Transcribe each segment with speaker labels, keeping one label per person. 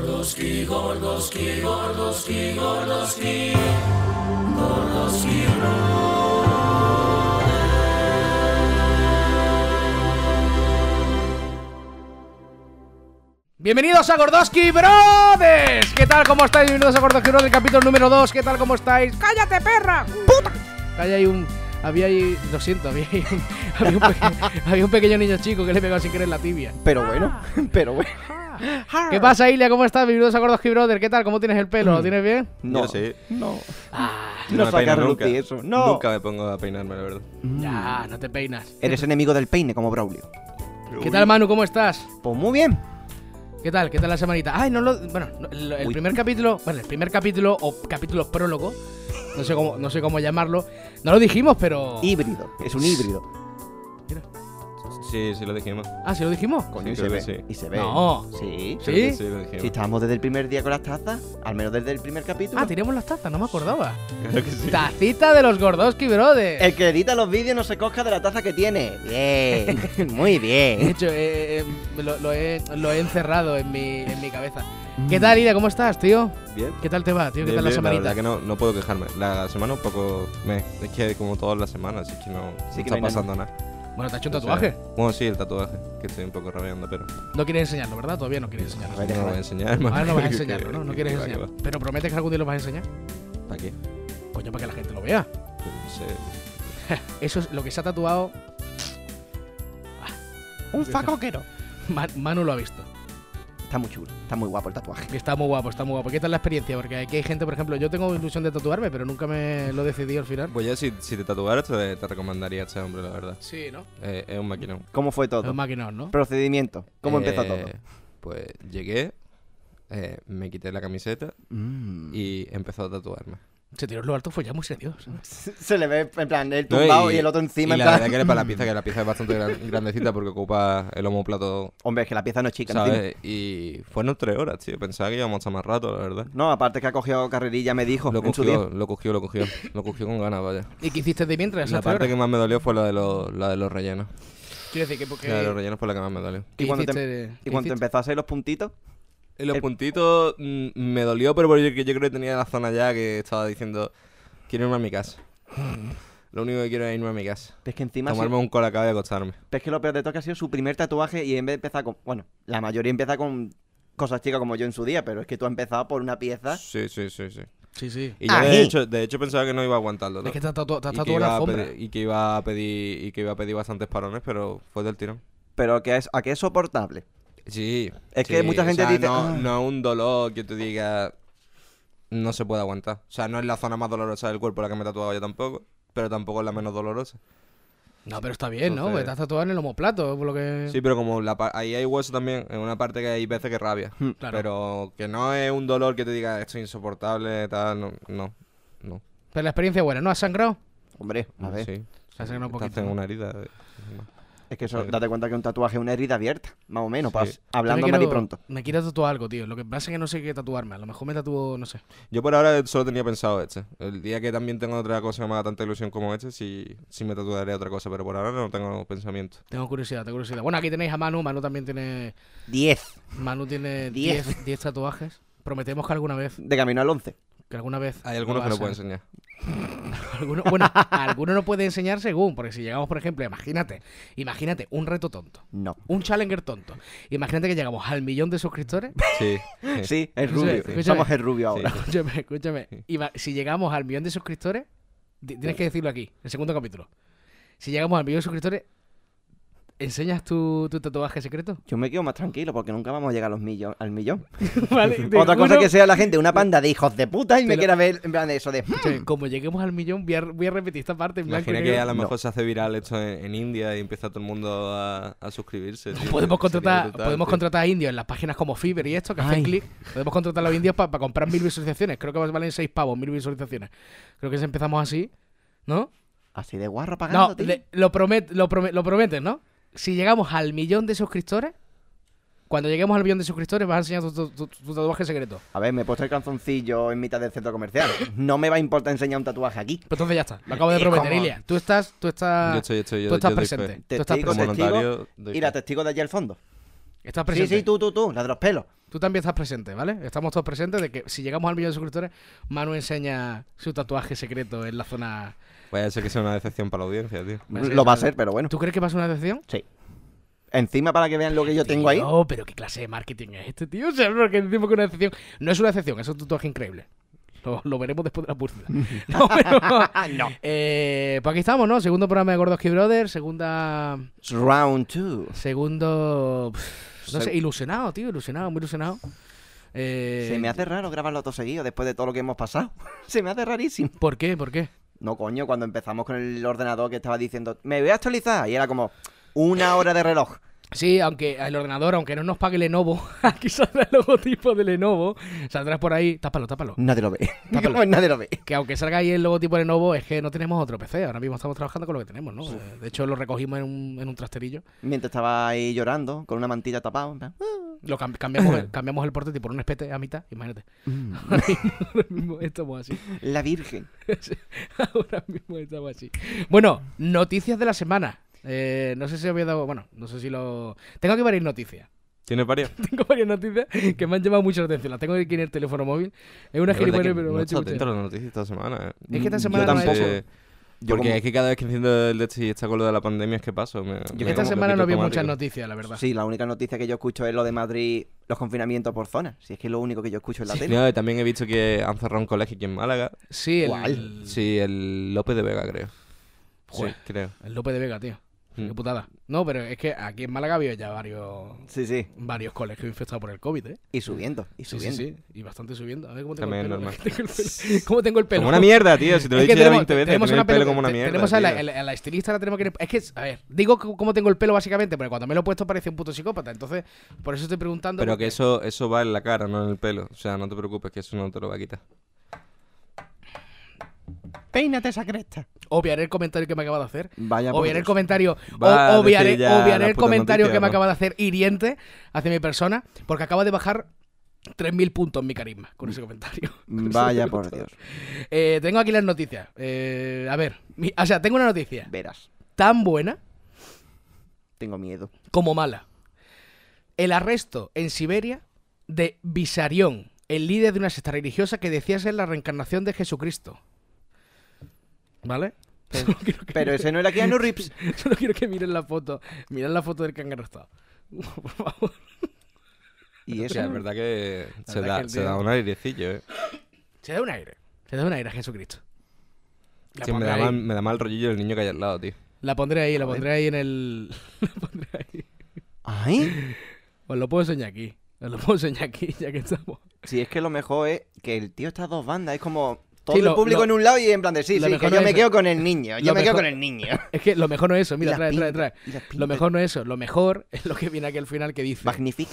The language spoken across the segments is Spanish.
Speaker 1: Gordoski, Gordoski, Gordoski, Gordoski, Gordoski,
Speaker 2: Bienvenidos a Gordoski Brothers. ¿Qué tal? ¿Cómo estáis? Bienvenidos a Gordoski Brothers, capítulo número 2. ¿Qué tal? ¿Cómo estáis?
Speaker 3: ¡Cállate, perra! ¡Puta!
Speaker 2: Ahí hay un. Había ahí. Lo siento, había ahí un, había, un peque- había un pequeño niño chico que le pegó sin querer la tibia.
Speaker 4: Pero bueno, pero bueno.
Speaker 2: ¿Qué pasa, Ilia? ¿Cómo estás? Bienvenidos a Gordoski Brothers. ¿Qué tal? ¿Cómo tienes el pelo?
Speaker 5: Mm.
Speaker 2: ¿Lo tienes bien?
Speaker 4: No,
Speaker 5: Yo sí.
Speaker 4: no. Ah,
Speaker 5: me
Speaker 4: no saca a
Speaker 5: peino
Speaker 4: relucir
Speaker 5: nunca.
Speaker 4: eso. No.
Speaker 5: Nunca me pongo a peinarme, la verdad.
Speaker 2: Ya, no te peinas.
Speaker 4: Eres enemigo del peine como Braulio.
Speaker 2: ¿Qué tal, Manu? ¿Cómo estás?
Speaker 4: Pues muy bien.
Speaker 2: ¿Qué tal? ¿Qué tal la semanita? Ay, no lo. Bueno, no, el, el
Speaker 4: Uy.
Speaker 2: primer capítulo. Bueno, el primer capítulo o capítulo prólogo. No sé cómo, no sé cómo llamarlo. No lo dijimos, pero.
Speaker 4: Híbrido. Es un híbrido.
Speaker 5: Sí, sí lo dijimos.
Speaker 2: Ah, sí lo dijimos.
Speaker 4: Coño, y se
Speaker 5: Sí, creo
Speaker 4: ve.
Speaker 5: que sí.
Speaker 4: Y se ve.
Speaker 2: No.
Speaker 4: Sí.
Speaker 2: Sí.
Speaker 5: Creo que sí lo dijimos.
Speaker 4: Si estábamos desde el primer día con las tazas, al menos desde el primer capítulo.
Speaker 2: Ah, tiramos las tazas, no me acordaba.
Speaker 5: Creo que sí.
Speaker 2: Tacita de los Gordoski Brothers.
Speaker 4: El que edita los vídeos no se cosca de la taza que tiene. Bien. muy
Speaker 2: De
Speaker 4: bien.
Speaker 2: hecho, eh, eh, lo, lo he, lo he encerrado en mi, en mi cabeza. ¿Qué tal, Ida? ¿Cómo estás, tío?
Speaker 5: Bien.
Speaker 2: ¿Qué tal te va, tío? ¿Qué
Speaker 5: Mm. Bien,
Speaker 2: tal la
Speaker 5: bien,
Speaker 2: semanita?
Speaker 5: verdad que no, no puedo quejarme. La semana un poco... Me, es que como todas las semanas, así que no, no
Speaker 4: Sí que
Speaker 5: está
Speaker 4: no hay
Speaker 5: pasando nada.
Speaker 2: Bueno, te has hecho un
Speaker 5: O sea,
Speaker 2: tatuaje.
Speaker 5: bueno, sí, el tatuaje, que estoy un poco rabiando, pero
Speaker 2: No quieres enseñarlo, ¿verdad? Todavía no quieres enseñarlo.
Speaker 4: A ver,
Speaker 5: no lo voy a enseñar. más
Speaker 2: Ahora Ah, no vas a
Speaker 5: que-
Speaker 2: enseñarlo, ¿no? No quieres
Speaker 5: que va, que
Speaker 2: enseñarlo. Pero prometes que algún día lo vas a enseñar.
Speaker 5: va. ¿Para qué?
Speaker 2: Coño, para que la gente lo vea.
Speaker 5: No sé.
Speaker 2: Eso es lo que se ha tatuado. Ah,
Speaker 4: Un
Speaker 2: facoquero. Ma- Manu lo ha visto.
Speaker 4: Está muy chulo. Está muy guapo el tatuaje.
Speaker 2: Que está muy guapo, está muy guapo. ¿Qué tal la experiencia? Porque aquí hay gente, por ejemplo, yo tengo ilusión de tatuarme, pero nunca me lo decidí al final.
Speaker 5: Pues ya si, si te tatuaras te, te recomendaría a este hombre, la verdad.
Speaker 2: Sí, ¿no?
Speaker 5: Eh, es un maquinón.
Speaker 4: ¿Cómo fue
Speaker 2: Es
Speaker 4: todo?
Speaker 2: un maquinón, ¿no?
Speaker 4: Procedimiento. ¿Cómo empezó
Speaker 5: Eh,
Speaker 4: todo?
Speaker 5: Pues llegué, eh, me quité la camiseta
Speaker 4: Mm.
Speaker 5: y empezó a tatuarme.
Speaker 2: Se tiró en lo alto, fue ya muy serio.
Speaker 4: Se le ve en plan el
Speaker 5: No,
Speaker 4: tumbado y, el otro encima. en
Speaker 5: y la
Speaker 4: plan-
Speaker 5: verdad que era para la pieza, que la pieza es bastante gran- grandecita porque ocupa el homoplato,
Speaker 4: Hombre, es que la pieza no es chica. encima.
Speaker 5: ¿sabes? Y fueron tres horas, tío. Pensaba que íbamos a estar más rato, la verdad.
Speaker 4: No, aparte que ha cogido carrerilla, me dijo.
Speaker 5: Lo
Speaker 4: en su día.
Speaker 5: cogió, lo cogió, lo cogió. Lo cogió con ganas, vaya.
Speaker 2: ¿Y qué hiciste de mientras?
Speaker 5: La
Speaker 2: esas tres
Speaker 5: parte que
Speaker 2: horas?
Speaker 5: más me dolió fue la de, los- la de los rellenos.
Speaker 2: Quiero decir que porque...
Speaker 5: La de los rellenos fue la que más me dolió.
Speaker 2: ¿Qué
Speaker 4: ¿Y cuando, te,
Speaker 2: hiciste de-
Speaker 4: y
Speaker 2: qué
Speaker 4: cuando te
Speaker 2: hiciste?
Speaker 4: empezó a hacer los puntitos?
Speaker 5: Y los
Speaker 4: El-
Speaker 5: puntitos mm, me dolió, pero porque yo, yo creo que tenía la zona ya que estaba diciendo, quiero irme a mi casa.
Speaker 4: Mm.
Speaker 5: Lo único que quiero es irme a mi casa.
Speaker 4: Pero es que encima. ha
Speaker 5: Tomarme
Speaker 4: sido-
Speaker 5: un colacao y acostarme.
Speaker 4: pero es que lo peor de todo es que ha sido su primer tatuaje y en vez de empezar con. Bueno, la mayoría empieza con cosas chicas como yo en su día, pero es que tú has empezado por una pieza.
Speaker 5: Sí, sí, sí, sí.
Speaker 2: Sí, Ah. sí.
Speaker 5: Y yo
Speaker 4: Ají.
Speaker 5: de hecho, de hecho pensaba que no iba a aguantarlo.
Speaker 2: Es
Speaker 5: ¿no?
Speaker 2: que te has tatu- te has
Speaker 5: Y que
Speaker 2: tatuado
Speaker 5: iba
Speaker 2: la
Speaker 5: a
Speaker 2: alfombra.
Speaker 5: pedir- y que iba a pedir y que iba a pedir bastantes parones, pero fue del tirón.
Speaker 4: Pero que es, a que es soportable.
Speaker 5: Sí.
Speaker 4: Es que
Speaker 5: sí,
Speaker 4: mucha
Speaker 5: o
Speaker 4: gente
Speaker 5: sea,
Speaker 4: dice,
Speaker 5: No,
Speaker 4: "Ah".
Speaker 5: no es un dolor que te diga. No se puede aguantar. O sea, no es la zona más dolorosa del cuerpo la que me he tatuado yo tampoco. Pero tampoco es la menos dolorosa.
Speaker 2: No, pero está bien, ¿no?
Speaker 5: Entonces-
Speaker 2: Porque te has tatuado en el homoplato, por lo que...
Speaker 5: Sí, pero como la pa- ahí hay hueso también, en una parte que hay veces que rabia.
Speaker 2: claro.
Speaker 5: Pero que no es un dolor que te diga esto es insoportable, tal. No, no. no.
Speaker 2: Pero la experiencia es buena, ¿no? ¿Has sangrado?
Speaker 4: Hombre, a ver.
Speaker 5: Sí.
Speaker 2: Se ha sangrado un
Speaker 5: Te hacen
Speaker 2: poquito, ¿no?
Speaker 5: una herida. eh.
Speaker 4: Es que eso, date cuenta que un tatuaje es una herida abierta, más o menos,
Speaker 5: Sí.
Speaker 4: pas-
Speaker 5: Yo
Speaker 4: hablando
Speaker 2: Yo me
Speaker 4: mal y
Speaker 2: quiero-
Speaker 4: pronto.
Speaker 2: Me quiero tatuar algo, tío. Lo que pasa es que no sé qué tatuarme. A lo mejor me tatúo, no sé.
Speaker 5: Yo por ahora solo tenía pensado este. El día que también tengo otra cosa que me haga tanta ilusión como este, sí, sí me tatuaré otra cosa, pero por ahora no tengo pensamiento.
Speaker 2: Tengo curiosidad, tengo curiosidad. Bueno, aquí tenéis a Manu. Manu también tiene...
Speaker 4: 10.
Speaker 2: Manu tiene
Speaker 4: Diez.
Speaker 2: 10 10 tatuajes. Prometemos que alguna vez...
Speaker 4: De camino al 11.
Speaker 2: Que alguna vez...
Speaker 5: Hay algunos
Speaker 2: lo
Speaker 5: que no
Speaker 2: vas a-
Speaker 5: puedo enseñar.
Speaker 2: Alguno- bueno, alguno no puede enseñar según, porque si llegamos, por ejemplo, imagínate, imagínate un reto tonto,
Speaker 4: No.
Speaker 2: un challenger tonto. Imagínate que llegamos al millón de suscriptores.
Speaker 5: Sí.
Speaker 4: Sí, es
Speaker 2: Sí,
Speaker 4: rubio.
Speaker 2: escúchame.
Speaker 4: Somos el rubio ahora.
Speaker 2: Escúchame, escúchame. Ima- si llegamos al millón de suscriptores, di- tienes que decirlo aquí, el segundo capítulo. Si llegamos al millón de suscriptores, ¿enseñas tu, tu tatuaje secreto?
Speaker 4: Yo me quedo más tranquilo porque nunca vamos a llegar a los millo- al millón.
Speaker 2: Vale, te
Speaker 4: Otra cosa
Speaker 2: juro
Speaker 4: que sea la gente, una panda de hijos de puta y
Speaker 2: Te
Speaker 4: me
Speaker 2: lo-
Speaker 4: quiera ver en plan de eso de. "Hmm,
Speaker 2: que Como lleguemos al millón, voy a, voy a repetir esta parte en blanco y
Speaker 5: Imagina que
Speaker 2: negro.
Speaker 5: a lo
Speaker 4: No.
Speaker 5: mejor se hace viral esto en, en India y empieza todo el mundo a, a suscribirse. tío.
Speaker 2: Podemos
Speaker 5: Sería
Speaker 2: contratar,
Speaker 5: brutal,
Speaker 2: podemos
Speaker 5: tío.
Speaker 2: contratar indios en las páginas como Fiverr y esto, que hacen
Speaker 4: Ay.
Speaker 2: clic. Podemos contratar a los indios para comprar mil visualizaciones. Creo que valen seis pavos, mil visualizaciones. Creo que si empezamos así, ¿no?
Speaker 4: Así de guarro pagando,
Speaker 2: No,
Speaker 4: tío.
Speaker 2: le- lo, promet, lo, prome- lo prometes, ¿no? Si llegamos al millón de suscriptores, cuando lleguemos al millón de suscriptores vas a enseñar tu, tu- tu- tu tatuaje secreto.
Speaker 4: A ver, me he puesto el calzoncillo en mitad del centro comercial. No me va a importar enseñar un tatuaje aquí.
Speaker 2: Pues entonces ya está, lo acabo de
Speaker 4: Y
Speaker 2: prometer,
Speaker 4: como-
Speaker 2: Ilia. Tú estás, tú estás,
Speaker 5: Yo estoy- yo estoy-
Speaker 2: tú
Speaker 5: yo-
Speaker 2: estás
Speaker 5: yo doy fe.
Speaker 2: presente. Tú estás
Speaker 4: Testigo,
Speaker 5: Como
Speaker 2: presente.
Speaker 4: testigo
Speaker 5: notario, doy
Speaker 4: y la
Speaker 5: fe.
Speaker 4: testigo de allí al fondo.
Speaker 2: Estás
Speaker 4: Sí,
Speaker 2: presente.
Speaker 4: sí, tú, tú, tú, la de los pelos.
Speaker 2: Tú también estás presente, ¿vale? Estamos todos presentes de que si llegamos al millón de suscriptores, Manu enseña su tatuaje secreto en la zona.
Speaker 5: Vaya a ser que sea una decepción para la audiencia, tío.
Speaker 2: Me enseña
Speaker 4: Lo va a
Speaker 2: su-
Speaker 4: ser, pero bueno.
Speaker 2: ¿Tú crees que va a ser una decepción?
Speaker 4: Sí. Encima para que vean lo que yo tengo ahí.
Speaker 2: No, pero qué clase de marketing es este, tío. O sea, no, que decimos que una decepción. No es una decepción, es un tatuaje increíble. Lo, lo veremos después de la búsqueda. No, pero.
Speaker 4: no.
Speaker 2: Eh, pues aquí estamos, ¿no? Segundo programa de Gordoski Brothers, segunda.
Speaker 4: Round 2.
Speaker 2: Segundo. pf, No
Speaker 5: Se-
Speaker 2: sé, ilusionado, tío, ilusionado, muy ilusionado. Eh,
Speaker 4: Se me hace raro grabarlo todo seguido después de todo lo que hemos pasado. Se me hace rarísimo.
Speaker 2: ¿Por qué? ¿Por qué?
Speaker 4: No, coño, cuando empezamos con el ordenador que estaba diciendo, me voy a actualizar. Y era como una hora de reloj.
Speaker 2: Sí, aunque el ordenador, aunque no nos pague Lenovo, aquí saldrá el logotipo de Lenovo. Saldrás por ahí, tápalo, tápalo.
Speaker 4: Nadie lo ve. Como nadie lo ve.
Speaker 2: Que aunque salga ahí el logotipo de Lenovo, es que no tenemos otro PC. Ahora mismo estamos trabajando con lo que tenemos, ¿no? Eh, De hecho, lo recogimos en un, en un trasterillo.
Speaker 4: Mientras estaba ahí llorando, con una mantilla tapada. en plan, "Ah".
Speaker 2: Lo cam- cambiamos, el, cambiamos el portátil por un espete a mitad, imagínate. Ahora mismo- ahora mismo estamos así.
Speaker 4: "Ah, La Virgen.
Speaker 2: Ahora mismo estamos así. Bueno, noticias de la semana. Eh, no sé si había dado. Bueno, no sé si lo. Tengo aquí varias noticias.
Speaker 5: ¿Tienes varias?
Speaker 2: Tengo varias noticias que me han llamado mucho la atención. Las tengo aquí en el teléfono móvil. Es una
Speaker 5: Es verdad
Speaker 2: gilipollas,
Speaker 5: que
Speaker 2: pero
Speaker 5: no
Speaker 2: me
Speaker 5: he
Speaker 2: ha hecho
Speaker 5: estado
Speaker 2: mucha-
Speaker 5: dentro de las noticias esta semana. eh.
Speaker 2: Es que esta
Speaker 4: Yo
Speaker 2: semana no he
Speaker 4: tampoco.
Speaker 2: hecho-
Speaker 5: Eh,
Speaker 4: Yo
Speaker 5: Porque
Speaker 4: como-
Speaker 5: es que cada vez que enciendo el de este y está con lo de la pandemia es que paso. me- me
Speaker 4: como
Speaker 2: Esta
Speaker 5: que
Speaker 2: semana no
Speaker 5: lo quito
Speaker 2: había muchas
Speaker 5: automático.
Speaker 2: noticias, la verdad.
Speaker 4: Sí, la única noticia que yo escucho es lo de Madrid, los confinamientos por zona. Si es que es lo único que yo escucho en la tele.
Speaker 5: No, y también he visto que han cerrado un colegio aquí en Málaga.
Speaker 2: Sí, el,
Speaker 4: ¿Cuál?
Speaker 5: Sí, el López de Vega, creo.
Speaker 2: Joder.
Speaker 5: Sí, creo.
Speaker 2: el López de Vega, tío.
Speaker 5: Mm.
Speaker 2: Qué putada. No, pero es que aquí en Málaga había ya varios
Speaker 4: Sí, sí.
Speaker 2: varios colegios infectados por el COVID, ¿eh?
Speaker 4: Y subiendo, y
Speaker 2: Sí,
Speaker 4: subiendo.
Speaker 2: sí, sí. Y bastante subiendo. A ver cómo tengo el
Speaker 5: También
Speaker 2: pelo.
Speaker 5: normal.
Speaker 2: Tengo el pelo. ¿Cómo tengo el pelo?
Speaker 5: Como una mierda, tío. Si te lo he
Speaker 2: Es que
Speaker 5: dicho ya
Speaker 2: tenemos-
Speaker 5: 20 veces,
Speaker 2: tenemos
Speaker 5: tenemos
Speaker 2: una
Speaker 5: el pelo
Speaker 2: peli-
Speaker 5: como una
Speaker 2: te-
Speaker 5: mierda.
Speaker 2: Tenemos a la,
Speaker 5: tío.
Speaker 2: el- a la estilista, la tenemos que. Es que, a ver, digo c- cómo tengo el pelo básicamente, porque cuando me lo he puesto parece un puto psicópata. Entonces, por eso estoy preguntando.
Speaker 5: Pero
Speaker 2: porque-
Speaker 5: que eso, eso va en la cara, no en el pelo. O sea, no te preocupes, que eso no te lo va a quitar.
Speaker 4: Peínate esa cresta.
Speaker 2: Obviaré el comentario que me acaba de hacer.
Speaker 4: Vaya por
Speaker 2: obviaré el
Speaker 4: Dios.
Speaker 2: comentario.
Speaker 5: Va a
Speaker 2: o- obviaré
Speaker 5: decir ya
Speaker 2: obviaré
Speaker 5: la
Speaker 2: el
Speaker 5: puta
Speaker 2: comentario
Speaker 5: noticia,
Speaker 2: que me
Speaker 5: ¿no?
Speaker 2: acaba de hacer hiriente hacia mi persona, porque acaba de bajar 3.000 puntos en mi carisma con ese comentario. Con eso
Speaker 4: Vaya
Speaker 2: digo
Speaker 4: por
Speaker 2: todo.
Speaker 4: Dios.
Speaker 2: Eh, tengo aquí las noticias. Eh, a ver, mi- o sea, tengo una noticia
Speaker 4: Verás.
Speaker 2: tan buena
Speaker 4: Tengo miedo.
Speaker 2: como mala. El arresto en Siberia de Visarión, el líder de una secta religiosa que decía ser la reencarnación de Jesucristo. ¿Vale? Solo quiero que,
Speaker 4: Pero ese no era Keanu Reeves.
Speaker 2: solo quiero que miren la foto. Miren la foto del que han arrestado. Por favor.
Speaker 4: Y
Speaker 5: O
Speaker 4: ese
Speaker 5: sea, es
Speaker 4: no.
Speaker 5: verdad que se,
Speaker 2: verdad
Speaker 5: da,
Speaker 2: que el
Speaker 5: se
Speaker 2: tío-
Speaker 5: da un airecillo, eh.
Speaker 2: Se da un aire. Se da un aire a Jesucristo. La
Speaker 5: Sí, me,
Speaker 2: pondré
Speaker 5: da
Speaker 2: ahí.
Speaker 5: mal, me da mal rollillo el niño que hay al lado, tío.
Speaker 2: La pondré ahí, la pondré ahí en el. La pondré ahí.
Speaker 4: Ay.
Speaker 2: Os lo puedo enseñar aquí. Os lo puedo enseñar aquí, ya que estamos.
Speaker 4: Si es que lo mejor es que el tío está a dos bandas. Es como todo
Speaker 2: Sí,
Speaker 4: el
Speaker 2: lo-
Speaker 4: público
Speaker 2: lo-
Speaker 4: en un lado y en plan de sí,
Speaker 2: lo
Speaker 4: sí,
Speaker 2: mejor
Speaker 4: que yo
Speaker 2: es-
Speaker 4: me quedo con el niño.
Speaker 2: lo
Speaker 4: Yo me quedo
Speaker 2: mejor-
Speaker 4: con el niño.
Speaker 2: Es que lo mejor no es eso.
Speaker 4: Y
Speaker 2: Mira,
Speaker 4: las
Speaker 2: trae, trae, trae.
Speaker 4: pintas, y las
Speaker 2: Lo
Speaker 4: pintas.
Speaker 2: mejor no es eso. Lo mejor es lo que viene aquí al final que dice.
Speaker 4: Magnific.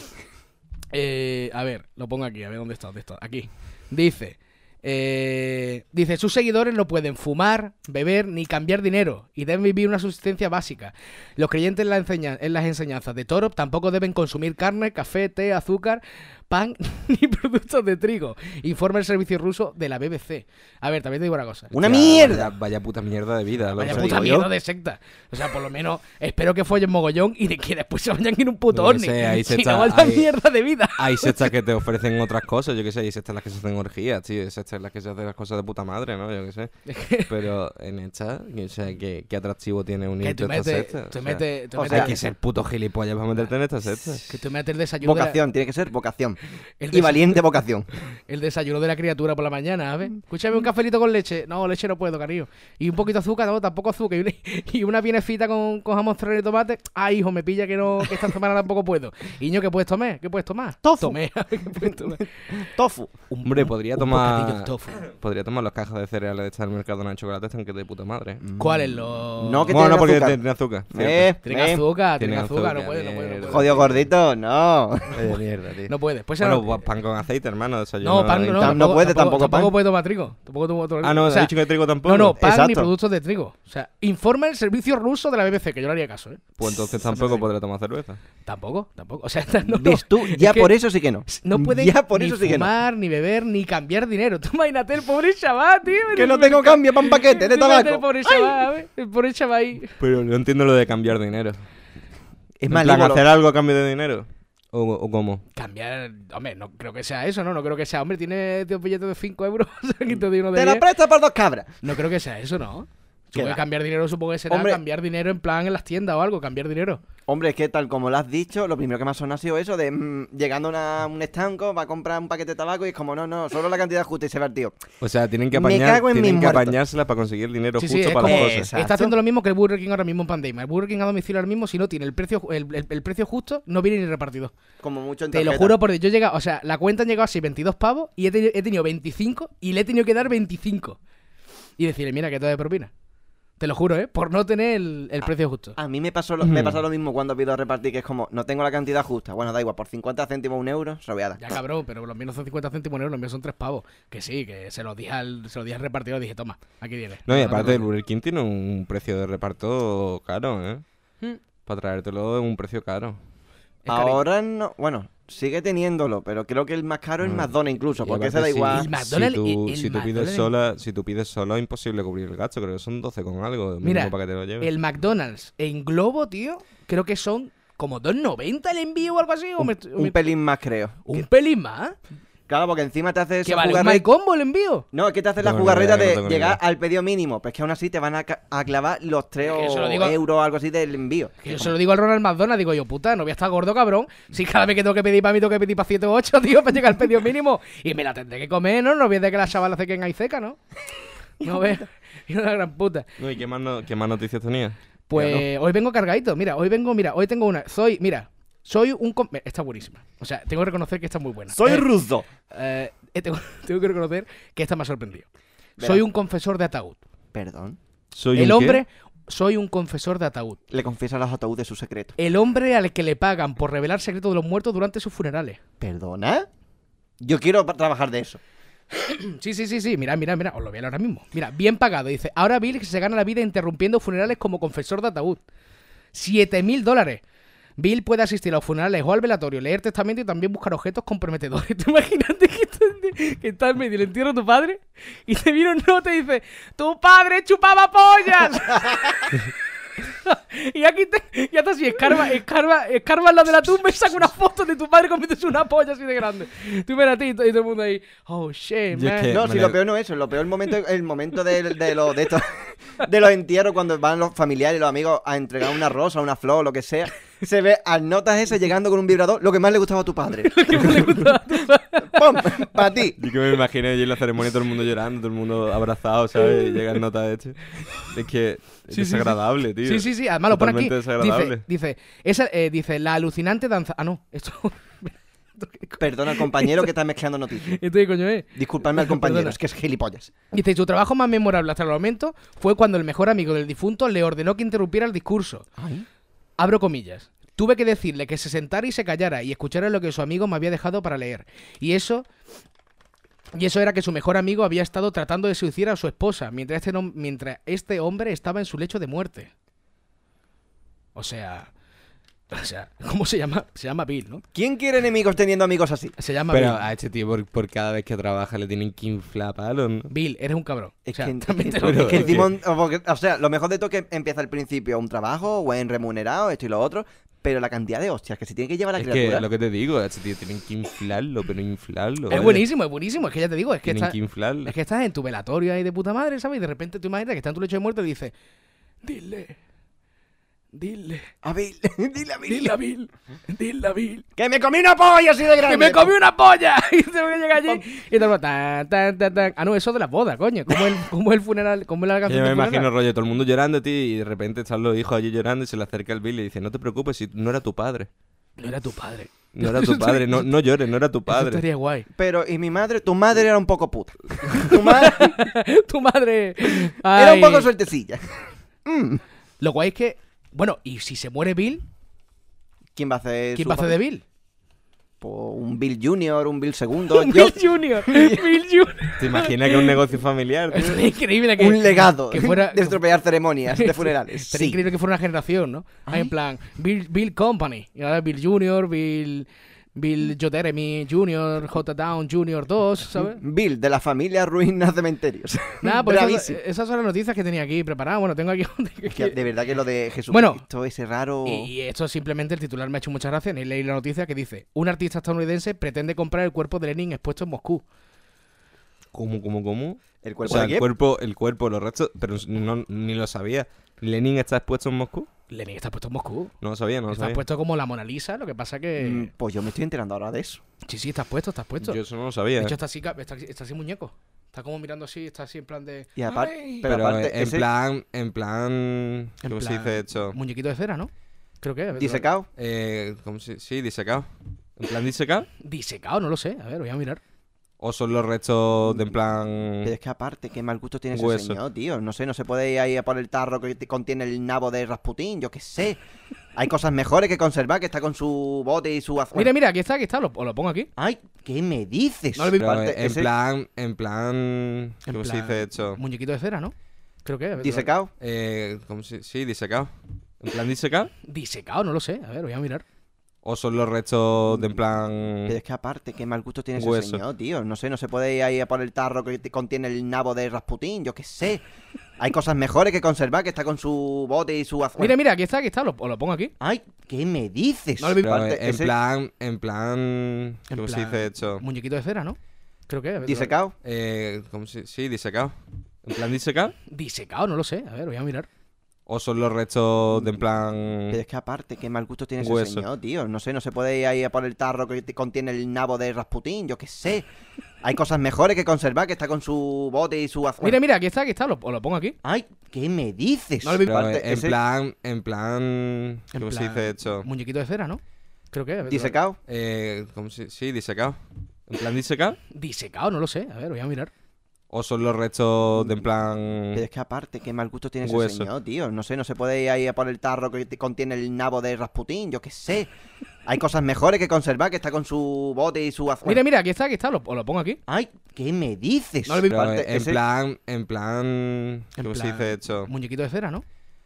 Speaker 2: eh, a ver, lo pongo aquí. A ver dónde está. ¿Dónde está? Aquí. Dice. eh, dice, sus seguidores no pueden fumar, beber ni cambiar dinero y deben vivir una subsistencia básica. Los creyentes en, la enseña- en las enseñanzas de Toro tampoco deben consumir carne, café, té, azúcar, pan ni productos de trigo, informa el servicio ruso de la BBC. A ver, también te digo una cosa.
Speaker 4: Una
Speaker 5: Hostia,
Speaker 4: mierda.
Speaker 5: Vaya, vaya puta mierda de vida. loco.
Speaker 2: Vaya
Speaker 4: Eso
Speaker 2: puta
Speaker 4: digo yo.
Speaker 2: mierda de secta. O sea, por lo menos espero que follen mogollón y de que después se vayan en un puto
Speaker 5: Yo qué
Speaker 2: ovni.
Speaker 5: sé, ahí se
Speaker 2: Si
Speaker 5: está-
Speaker 2: no, vaya
Speaker 5: ahí-
Speaker 2: mierda de vida.
Speaker 5: Hay sextas que te ofrecen otras cosas, yo qué sé, hay sextas en las que se hacen orgías, tío, hay sextas en las que se hacen las cosas de puta madre, ¿no? Yo qué sé. Pero en esta, o sea, ¿qué, qué atractivo tiene
Speaker 2: Que
Speaker 5: unirte
Speaker 2: tú
Speaker 5: a esta
Speaker 2: metes,
Speaker 5: secta?
Speaker 2: tú
Speaker 5: O sea,
Speaker 2: metes, tú
Speaker 4: o
Speaker 2: metes-
Speaker 4: sea,
Speaker 5: hay que ser puto gilipollas para meterte en esta secta.
Speaker 2: que tú metes el desayuno, de la,
Speaker 4: Vocación, tiene que ser vocación.
Speaker 2: El
Speaker 4: Y
Speaker 2: desa-
Speaker 4: valiente vocación.
Speaker 2: el desayuno de la criatura por la mañana, ¿sabes? Escúchame, un cafelito con leche. No, leche no puedo, cariño. Y un poquito de azúcar, no, tampoco azúcar. Y una, y una bienefita con, con jamón serrano y tomate. Ay, hijo, me pilla que no que esta semana tampoco puedo. Niño, ¿qué puedes tomar? ¿Qué puedes tomar?
Speaker 4: Tofu.
Speaker 2: Tomé. ¿Qué puedes tomar?
Speaker 4: Tofu.
Speaker 5: Hombre, podría tomar... Mm,
Speaker 2: bocadillo de tofu.
Speaker 5: Podría tomar las cajas de cereales de esta del mercado de chocolate, están que de puta madre.
Speaker 2: ¿Cuál es lo...?
Speaker 4: Mm. No, que
Speaker 5: Bueno,
Speaker 4: tiene
Speaker 5: no, porque
Speaker 4: azúcar.
Speaker 5: tiene azúcar.
Speaker 4: Eh,
Speaker 5: cierto.
Speaker 2: Tiene
Speaker 4: eh.
Speaker 2: azúcar,
Speaker 5: Tiene
Speaker 2: tiene azúcar, no
Speaker 5: azúcar,
Speaker 2: puede, no puede, no
Speaker 5: mierda.
Speaker 2: puede.
Speaker 4: Jodido gordito, no.
Speaker 5: Vaya mierda, tío.
Speaker 2: No puede. Pues
Speaker 5: bueno,
Speaker 2: ahora-
Speaker 5: pues pan con aceite, hermano, desayuno.
Speaker 2: no, pan no.
Speaker 5: ahorita.
Speaker 4: no puede, tampoco
Speaker 2: Tampoco
Speaker 4: pan.
Speaker 2: puede tomar trigo. Tampoco toma trigo.
Speaker 5: Ah, no,
Speaker 2: O sea,
Speaker 5: he dicho que trigo tampoco.
Speaker 2: no, no, pan ni
Speaker 4: Exacto.
Speaker 2: productos de trigo. O sea, informa el servicio ruso de la BBC, que yo no haría caso, ¿eh?
Speaker 5: Pues entonces tampoco podré tomar cerveza.
Speaker 2: Tampoco, tampoco. O sea, no, no.
Speaker 4: ¿Ves tú?
Speaker 2: Es
Speaker 4: Ya
Speaker 2: que
Speaker 4: por eso sí que no.
Speaker 2: No puede
Speaker 4: Ya por
Speaker 2: ni
Speaker 4: eso sí que no.
Speaker 2: fumar, ni beber, ni cambiar dinero. Tú imagínate el pobre chaval, tío.
Speaker 4: Que no tengo cambio para un paquete de
Speaker 2: Tú imagínate El
Speaker 4: tabaco.
Speaker 2: pobre chaval, a ver, El pobre chaval ahí.
Speaker 5: Pero no entiendo lo de cambiar dinero.
Speaker 4: Es
Speaker 5: En
Speaker 4: más
Speaker 5: plan,
Speaker 4: líbolo.
Speaker 5: hacer algo a cambio de dinero. ¿O, o cómo?
Speaker 2: Cambiar. Hombre, no creo que sea eso, ¿no? No creo que sea. Hombre, tiene dos billetes de 5 euros. aquí te doy uno de
Speaker 4: Te lo
Speaker 2: 10.
Speaker 4: presto por dos cabras.
Speaker 2: No creo que sea eso, ¿no?
Speaker 4: ¿Qué
Speaker 2: Supongo que
Speaker 4: va?
Speaker 2: cambiar dinero, supongo que será
Speaker 4: Hombre.
Speaker 2: cambiar dinero en plan en las tiendas o algo, cambiar dinero.
Speaker 4: Hombre, es que tal como lo has dicho, lo primero que me ha sonado ha sido eso de mm, llegando a una- un estanco, va a comprar un paquete de tabaco y es como, no, no, solo la cantidad justa y se va el tío.
Speaker 5: O sea, tienen que,
Speaker 4: Me
Speaker 5: apañar,
Speaker 4: cago en
Speaker 5: tienen
Speaker 4: mis
Speaker 5: que
Speaker 4: muertos.
Speaker 5: apañársela para conseguir dinero
Speaker 2: Sí, sí,
Speaker 5: justo
Speaker 2: es
Speaker 5: para las
Speaker 2: como-
Speaker 5: cosas.
Speaker 4: Exacto.
Speaker 2: Está haciendo lo mismo que el Burger King ahora mismo en pandemia. El Burger King a domicilio ahora mismo, si no tiene el precio, el, el- el precio justo, no viene ni repartido.
Speaker 4: Como mucho en
Speaker 2: Te lo
Speaker 4: tarjeta.
Speaker 2: juro por Dios, yo he llegado, o sea, la cuenta ha llegado así 22 pavos y he, teni- he tenido 25 y le he tenido que dar 25. Y decirle, mira, que todo de propina. Te lo juro, ¿eh? Por no tener el, el precio justo.
Speaker 4: A mí me pasó, lo, me pasó lo mismo cuando pido repartir, que es como, no tengo la cantidad justa. Bueno, da igual, por 50 céntimos, un euro, se lo voy a dar.
Speaker 2: Ya cabrón, pero los míos no son 50 céntimos, ¿no? los míos son 3 pavos. Que sí, que se los dije al, se los dije al repartidor, dije, toma, aquí tienes.
Speaker 5: No, y
Speaker 2: Tómate
Speaker 5: aparte el
Speaker 2: todo.
Speaker 5: Burger King tiene un precio de reparto caro, ¿eh?
Speaker 2: Hmm.
Speaker 5: Para traértelo es un precio caro.
Speaker 2: Es cari-
Speaker 4: Ahora no, bueno, sigue teniéndolo, pero creo que el más caro es
Speaker 5: Mm.
Speaker 4: Madonna incluso,
Speaker 5: Y
Speaker 4: porque
Speaker 5: aparte,
Speaker 4: se da
Speaker 5: si-
Speaker 4: igual.
Speaker 2: El McDonald's-
Speaker 5: Si tú,
Speaker 2: el- el
Speaker 5: si tú pides
Speaker 2: McDonald's-
Speaker 5: sola, si tú pides solo es imposible cubrir el gasto, creo que son 12 con algo mínimo
Speaker 2: Mira,
Speaker 5: para que te lo lleves.
Speaker 2: El McDonald's en globo, tío, creo que son como 2.90 el envío o algo así. o
Speaker 4: Un,
Speaker 2: me estoy- o
Speaker 4: un
Speaker 2: me-
Speaker 4: pelín más, creo.
Speaker 2: un pelín más.
Speaker 4: Claro, porque encima te haces
Speaker 2: Que
Speaker 4: esa
Speaker 2: vale un
Speaker 4: jugarre-
Speaker 2: My Combo el envío.
Speaker 4: No, es que te haces la
Speaker 5: No tengo ni
Speaker 4: jugarreta
Speaker 5: idea, no
Speaker 4: de
Speaker 5: tengo ni
Speaker 4: llegar
Speaker 5: idea.
Speaker 4: al pedido mínimo. Pero es que aún así te van a, ca- a clavar los 3
Speaker 2: que eso lo digo-
Speaker 4: euros o algo así del envío.
Speaker 2: Que yo se lo digo al Ronald McDonald, digo yo, puta, no voy a estar gordo, cabrón. Si cada vez que tengo que pedir para mí, tengo que pedir para 7 o 8, tío, para llegar al pedido mínimo. Y me la tendré que comer, ¿no? No voy a dejar que la chavala se queden ahí seca, ¿no? No ves. Yo una gran puta.
Speaker 5: No, ¿y qué más, no- qué más noticias tenías?
Speaker 2: Pues hoy vengo cargadito. Mira, hoy vengo, mira, hoy tengo una. Soy, mira, soy un. com- Está buenísima. O sea, tengo que reconocer que está muy buena. Eh,
Speaker 4: ruso.
Speaker 2: eh, eh, tengo, tengo que reconocer que esta me ha sorprendido.
Speaker 4: Verá.
Speaker 2: Soy un confesor de ataúd.
Speaker 4: Perdón.
Speaker 5: Soy
Speaker 2: el
Speaker 5: un qué?
Speaker 2: hombre, soy un confesor de ataúd.
Speaker 4: Le confiesa a los ataúdes su secreto.
Speaker 2: El hombre al que le pagan por revelar secretos de los muertos durante sus funerales.
Speaker 4: ¿Perdona? Yo quiero pa- trabajar de eso.
Speaker 2: Mm, Sí, sí, sí, sí. Mira, mira, mira. Os lo voy a leer ahora mismo. Mira, bien pagado. Dice, ahora Bill se gana la vida interrumpiendo funerales como confesor de ataúd. ¡Siete mil dólares! Bill puede asistir a los funerales o al velatorio, leer testamento y también buscar objetos comprometedores. ¿Te imagínate que estás, que estás en medio del entierro de tu padre y te viene un note y dice, ¡Tu padre chupaba pollas! y aquí te, ya está así, escarba, escarba, escarba la de la tumba y saca una foto de tu padre comiéndose una polla así de grande. Tú mira a ti y todo y todo el mundo ahí, ¡Oh, shit,
Speaker 5: Yo es
Speaker 2: man!
Speaker 5: que- Eh,
Speaker 4: no, si
Speaker 5: Manel-
Speaker 4: lo peor no es eso, lo peor el momento el momento de, de, lo- de, esto- de los entierros cuando van los familiares y los amigos a entregar una rosa, una flor, lo que sea. Se ve al notas ese llegando con un vibrador, lo que más le gustaba a tu padre.
Speaker 2: que no le gustaba a tu padre.
Speaker 4: ¡Pum! ¡Para ti!
Speaker 5: Yo que me imagino allí en la ceremonia todo el mundo llorando, todo el mundo abrazado, ¿sabes? Y llega el nota de este. Es que es
Speaker 2: Sí, sí, sí.
Speaker 5: desagradable, tío.
Speaker 2: Sí, sí, sí. Además lo pone aquí.
Speaker 5: Totalmente desagradable.
Speaker 2: Dice, dice, esa, eh, dice, la alucinante danza. Ah, no. Esto. esto qué co-
Speaker 4: Perdona al compañero que está mezclando noticias.
Speaker 2: ¿Esto qué coño es?
Speaker 4: Disculpadme al compañero,
Speaker 2: Perdona.
Speaker 4: es que es gilipollas.
Speaker 2: Dice, su trabajo más memorable hasta el momento fue cuando el mejor amigo del difunto le ordenó que interrumpiera el discurso. Abro comillas. Tuve que decirle que se sentara y se callara y escuchara lo que su amigo me había dejado para leer. Y eso. Y eso era que su mejor amigo había estado tratando de seducir a su esposa mientras este, nom- mientras este hombre estaba en su lecho de muerte. O sea. O sea, ¿cómo se llama? Se llama Bill, ¿no?
Speaker 4: ¿Quién quiere enemigos teniendo amigos así?
Speaker 2: Se llama
Speaker 5: Pero
Speaker 2: Bill.
Speaker 5: a este tío, por, por cada vez que trabaja, le tienen que inflar palos, ¿no?
Speaker 2: Bill, eres un cabrón.
Speaker 4: Es
Speaker 2: O sea,
Speaker 4: que, es
Speaker 2: también
Speaker 4: que-
Speaker 2: te lo
Speaker 4: es que
Speaker 2: digo.
Speaker 4: encima un- o, porque- o sea, lo mejor de todo es que empieza al principio un trabajo, o en remunerado, esto y lo otro, pero la cantidad de hostias que se tiene que llevar la
Speaker 5: Es
Speaker 4: criatura.
Speaker 5: que lo que te digo, a este tío tienen que inflarlo, pero inflarlo.
Speaker 2: Es
Speaker 5: ¿eh?
Speaker 2: buenísimo, es buenísimo. Es que ya te digo, es que
Speaker 5: Tienen
Speaker 2: está,
Speaker 5: que inflarlo.
Speaker 2: Es que estás en tu velatorio ahí de puta madre, ¿sabes? Y de repente tú imaginas que está en tu lecho de muerte y dices, dile, dile,
Speaker 4: A Bill, dile a Bill.
Speaker 2: dile a Bill, dile a Bill,
Speaker 4: ¡Que me comí una polla así de grande!
Speaker 2: que me comí una polla. Y se me llega allí y todo el mundo, tan, tan, tan, tan. Ah, no, eso de la boda, coño. Como el, como el funeral, como la
Speaker 5: Que
Speaker 2: canción
Speaker 5: Yo me
Speaker 2: del funeral.
Speaker 5: imagino, rollo, todo el mundo llorando, tío, y de repente están los hijos allí llorando y se le acerca el Bill y le dice, no te preocupes, si no era tu padre.
Speaker 2: No era tu padre.
Speaker 5: No era tu padre, no, no llores, no era tu
Speaker 2: Eso
Speaker 5: padre.
Speaker 2: estaría guay.
Speaker 4: Pero, ¿y mi madre? Tu madre era un poco puta. Tu madre
Speaker 2: tu madre.
Speaker 4: era
Speaker 2: Ay.
Speaker 4: un poco suertecilla.
Speaker 2: Lo guay es que, bueno, y si se muere Bill,
Speaker 4: ¿Quién va a hacer
Speaker 2: ¿quién
Speaker 4: su
Speaker 2: va a hacer de
Speaker 4: papel?
Speaker 2: Bill?
Speaker 4: Pues un Bill Junior, un Bill Segundo, yo-
Speaker 2: Bill Junior. Bill Junior.
Speaker 5: ¿Te imaginas que es un negocio familiar, tío?
Speaker 2: Eso es increíble que
Speaker 4: un legado
Speaker 2: que fuera
Speaker 4: de estropear ceremonias de funerales.
Speaker 2: Sería
Speaker 4: Sí.
Speaker 2: increíble que fuera una generación, ¿no? Ahí en plan, Bill, Bill Company. Y ahora Bill Junior, Bill. Bill J. Jeremy Jr., J. Down Jr. 2, ¿sabes?
Speaker 4: Bill, de la familia ruinas cementerios.
Speaker 2: Nada, pues esas,
Speaker 4: Bravísimo.
Speaker 2: esas son las noticias que tenía aquí preparadas. Bueno, tengo aquí un-
Speaker 4: Que de verdad que lo de Jesús
Speaker 2: Bueno.
Speaker 4: Cristo, ese raro.
Speaker 2: Y esto es simplemente el titular me ha hecho muchas gracias. He leído la noticia que dice: Un artista estadounidense pretende comprar el cuerpo de Lenin expuesto en Moscú.
Speaker 5: ¿Cómo, cómo, cómo?
Speaker 4: El
Speaker 5: O
Speaker 4: cuerpo
Speaker 5: sea,
Speaker 4: de
Speaker 5: el
Speaker 4: Kiev.
Speaker 5: cuerpo, el cuerpo, los restos, pero no, ni lo sabía. ¿Lenin está expuesto en Moscú?
Speaker 2: Lenin está puesto en Moscú.
Speaker 5: No lo sabía, no lo
Speaker 2: está
Speaker 5: sabía.
Speaker 2: puesto como la Mona Lisa. Lo que pasa
Speaker 4: Mm,
Speaker 2: que.
Speaker 4: Pues yo me estoy enterando ahora de eso.
Speaker 2: Sí, sí, estás puesto, estás puesto.
Speaker 5: Yo eso no lo sabía.
Speaker 2: De hecho,
Speaker 5: eh.
Speaker 2: está así, ca- está, está así muñeco. Está como mirando así, está así en plan de.
Speaker 4: Y aparte-
Speaker 2: "Ay".
Speaker 4: pero
Speaker 5: Pero,
Speaker 4: aparte,
Speaker 5: en
Speaker 4: ese-
Speaker 5: plan, en plan,
Speaker 2: En
Speaker 5: ¿cómo se
Speaker 2: plan,
Speaker 5: dice esto?
Speaker 2: Muñequito de cera, ¿no? Creo que. es.
Speaker 4: Disecado.
Speaker 5: Eh, ¿cómo se- Sí, disecado. ¿En plan disecado?
Speaker 2: Disecado, no lo sé. A ver, voy a mirar.
Speaker 5: ¿O son los restos de en plan...
Speaker 4: Pero es que aparte, qué mal gusto tiene ese
Speaker 5: Hueso.
Speaker 4: señor, tío. No sé, no se puede ir ahí a por el tarro que te- contiene el nabo de Rasputín, yo qué sé. Hay cosas mejores que conservar, que está con su bote y su azul.
Speaker 2: Mira, mira, aquí está, aquí está. Lo, o lo pongo aquí.
Speaker 4: Ay, ¿qué me dices?
Speaker 2: No lo vi-
Speaker 5: Pero,
Speaker 4: Aparte,
Speaker 5: eh, en
Speaker 4: ese
Speaker 5: plan, en plan,
Speaker 2: En
Speaker 5: ¿cómo se
Speaker 2: plan,
Speaker 5: dice esto?
Speaker 2: Muñequito de cera, ¿no? Creo que. es.
Speaker 4: Oh. Disecado.
Speaker 5: Eh, ¿cómo se- Sí, disecado. ¿En plan disecado?
Speaker 2: Disecado, no lo sé. A ver, voy a mirar.
Speaker 5: ¿O son los restos de en plan...
Speaker 4: Pero es que aparte, qué mal gusto tiene ese
Speaker 5: Hueso.
Speaker 4: señor, tío. No sé, no se puede ir ahí a por el tarro que te- contiene el nabo de Rasputín, yo qué sé. Hay cosas mejores que conservar, que está con su bote y su azul.
Speaker 2: Mira, mira, aquí está, aquí está. Lo, o lo pongo aquí.
Speaker 4: Ay, ¿qué me dices?
Speaker 2: No lo vi-
Speaker 5: Pero, eh,
Speaker 4: Aparte,
Speaker 5: en
Speaker 4: ese
Speaker 5: plan, en plan, ¿cómo se
Speaker 2: plan,
Speaker 5: dice esto?
Speaker 2: Muñequito de cera, ¿no? Creo que. es.
Speaker 4: Disecado.
Speaker 5: Eh, ¿cómo se- Sí, disecado. ¿En plan disecado?
Speaker 2: Disecado, no lo sé. A ver, voy a mirar.
Speaker 5: ¿O son los restos de en plan...
Speaker 4: Pero es que aparte, qué mal gusto tiene ese
Speaker 5: Mm. Hueso.
Speaker 4: señor, tío. No sé, no se puede ir ahí a por el tarro que te- contiene el nabo de Rasputín, yo qué sé. Hay cosas mejores que conservar, que está con su bote y su azul.
Speaker 2: Mira, mira, aquí está, aquí está. Lo, o lo pongo aquí.
Speaker 4: Ay, ¿qué me dices?
Speaker 2: No lo vi-
Speaker 5: Pero, eh,
Speaker 4: Aparte,
Speaker 5: en
Speaker 4: ese
Speaker 5: plan, en plan,
Speaker 2: En
Speaker 5: ¿cómo se
Speaker 2: plan,
Speaker 5: dice esto?
Speaker 2: Muñequito de cera, ¿no? Creo que. es.
Speaker 4: Oh. Disecado.
Speaker 5: Eh, ¿cómo se- Sí, disecado. ¿En plan disecado?
Speaker 2: Disecado, no lo sé. A ver, voy a mirar.
Speaker 5: ¿O son los restos de en plan...
Speaker 4: Pero es que aparte, qué mal gusto tiene ese
Speaker 5: Hueso.
Speaker 4: señor, tío. No sé, no se puede ir ahí a por el tarro que te- contiene el nabo de Rasputín, yo qué sé. Hay cosas mejores que conservar, que está con su bote y su azul.
Speaker 2: Mira, mira, aquí está, aquí está. Lo, o lo pongo aquí.
Speaker 4: Ay, ¿qué me dices?
Speaker 2: No lo vi-
Speaker 5: Pero,
Speaker 4: Aparte,
Speaker 5: eh, en
Speaker 4: ese
Speaker 5: plan, en plan, ¿cómo se
Speaker 2: plan,
Speaker 5: dice esto?
Speaker 2: Muñequito de cera, ¿no?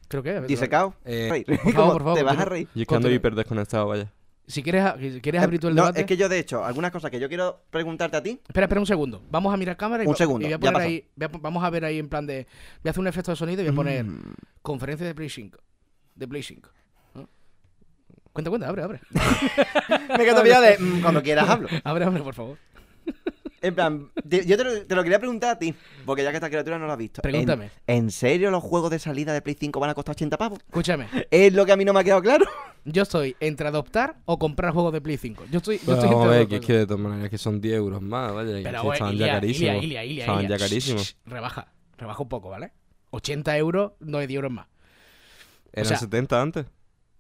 Speaker 2: Creo que. es.
Speaker 4: Oh. Disecado.
Speaker 5: Eh,
Speaker 4: Reír.
Speaker 2: favor,
Speaker 4: Como
Speaker 2: por favor,
Speaker 4: te vas a
Speaker 2: continúa.
Speaker 4: reír.
Speaker 5: Yo es que ando
Speaker 2: Continúa.
Speaker 5: hiper desconectado, vaya.
Speaker 2: Si quieres, si quieres
Speaker 4: Eh,
Speaker 2: abrir tú el
Speaker 4: no,
Speaker 2: debate.
Speaker 4: es que yo, de hecho, algunas cosas que yo quiero preguntarte a ti.
Speaker 2: Espera, espera un segundo. Vamos a mirar cámara y,
Speaker 4: Un
Speaker 2: va-
Speaker 4: segundo,
Speaker 2: y voy a
Speaker 4: ya
Speaker 2: poner
Speaker 4: pasó.
Speaker 2: ahí. voy a po- vamos a ver ahí en plan de. Voy a hacer un efecto de sonido y voy a poner
Speaker 4: Mm.
Speaker 2: conferencia de Play 5. De Play 5. ¿no? Cuenta, cuenta, abre, abre.
Speaker 4: Me quedo todavía de mm, cuando quieras hablo.
Speaker 2: Abre, abre, por favor.
Speaker 4: En plan, te- yo te lo, te lo quería preguntar a ti, porque ya que esta criatura no lo has visto. ¿En-
Speaker 2: Pregúntame.
Speaker 4: ¿En, serio los juegos de salida de Play 5 van a costar 80 pavos?
Speaker 2: Escúchame.
Speaker 4: Es lo que a mí no me ha quedado claro.
Speaker 2: Yo estoy entre adoptar o comprar juegos de Play 5. Yo estoy, yo
Speaker 5: Pero
Speaker 2: estoy
Speaker 5: vamos a
Speaker 2: entre
Speaker 5: ver,
Speaker 2: las
Speaker 5: que
Speaker 2: dos
Speaker 5: es que
Speaker 2: cosas.
Speaker 5: de todas maneras que son 10 euros más, vaya.
Speaker 2: Pero
Speaker 5: y que
Speaker 2: bueno,
Speaker 5: estaban
Speaker 2: Ilia,
Speaker 5: ya
Speaker 2: Ilia,
Speaker 5: carísimos.
Speaker 2: Ilia, Ilia,
Speaker 5: Estaban
Speaker 2: Ilia.
Speaker 5: ya
Speaker 2: Shh,
Speaker 5: carísimos.
Speaker 2: shh, Rebaja, rebaja un poco, ¿vale? 80 euros, no es 10 euros más.
Speaker 5: Eran
Speaker 2: sea,
Speaker 5: 70 antes.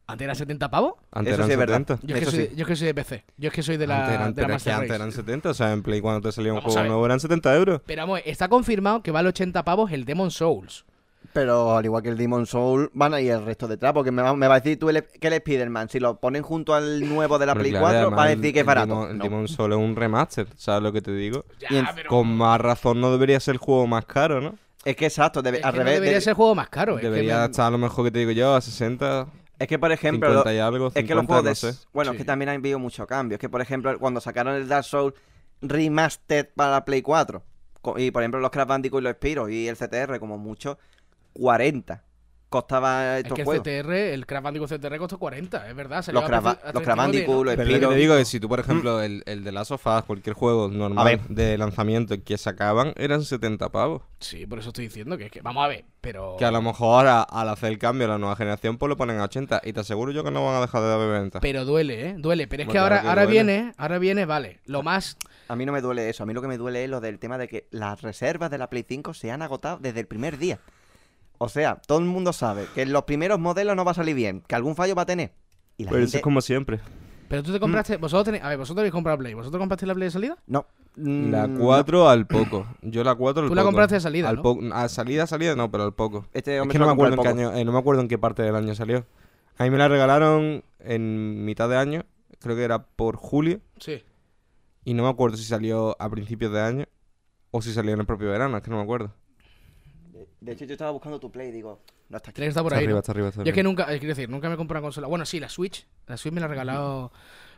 Speaker 2: ¿Antes eran 70 pavos.
Speaker 5: Antes
Speaker 4: Eso
Speaker 5: eran
Speaker 4: sí es verdad.
Speaker 5: 70.
Speaker 2: Yo es, que
Speaker 4: Eso
Speaker 2: soy,
Speaker 4: sí.
Speaker 2: yo es que soy de PC. Yo es que soy de
Speaker 5: antes,
Speaker 2: la,
Speaker 5: eran,
Speaker 2: de la
Speaker 5: pero es que
Speaker 2: Master
Speaker 5: antes
Speaker 2: Race.
Speaker 5: eran 70. O sea, en Play cuando te salía un
Speaker 2: Vamos a
Speaker 5: juego
Speaker 2: ver.
Speaker 5: nuevo eran 70 euros.
Speaker 2: Pero vamos, está confirmado que vale 80 pavos el Demon Souls.
Speaker 4: Pero al igual que el Demon Soul, van a ir el resto de trapo. Que me va, me va a decir tú el, que el Spider-Man, si lo ponen junto al nuevo de la
Speaker 5: Pero
Speaker 4: Play
Speaker 5: claro,
Speaker 4: 4,
Speaker 5: además
Speaker 4: va a
Speaker 5: el-
Speaker 4: decir que es
Speaker 5: el
Speaker 4: barato.
Speaker 5: Demon- El
Speaker 4: No.
Speaker 5: Demon Soul es un remaster, ¿sabes lo que te digo?
Speaker 2: Ya,
Speaker 4: Y en-
Speaker 2: pero
Speaker 5: Con más razón no debería ser el juego más caro, ¿no?
Speaker 4: Es que exacto, debe-
Speaker 2: es
Speaker 4: al
Speaker 2: que no
Speaker 4: revés.
Speaker 2: debería
Speaker 4: de-
Speaker 2: ser el juego más caro. es que
Speaker 5: Debería
Speaker 2: me-
Speaker 5: estar a lo mejor que te digo yo, a 60,
Speaker 4: Es que, por ejemplo,
Speaker 5: 50
Speaker 4: lo-
Speaker 5: y algo, 50,
Speaker 4: es que los juegos
Speaker 5: no
Speaker 4: de-
Speaker 5: sé.
Speaker 4: Bueno,
Speaker 2: Sí.
Speaker 4: es que también han habido mucho cambio. Es que, por ejemplo, cuando sacaron el Dark Souls Remastered para Play 4, co- y por ejemplo los Crash Bandicoot y los Spyro y el CTR, como mucho, 40 costaba
Speaker 2: Es
Speaker 4: estos
Speaker 2: que el
Speaker 4: juegos.
Speaker 2: CTR, el Crash Bandicoot CTR costó 40, es verdad. salió a
Speaker 4: Los Crash Ba-
Speaker 2: precio- a
Speaker 4: los
Speaker 2: 39,
Speaker 4: Crash Bandicoot, los
Speaker 5: Pero
Speaker 4: Spyro.
Speaker 5: lo que te digo es si tú, por ejemplo, el, el de las sofás, cualquier juego normal
Speaker 4: Mm. ver.
Speaker 5: de lanzamiento que sacaban eran 70 pavos.
Speaker 2: Sí, por eso estoy diciendo que es que. Vamos a ver, pero.
Speaker 5: Que a lo mejor a- al hacer el cambio a la nueva generación, pues lo ponen a 80. Y te aseguro yo que no van a dejar de dar venta.
Speaker 2: Pero duele, ¿eh? Duele. Pero es
Speaker 5: Bueno,
Speaker 2: que ahora,
Speaker 5: claro que
Speaker 2: ahora
Speaker 5: duele.
Speaker 2: viene, ahora viene, vale. Lo más.
Speaker 4: A mí no me duele eso. A mí lo que me duele es lo del tema de que las reservas de la Play 5 se han agotado desde el primer día. O sea, todo el mundo sabe que en los primeros modelos no va a salir bien, que algún fallo va a tener. Y la
Speaker 5: Pero eso
Speaker 4: gente-
Speaker 5: es como siempre.
Speaker 2: Pero tú te compraste.
Speaker 4: Mm.
Speaker 2: Vosotros tenéis. A ver, vosotros habéis comprado Play. ¿Vosotros comprasteis la Play de salida?
Speaker 4: No. mm,
Speaker 5: La
Speaker 4: no.
Speaker 5: 4 al poco. Yo la 4 al
Speaker 2: Tú la
Speaker 5: poco.
Speaker 2: compraste de salida,
Speaker 5: Al
Speaker 2: ¿no?
Speaker 5: po- A salida, salida no, pero al poco.
Speaker 4: Este
Speaker 5: Es
Speaker 4: hombre
Speaker 5: que
Speaker 4: se
Speaker 5: no
Speaker 4: lo
Speaker 5: me,
Speaker 4: ha comprado
Speaker 5: acuerdo en qué
Speaker 4: al poco.
Speaker 5: año, eh, no me acuerdo en qué parte del año salió. A mí me la regalaron en mitad de año, creo que era por julio.
Speaker 2: Sí.
Speaker 5: Y no me acuerdo si salió a principios de año o si salió en el propio verano, es que no me acuerdo.
Speaker 4: De- De hecho, yo estaba buscando tu play y digo, no está aquí.
Speaker 2: Tenéis que estar por
Speaker 5: Está
Speaker 2: ahí.
Speaker 5: arriba,
Speaker 2: ¿no?
Speaker 5: está arriba, está
Speaker 2: Yo es que
Speaker 5: arriba.
Speaker 2: nunca. eh, Quiero decir, nunca me he comprado una consola. Bueno, sí, la Switch. La Switch me la ha regalado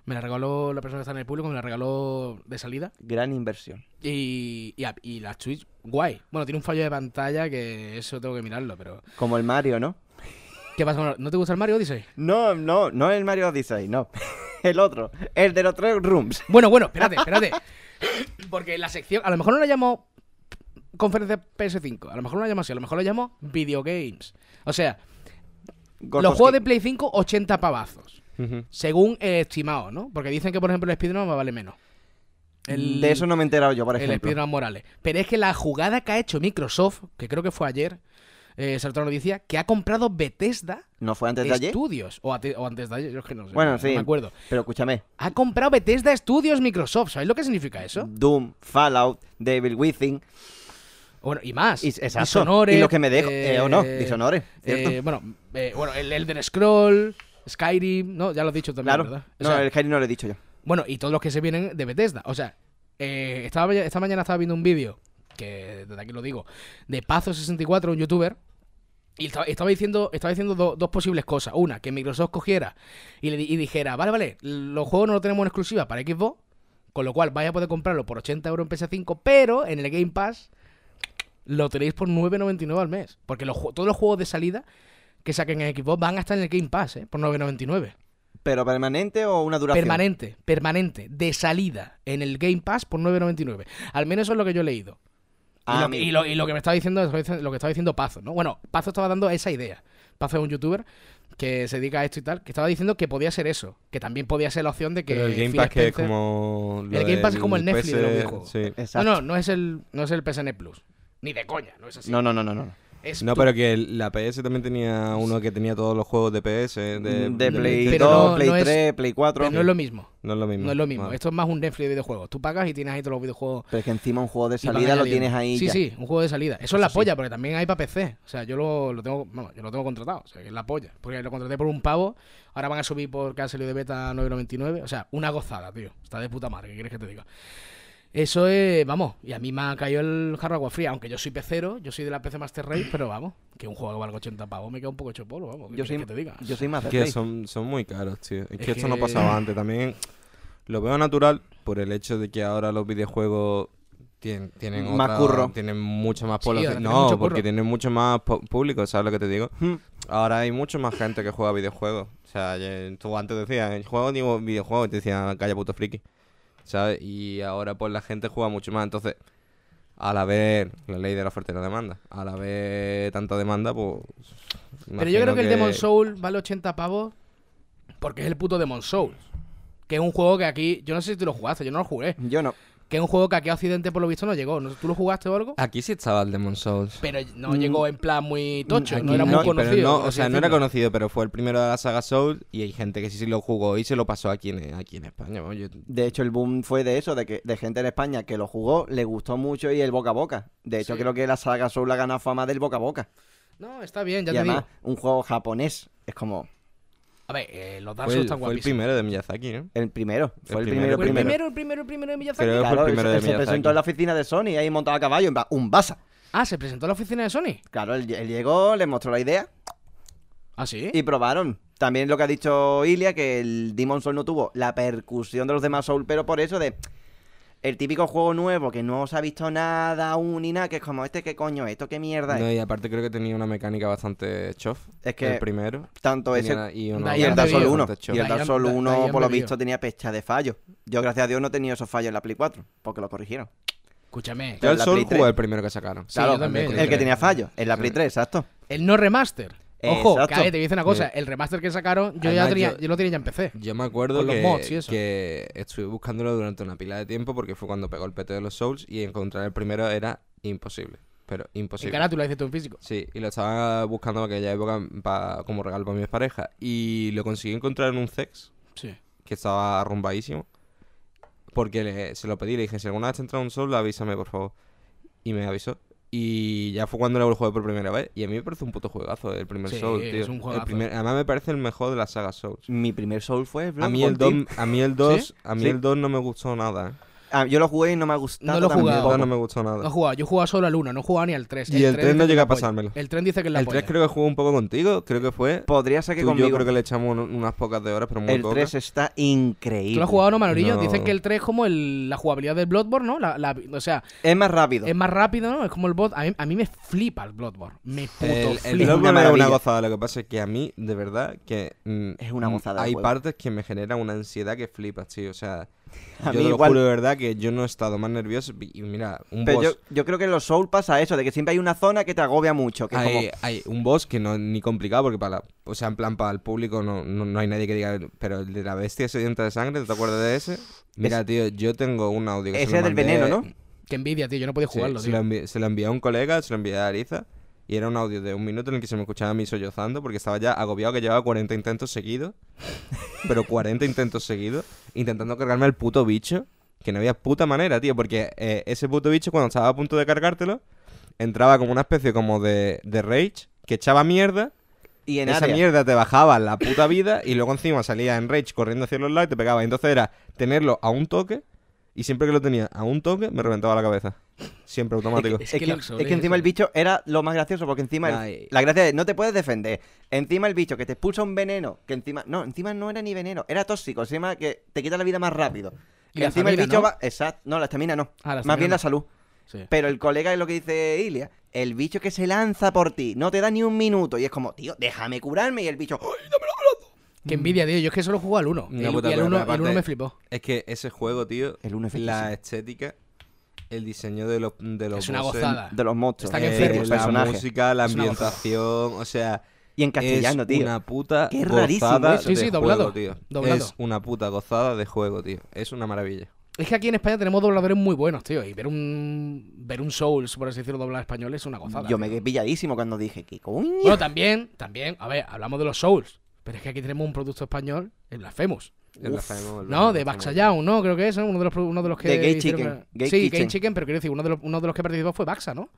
Speaker 2: Me la regaló la persona que está en el público, me la regaló de salida.
Speaker 4: Gran inversión.
Speaker 2: Y, y, a- y la Switch, guay. Bueno, tiene un fallo de pantalla que eso tengo que mirarlo, pero.
Speaker 4: Como el Mario, ¿no?
Speaker 2: ¿Qué pasa con la- ¿No te gusta el Mario Odyssey?
Speaker 4: No, no, no el Mario Odyssey, no. El otro, el de los tres rooms.
Speaker 2: Bueno, bueno, espérate, espérate. Porque la sección, a lo mejor no la llamo conferencia PS5, a lo mejor no la llamo así, a lo mejor la llamo video games. O sea, los juegos de Play 5, 80 pavazos.
Speaker 5: Ujú.
Speaker 2: Según eh, estimado, ¿no? Porque dicen que, por ejemplo, el Spider-Man vale menos. El-
Speaker 4: De eso no me he enterado yo, por
Speaker 2: el
Speaker 4: ejemplo.
Speaker 2: Spider-Man Morales. Pero es que la jugada que ha hecho Microsoft, que creo que fue ayer, eh, saltó la noticia, que ha comprado Bethesda
Speaker 4: ¿No fue antes de ayer?
Speaker 2: Studios. O, ate- o antes de ayer, yo es que no sé.
Speaker 4: Bueno,
Speaker 2: no
Speaker 4: sí.
Speaker 2: me acuerdo.
Speaker 4: Pero escúchame.
Speaker 2: Ha comprado Bethesda Studios Microsoft. ¿Sabéis lo que significa eso?
Speaker 4: Doom, Fallout, Devil Within.
Speaker 2: Bueno, y más.
Speaker 4: Y, exacto.
Speaker 2: Dishonored,
Speaker 4: Y lo que me dejo.
Speaker 2: eh,
Speaker 4: eh, o no, Dishonored. ¿cierto?
Speaker 2: eh, bueno, eh, bueno, el Elden Scroll, Skyrim, ¿no? Ya lo he dicho también,
Speaker 4: claro.
Speaker 2: ¿verdad? O
Speaker 4: No,
Speaker 2: sea,
Speaker 4: el Skyrim no lo he dicho yo.
Speaker 2: Bueno, y todos los que se vienen de Bethesda. O sea, eh, estaba, esta mañana estaba viendo un vídeo, que desde aquí lo digo, de Pazo64, un youtuber. Y estaba, estaba diciendo, estaba diciendo do- dos posibles cosas. Una, que Microsoft cogiera y, le, di- y dijera, vale, vale, los juegos no los tenemos en exclusiva para Xbox, con lo cual vais a poder comprarlo por 80 euros en PS5, pero en el Game Pass lo tenéis por 9.99 al mes. Porque los, ju- todos los juegos de salida que saquen en Xbox van a estar en el Game Pass, ¿eh? Por 9.99.
Speaker 4: ¿Pero permanente o una duración?
Speaker 2: Permanente, permanente, de salida en el Game Pass por 9.99. Al menos eso es lo que yo he leído.
Speaker 4: Ah,
Speaker 2: y, lo,
Speaker 4: amigo.
Speaker 2: y lo- y lo que me estaba diciendo, lo que estaba diciendo Pazo, ¿no? Bueno, Pazo estaba dando esa idea. Pazo es un youtuber que se dedica a esto y tal, que estaba diciendo que podía ser eso, que también podía ser la opción de que
Speaker 5: Pero el Game
Speaker 2: Phil
Speaker 5: Pass que es
Speaker 2: Spencer-
Speaker 5: como... lo
Speaker 2: El Game Pass es como el
Speaker 5: del
Speaker 2: Netflix de los
Speaker 5: PS,
Speaker 2: videojuegos.
Speaker 5: sí.
Speaker 4: Exacto.
Speaker 2: No, no, no es el no es el PSN Plus, ni de coña, no es así.
Speaker 4: No, no, no, no. no.
Speaker 2: Es
Speaker 5: No,
Speaker 2: tu-
Speaker 5: pero que el- la PS también tenía uno que tenía todos los juegos de PS. De,
Speaker 4: De,
Speaker 2: Mm,
Speaker 5: de
Speaker 4: Play
Speaker 2: Pero
Speaker 4: 2,
Speaker 2: no-
Speaker 4: Play
Speaker 2: no es-
Speaker 4: 3, Play 4.
Speaker 2: pero no es lo mismo.
Speaker 5: No es lo mismo. Ah.
Speaker 2: No es lo mismo.
Speaker 5: Vale.
Speaker 2: Esto es más un Netflix de videojuegos. Tú pagas y tienes ahí todos los videojuegos
Speaker 4: Pero es que encima un juego de
Speaker 2: Y van
Speaker 4: salida lo
Speaker 2: añadiendo.
Speaker 4: tienes ahí
Speaker 2: Sí,
Speaker 4: ya.
Speaker 2: sí, un juego de salida. Eso es la
Speaker 4: sí.
Speaker 2: polla, porque también hay para PC. O sea, yo lo, lo tengo, vamos, yo lo tengo contratado. O sea, que es la polla. Porque lo contraté por un pavo. Ahora van a subir porque ha salido de beta a 9.99. O sea, una gozada, tío. Está de puta madre. ¿Qué quieres que te diga? Eso es, vamos, y a mí me ha caído el jarro de agua fría, aunque yo soy pecero, yo soy de la PC Master Race, pero vamos, que un juego que valga 80 pavos me queda un poco hecho polvo, vamos, ¿qué
Speaker 4: Yo
Speaker 2: quieres
Speaker 4: soy,
Speaker 2: que te diga?
Speaker 4: yo soy más de
Speaker 5: que
Speaker 4: Play.
Speaker 5: son, son muy caros, tío. Es, que,
Speaker 2: que-
Speaker 5: esto no pasaba antes. También lo veo natural por el hecho de que ahora los videojuegos tienen, tienen
Speaker 4: Más
Speaker 5: otra-
Speaker 4: curro.
Speaker 5: Tienen mucho más
Speaker 2: Sí, ahora
Speaker 5: población.
Speaker 2: tienen
Speaker 5: no,
Speaker 2: mucho
Speaker 5: porque
Speaker 2: curro.
Speaker 5: tienen mucho más po- público, ¿sabes lo que te digo?
Speaker 4: Hmm.
Speaker 5: Ahora hay mucho más gente que juega videojuegos. O sea, ya- tú antes decías, el juego digo videojuegos, y te decían, calla puto friki. ¿Sabes? Y ahora pues la gente juega mucho más. Entonces, a la vez la ley de la oferta y la demanda, a la vez tanta demanda, pues...
Speaker 2: Pero yo creo
Speaker 5: imagino
Speaker 2: que, el Demon Soul vale 80 pavos porque es el puto Demon Soul. Que es un juego que aquí, yo no sé si tú lo jugaste, yo no lo jugué.
Speaker 4: Yo no.
Speaker 2: Que es un juego que aquí a Occidente por lo visto no llegó. ¿No? ¿Tú lo jugaste o algo?
Speaker 5: Aquí sí estaba el Demon Souls.
Speaker 2: Pero no llegó en plan muy tocho,
Speaker 5: mm, Aquí
Speaker 2: no era
Speaker 4: no,
Speaker 2: muy
Speaker 5: pero
Speaker 2: conocido.
Speaker 5: no,
Speaker 2: por
Speaker 5: o
Speaker 2: así
Speaker 5: sea, no era
Speaker 2: decirlo.
Speaker 5: conocido, pero fue el primero de la saga Soul y hay gente que sí, sí lo jugó y se lo pasó aquí en, aquí en España. vamos, yo-
Speaker 4: De hecho, el boom fue de eso, de que de gente en España que lo jugó, le gustó mucho y el boca a boca. De hecho,
Speaker 2: Sí.
Speaker 4: creo que la saga Soul ha ganado fama del boca a boca.
Speaker 2: No, está bien, ya
Speaker 4: y
Speaker 2: te
Speaker 4: además,
Speaker 2: digo.
Speaker 4: un juego japonés. Es como
Speaker 2: A ver, eh, los Dark
Speaker 5: Fue,
Speaker 2: Souls
Speaker 5: el,
Speaker 2: están
Speaker 5: fue el
Speaker 2: guapísimos.
Speaker 5: primero de Miyazaki, ¿no?
Speaker 4: el primero. Fue
Speaker 2: Fue el
Speaker 4: el, primero,
Speaker 5: primero,
Speaker 4: primero.
Speaker 2: primero, el primero, el primero de Miyazaki.
Speaker 5: Creo- Fue el
Speaker 4: Claro,
Speaker 5: primero
Speaker 4: él
Speaker 5: de
Speaker 4: se- él se presentó
Speaker 5: Miyazaki.
Speaker 4: en la oficina de Sony ahí montado a caballo, en plan, un basa.
Speaker 2: Ah, se presentó a la oficina de Sony.
Speaker 4: Claro, él, él llegó, les mostró la idea
Speaker 2: Ah, sí.
Speaker 4: y probaron. También lo que ha dicho Ilia, que el Demon Soul no tuvo la percusión de los demás Soul, pero por eso de el típico juego nuevo que no se ha visto nada aún ni nada, que es como este, ¿qué coño? ¿Esto qué mierda
Speaker 5: No,
Speaker 4: es?
Speaker 5: y aparte creo que tenía una mecánica bastante chof.
Speaker 4: Es que-
Speaker 5: El primero.
Speaker 4: Tanto ese...
Speaker 5: Tenía- y,
Speaker 2: Da-
Speaker 5: una,
Speaker 4: Y el Dark Souls
Speaker 2: Bebido.
Speaker 4: 1. Y
Speaker 5: bastante
Speaker 4: el
Speaker 5: chof.
Speaker 2: Dayan-
Speaker 4: Dark Souls
Speaker 2: Da-
Speaker 4: 1,
Speaker 2: Dayan
Speaker 4: por lo
Speaker 2: bebido.
Speaker 4: visto, tenía pecha de fallos. Yo, gracias a Dios, no he tenido esos fallos en la Play 4, porque lo corrigieron.
Speaker 2: Escúchame.
Speaker 5: Yo
Speaker 4: Pero
Speaker 5: el
Speaker 4: la
Speaker 5: Soul
Speaker 4: Play
Speaker 5: jugué
Speaker 4: tres.
Speaker 5: el primero que sacaron.
Speaker 2: Sí,
Speaker 4: Claro,
Speaker 2: yo también, yo
Speaker 4: el que
Speaker 2: también.
Speaker 4: tenía fallos, en la Play 3, exacto.
Speaker 2: El no remaster. Ojo,
Speaker 4: Exacto.
Speaker 2: que, a ver, te voy a decir una cosa. El remaster que sacaron, yo ya
Speaker 5: Además,
Speaker 2: tenía,
Speaker 5: yo-
Speaker 2: yo lo tenía ya en PC.
Speaker 5: Yo me acuerdo
Speaker 2: Con los
Speaker 5: que,
Speaker 2: mods y eso.
Speaker 5: que estuve buscándolo durante una pila de tiempo porque fue cuando pegó el PT de los Souls y encontrar el primero era imposible. Pero
Speaker 2: En
Speaker 5: imposible.
Speaker 2: carátula dices tú en físico.
Speaker 5: Sí, y lo estaba buscando en aquella época pa- como regalo para mis parejas. Y lo conseguí encontrar en un sex
Speaker 2: Sí.
Speaker 5: que estaba arrumbadísimo. Porque le- se lo pedí, le dije, si alguna vez te entra un sol, avísame, por favor. Y me avisó. Y ya fue cuando lo jugué por primera vez. Y a mí me parece un puto juegazo eh, el primer
Speaker 2: Sí,
Speaker 5: Soul, tío.
Speaker 2: es un
Speaker 5: El
Speaker 2: juegazo.
Speaker 5: primer- además me parece el mejor de la saga Souls.
Speaker 4: Mi primer Soul fue
Speaker 5: A
Speaker 4: Bloodborne,
Speaker 5: mí el 2,
Speaker 4: tío.
Speaker 5: a mí el 2,
Speaker 2: ¿Sí?
Speaker 5: a mí
Speaker 4: Sí.
Speaker 5: el 2 no me gustó nada. eh.
Speaker 4: ah, yo lo jugué y no me ha gustado.
Speaker 2: No lo he
Speaker 4: tampoco.
Speaker 2: jugado.
Speaker 5: No, no me gustó
Speaker 2: No he
Speaker 5: nada.
Speaker 2: jugado, yo he jugado solo al 1, no he jugado ni al 3.
Speaker 5: Y el tres no llega a pasármelo.
Speaker 2: El 3 dice que es la
Speaker 5: El 3
Speaker 2: polla.
Speaker 5: creo que jugó un poco contigo, creo que fue.
Speaker 4: Podría ser que
Speaker 5: Tú y
Speaker 4: conmigo.
Speaker 5: yo creo que le echamos un- unas pocas de horas, pero muy
Speaker 4: el
Speaker 5: pocas.
Speaker 4: 3 está increíble.
Speaker 2: ¿Tú lo has jugado, no, Manorillo?
Speaker 5: No.
Speaker 2: Dicen que el 3 es como el- la jugabilidad del Bloodborne, ¿no? La- la- o sea,
Speaker 4: Es más rápido.
Speaker 2: es más rápido, ¿no? Es como el bot. A mí, a mí me flipa el Bloodborne. Me puto
Speaker 5: El, el
Speaker 2: flipa.
Speaker 4: Blood- Una
Speaker 5: Bloodborne es
Speaker 4: maravilla.
Speaker 5: una gozada. Lo que pasa es que a mí, de verdad, que. mm,
Speaker 4: Es una
Speaker 5: mm,
Speaker 4: gozada el
Speaker 5: Hay
Speaker 4: juego.
Speaker 5: partes que me generan una ansiedad que flipas, tío. O sea,
Speaker 4: A
Speaker 5: yo
Speaker 4: mí
Speaker 5: te lo
Speaker 4: igual.
Speaker 5: juro de verdad que yo no he estado más nervioso. Y mira, un
Speaker 4: Pero yo,
Speaker 5: boss.
Speaker 4: yo creo que en los Souls pasa eso, de que siempre hay una zona que te agobia mucho. Que es como,
Speaker 5: Hay, hay un boss que no es ni complicado porque para la- o sea en plan para el público no, no, no hay nadie que diga pero el de la bestia sedienta de sangre ¿tú te acuerdas de ese? mira tío yo tengo un audio que se
Speaker 4: ese
Speaker 5: lo
Speaker 4: es del
Speaker 5: mandé-
Speaker 4: veneno, ¿no?
Speaker 2: Que envidia, tío. Yo no podía
Speaker 5: Sí,
Speaker 2: jugarlo,
Speaker 5: se,
Speaker 2: tío.
Speaker 5: lo envié, se lo envié a un colega, se lo envié a Ariza. Y era un audio de un minuto en el que se me escuchaba a mí sollozando porque estaba ya agobiado que llevaba 40 intentos seguidos. pero 40 intentos seguidos. Intentando cargarme al puto bicho. Que no había puta manera, tío. Porque eh, ese puto bicho cuando estaba a punto de cargártelo, entraba como una especie como de, de rage que echaba mierda.
Speaker 4: Y en
Speaker 5: esa
Speaker 4: área.
Speaker 5: mierda te bajaba la puta vida y luego encima salía en rage corriendo hacia los lados y te pegaba. Entonces era tenerlo a un toque y siempre que lo tenía a un toque me reventaba la cabeza. Siempre automático.
Speaker 2: Es que
Speaker 4: Es, que,
Speaker 2: los Souls
Speaker 4: es que encima el bicho era lo más gracioso, porque encima el-
Speaker 5: Ay.
Speaker 4: la gracia es no te puedes defender. Encima el bicho que te expulsa un veneno, que encima. No, encima no era ni veneno, era tóxico, encima que te quita la vida más rápido.
Speaker 2: Y la
Speaker 4: encima el
Speaker 2: estamina, ¿no?
Speaker 4: bicho va. Exacto. No, la estamina no.
Speaker 2: Ah, la
Speaker 4: más
Speaker 2: estamina
Speaker 4: bien
Speaker 2: no.
Speaker 4: la salud.
Speaker 2: Sí.
Speaker 4: Pero el colega es lo que dice Ilia. El bicho que se lanza por ti, no te da ni un minuto. Y es como, tío, déjame curarme. Y el bicho, ¡oh! "Ay, dame la mano".
Speaker 2: Que envidia, tío. Yo es que solo juego al 1.
Speaker 5: Una
Speaker 2: y
Speaker 5: puta
Speaker 2: el
Speaker 5: mierda,
Speaker 2: 1
Speaker 5: aparte-
Speaker 2: me flipó.
Speaker 5: Es que ese juego, tío,
Speaker 4: El uno es
Speaker 5: la
Speaker 4: feísimo.
Speaker 5: estética, el diseño de los de los
Speaker 2: Es una
Speaker 5: bosses,
Speaker 2: gozada.
Speaker 4: De los monstruos.
Speaker 2: Está que
Speaker 5: eh,
Speaker 2: enfermo,
Speaker 5: la
Speaker 4: los personajes.
Speaker 5: música, la
Speaker 2: Es una gozada.
Speaker 5: ambientación, o sea,
Speaker 4: Y en castellano,
Speaker 5: es
Speaker 4: tío.
Speaker 5: una puta
Speaker 4: Qué
Speaker 5: gozada
Speaker 4: rarísimo eso.
Speaker 2: Sí,
Speaker 5: de
Speaker 2: sí, doblado,
Speaker 5: juego, tío.
Speaker 2: doblado.
Speaker 5: Es una puta gozada de juego, tío. Es una maravilla.
Speaker 2: Es que aquí en España tenemos dobladores muy buenos, tío. Y ver un. Ver un Souls, por así decirlo, doblado en español es una gozada.
Speaker 4: Yo
Speaker 2: tío.
Speaker 4: me quedé pilladísimo cuando dije, ¿qué coño?
Speaker 2: Bueno, también, también. A ver, hablamos de los Souls. Pero es que aquí tenemos un producto español, el Blasphemous.
Speaker 5: El Blasphemous, el
Speaker 2: No,
Speaker 5: Blasphemous
Speaker 2: de
Speaker 5: está muy
Speaker 2: Baxayown, ¿no? Creo que es ¿no? uno de los, pro- uno de los que.
Speaker 4: De Gay
Speaker 2: hicieron
Speaker 4: Chicken,
Speaker 2: la-
Speaker 4: Gay
Speaker 2: sí, Gay
Speaker 4: Kitchen.
Speaker 2: Chicken, pero quiero decir, uno de los, uno de los que participó fue Baxa, ¿no?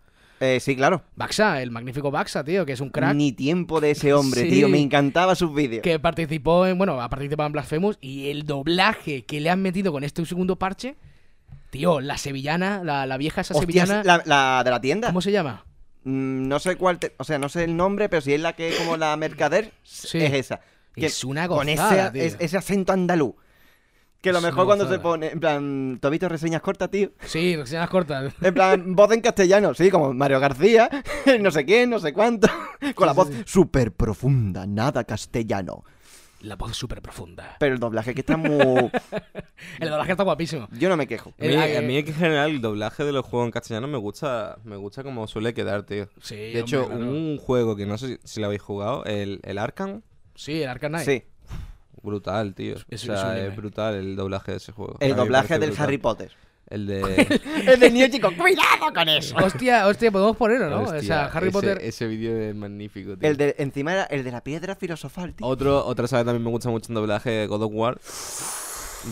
Speaker 4: Eh, sí, claro.
Speaker 2: Baxa, el magnífico Baxa, tío, que es un crack.
Speaker 4: Ni tiempo de ese hombre,
Speaker 2: Sí.
Speaker 4: tío. Me encantaba sus vídeos.
Speaker 2: que participó en, bueno, ha participado en Blasphemous y el doblaje que le han metido con este segundo parche, tío, la sevillana, la, la vieja esa
Speaker 4: Hostias,
Speaker 2: sevillana,
Speaker 4: la, la de la tienda.
Speaker 2: ¿cómo se llama?
Speaker 4: Mm, No sé cuál, te- o sea, no sé el nombre, pero si es la que es como la mercader,
Speaker 2: Sí.
Speaker 4: es esa. Que
Speaker 2: Es una
Speaker 4: Con
Speaker 2: gozada,
Speaker 4: ese,
Speaker 2: tío.
Speaker 4: es- ese acento andaluz. Que lo
Speaker 2: Es una
Speaker 4: mejor cuando se
Speaker 2: gozada.
Speaker 4: pone, en plan, ¿tú has visto reseñas cortas, tío?
Speaker 2: Sí, reseñas cortas.
Speaker 4: En plan, voz en castellano, sí, como Mario García, no sé quién, no sé cuánto. Con la voz súper profunda, nada castellano.
Speaker 2: La voz súper profunda.
Speaker 4: Pero el doblaje que está muy...
Speaker 2: El doblaje está guapísimo.
Speaker 4: Yo no me quejo.
Speaker 5: A mí,
Speaker 2: El- eh,
Speaker 5: a mí es que en general el doblaje de los juegos en castellano me gusta, me gusta como suele quedar, tío.
Speaker 2: Sí,
Speaker 5: de hecho,
Speaker 2: hombre, claro.
Speaker 5: un juego que no sé si, si lo habéis jugado, el, el Arkham,
Speaker 2: Sí, el Arkham Knight.
Speaker 4: Sí,
Speaker 5: brutal, tío.
Speaker 2: Es-
Speaker 5: o sea,
Speaker 2: es
Speaker 5: es,
Speaker 2: un
Speaker 5: brutal el doblaje de ese juego. A
Speaker 4: el
Speaker 5: mí me
Speaker 4: doblaje
Speaker 5: parece
Speaker 4: del
Speaker 5: brutal.
Speaker 4: Harry Potter.
Speaker 5: El de...
Speaker 4: El de niño chico, cuidado con eso.
Speaker 2: Hostia, hostia, podemos ponerlo, ¿no? o sea,
Speaker 5: Hostia,
Speaker 2: Harry
Speaker 5: ese-
Speaker 2: Potter.
Speaker 5: Ese vídeo es magnífico, tío.
Speaker 4: El de, encima era el de la piedra filosofal, tío.
Speaker 5: Otro, otra saga que también me gusta mucho en doblaje, God of War.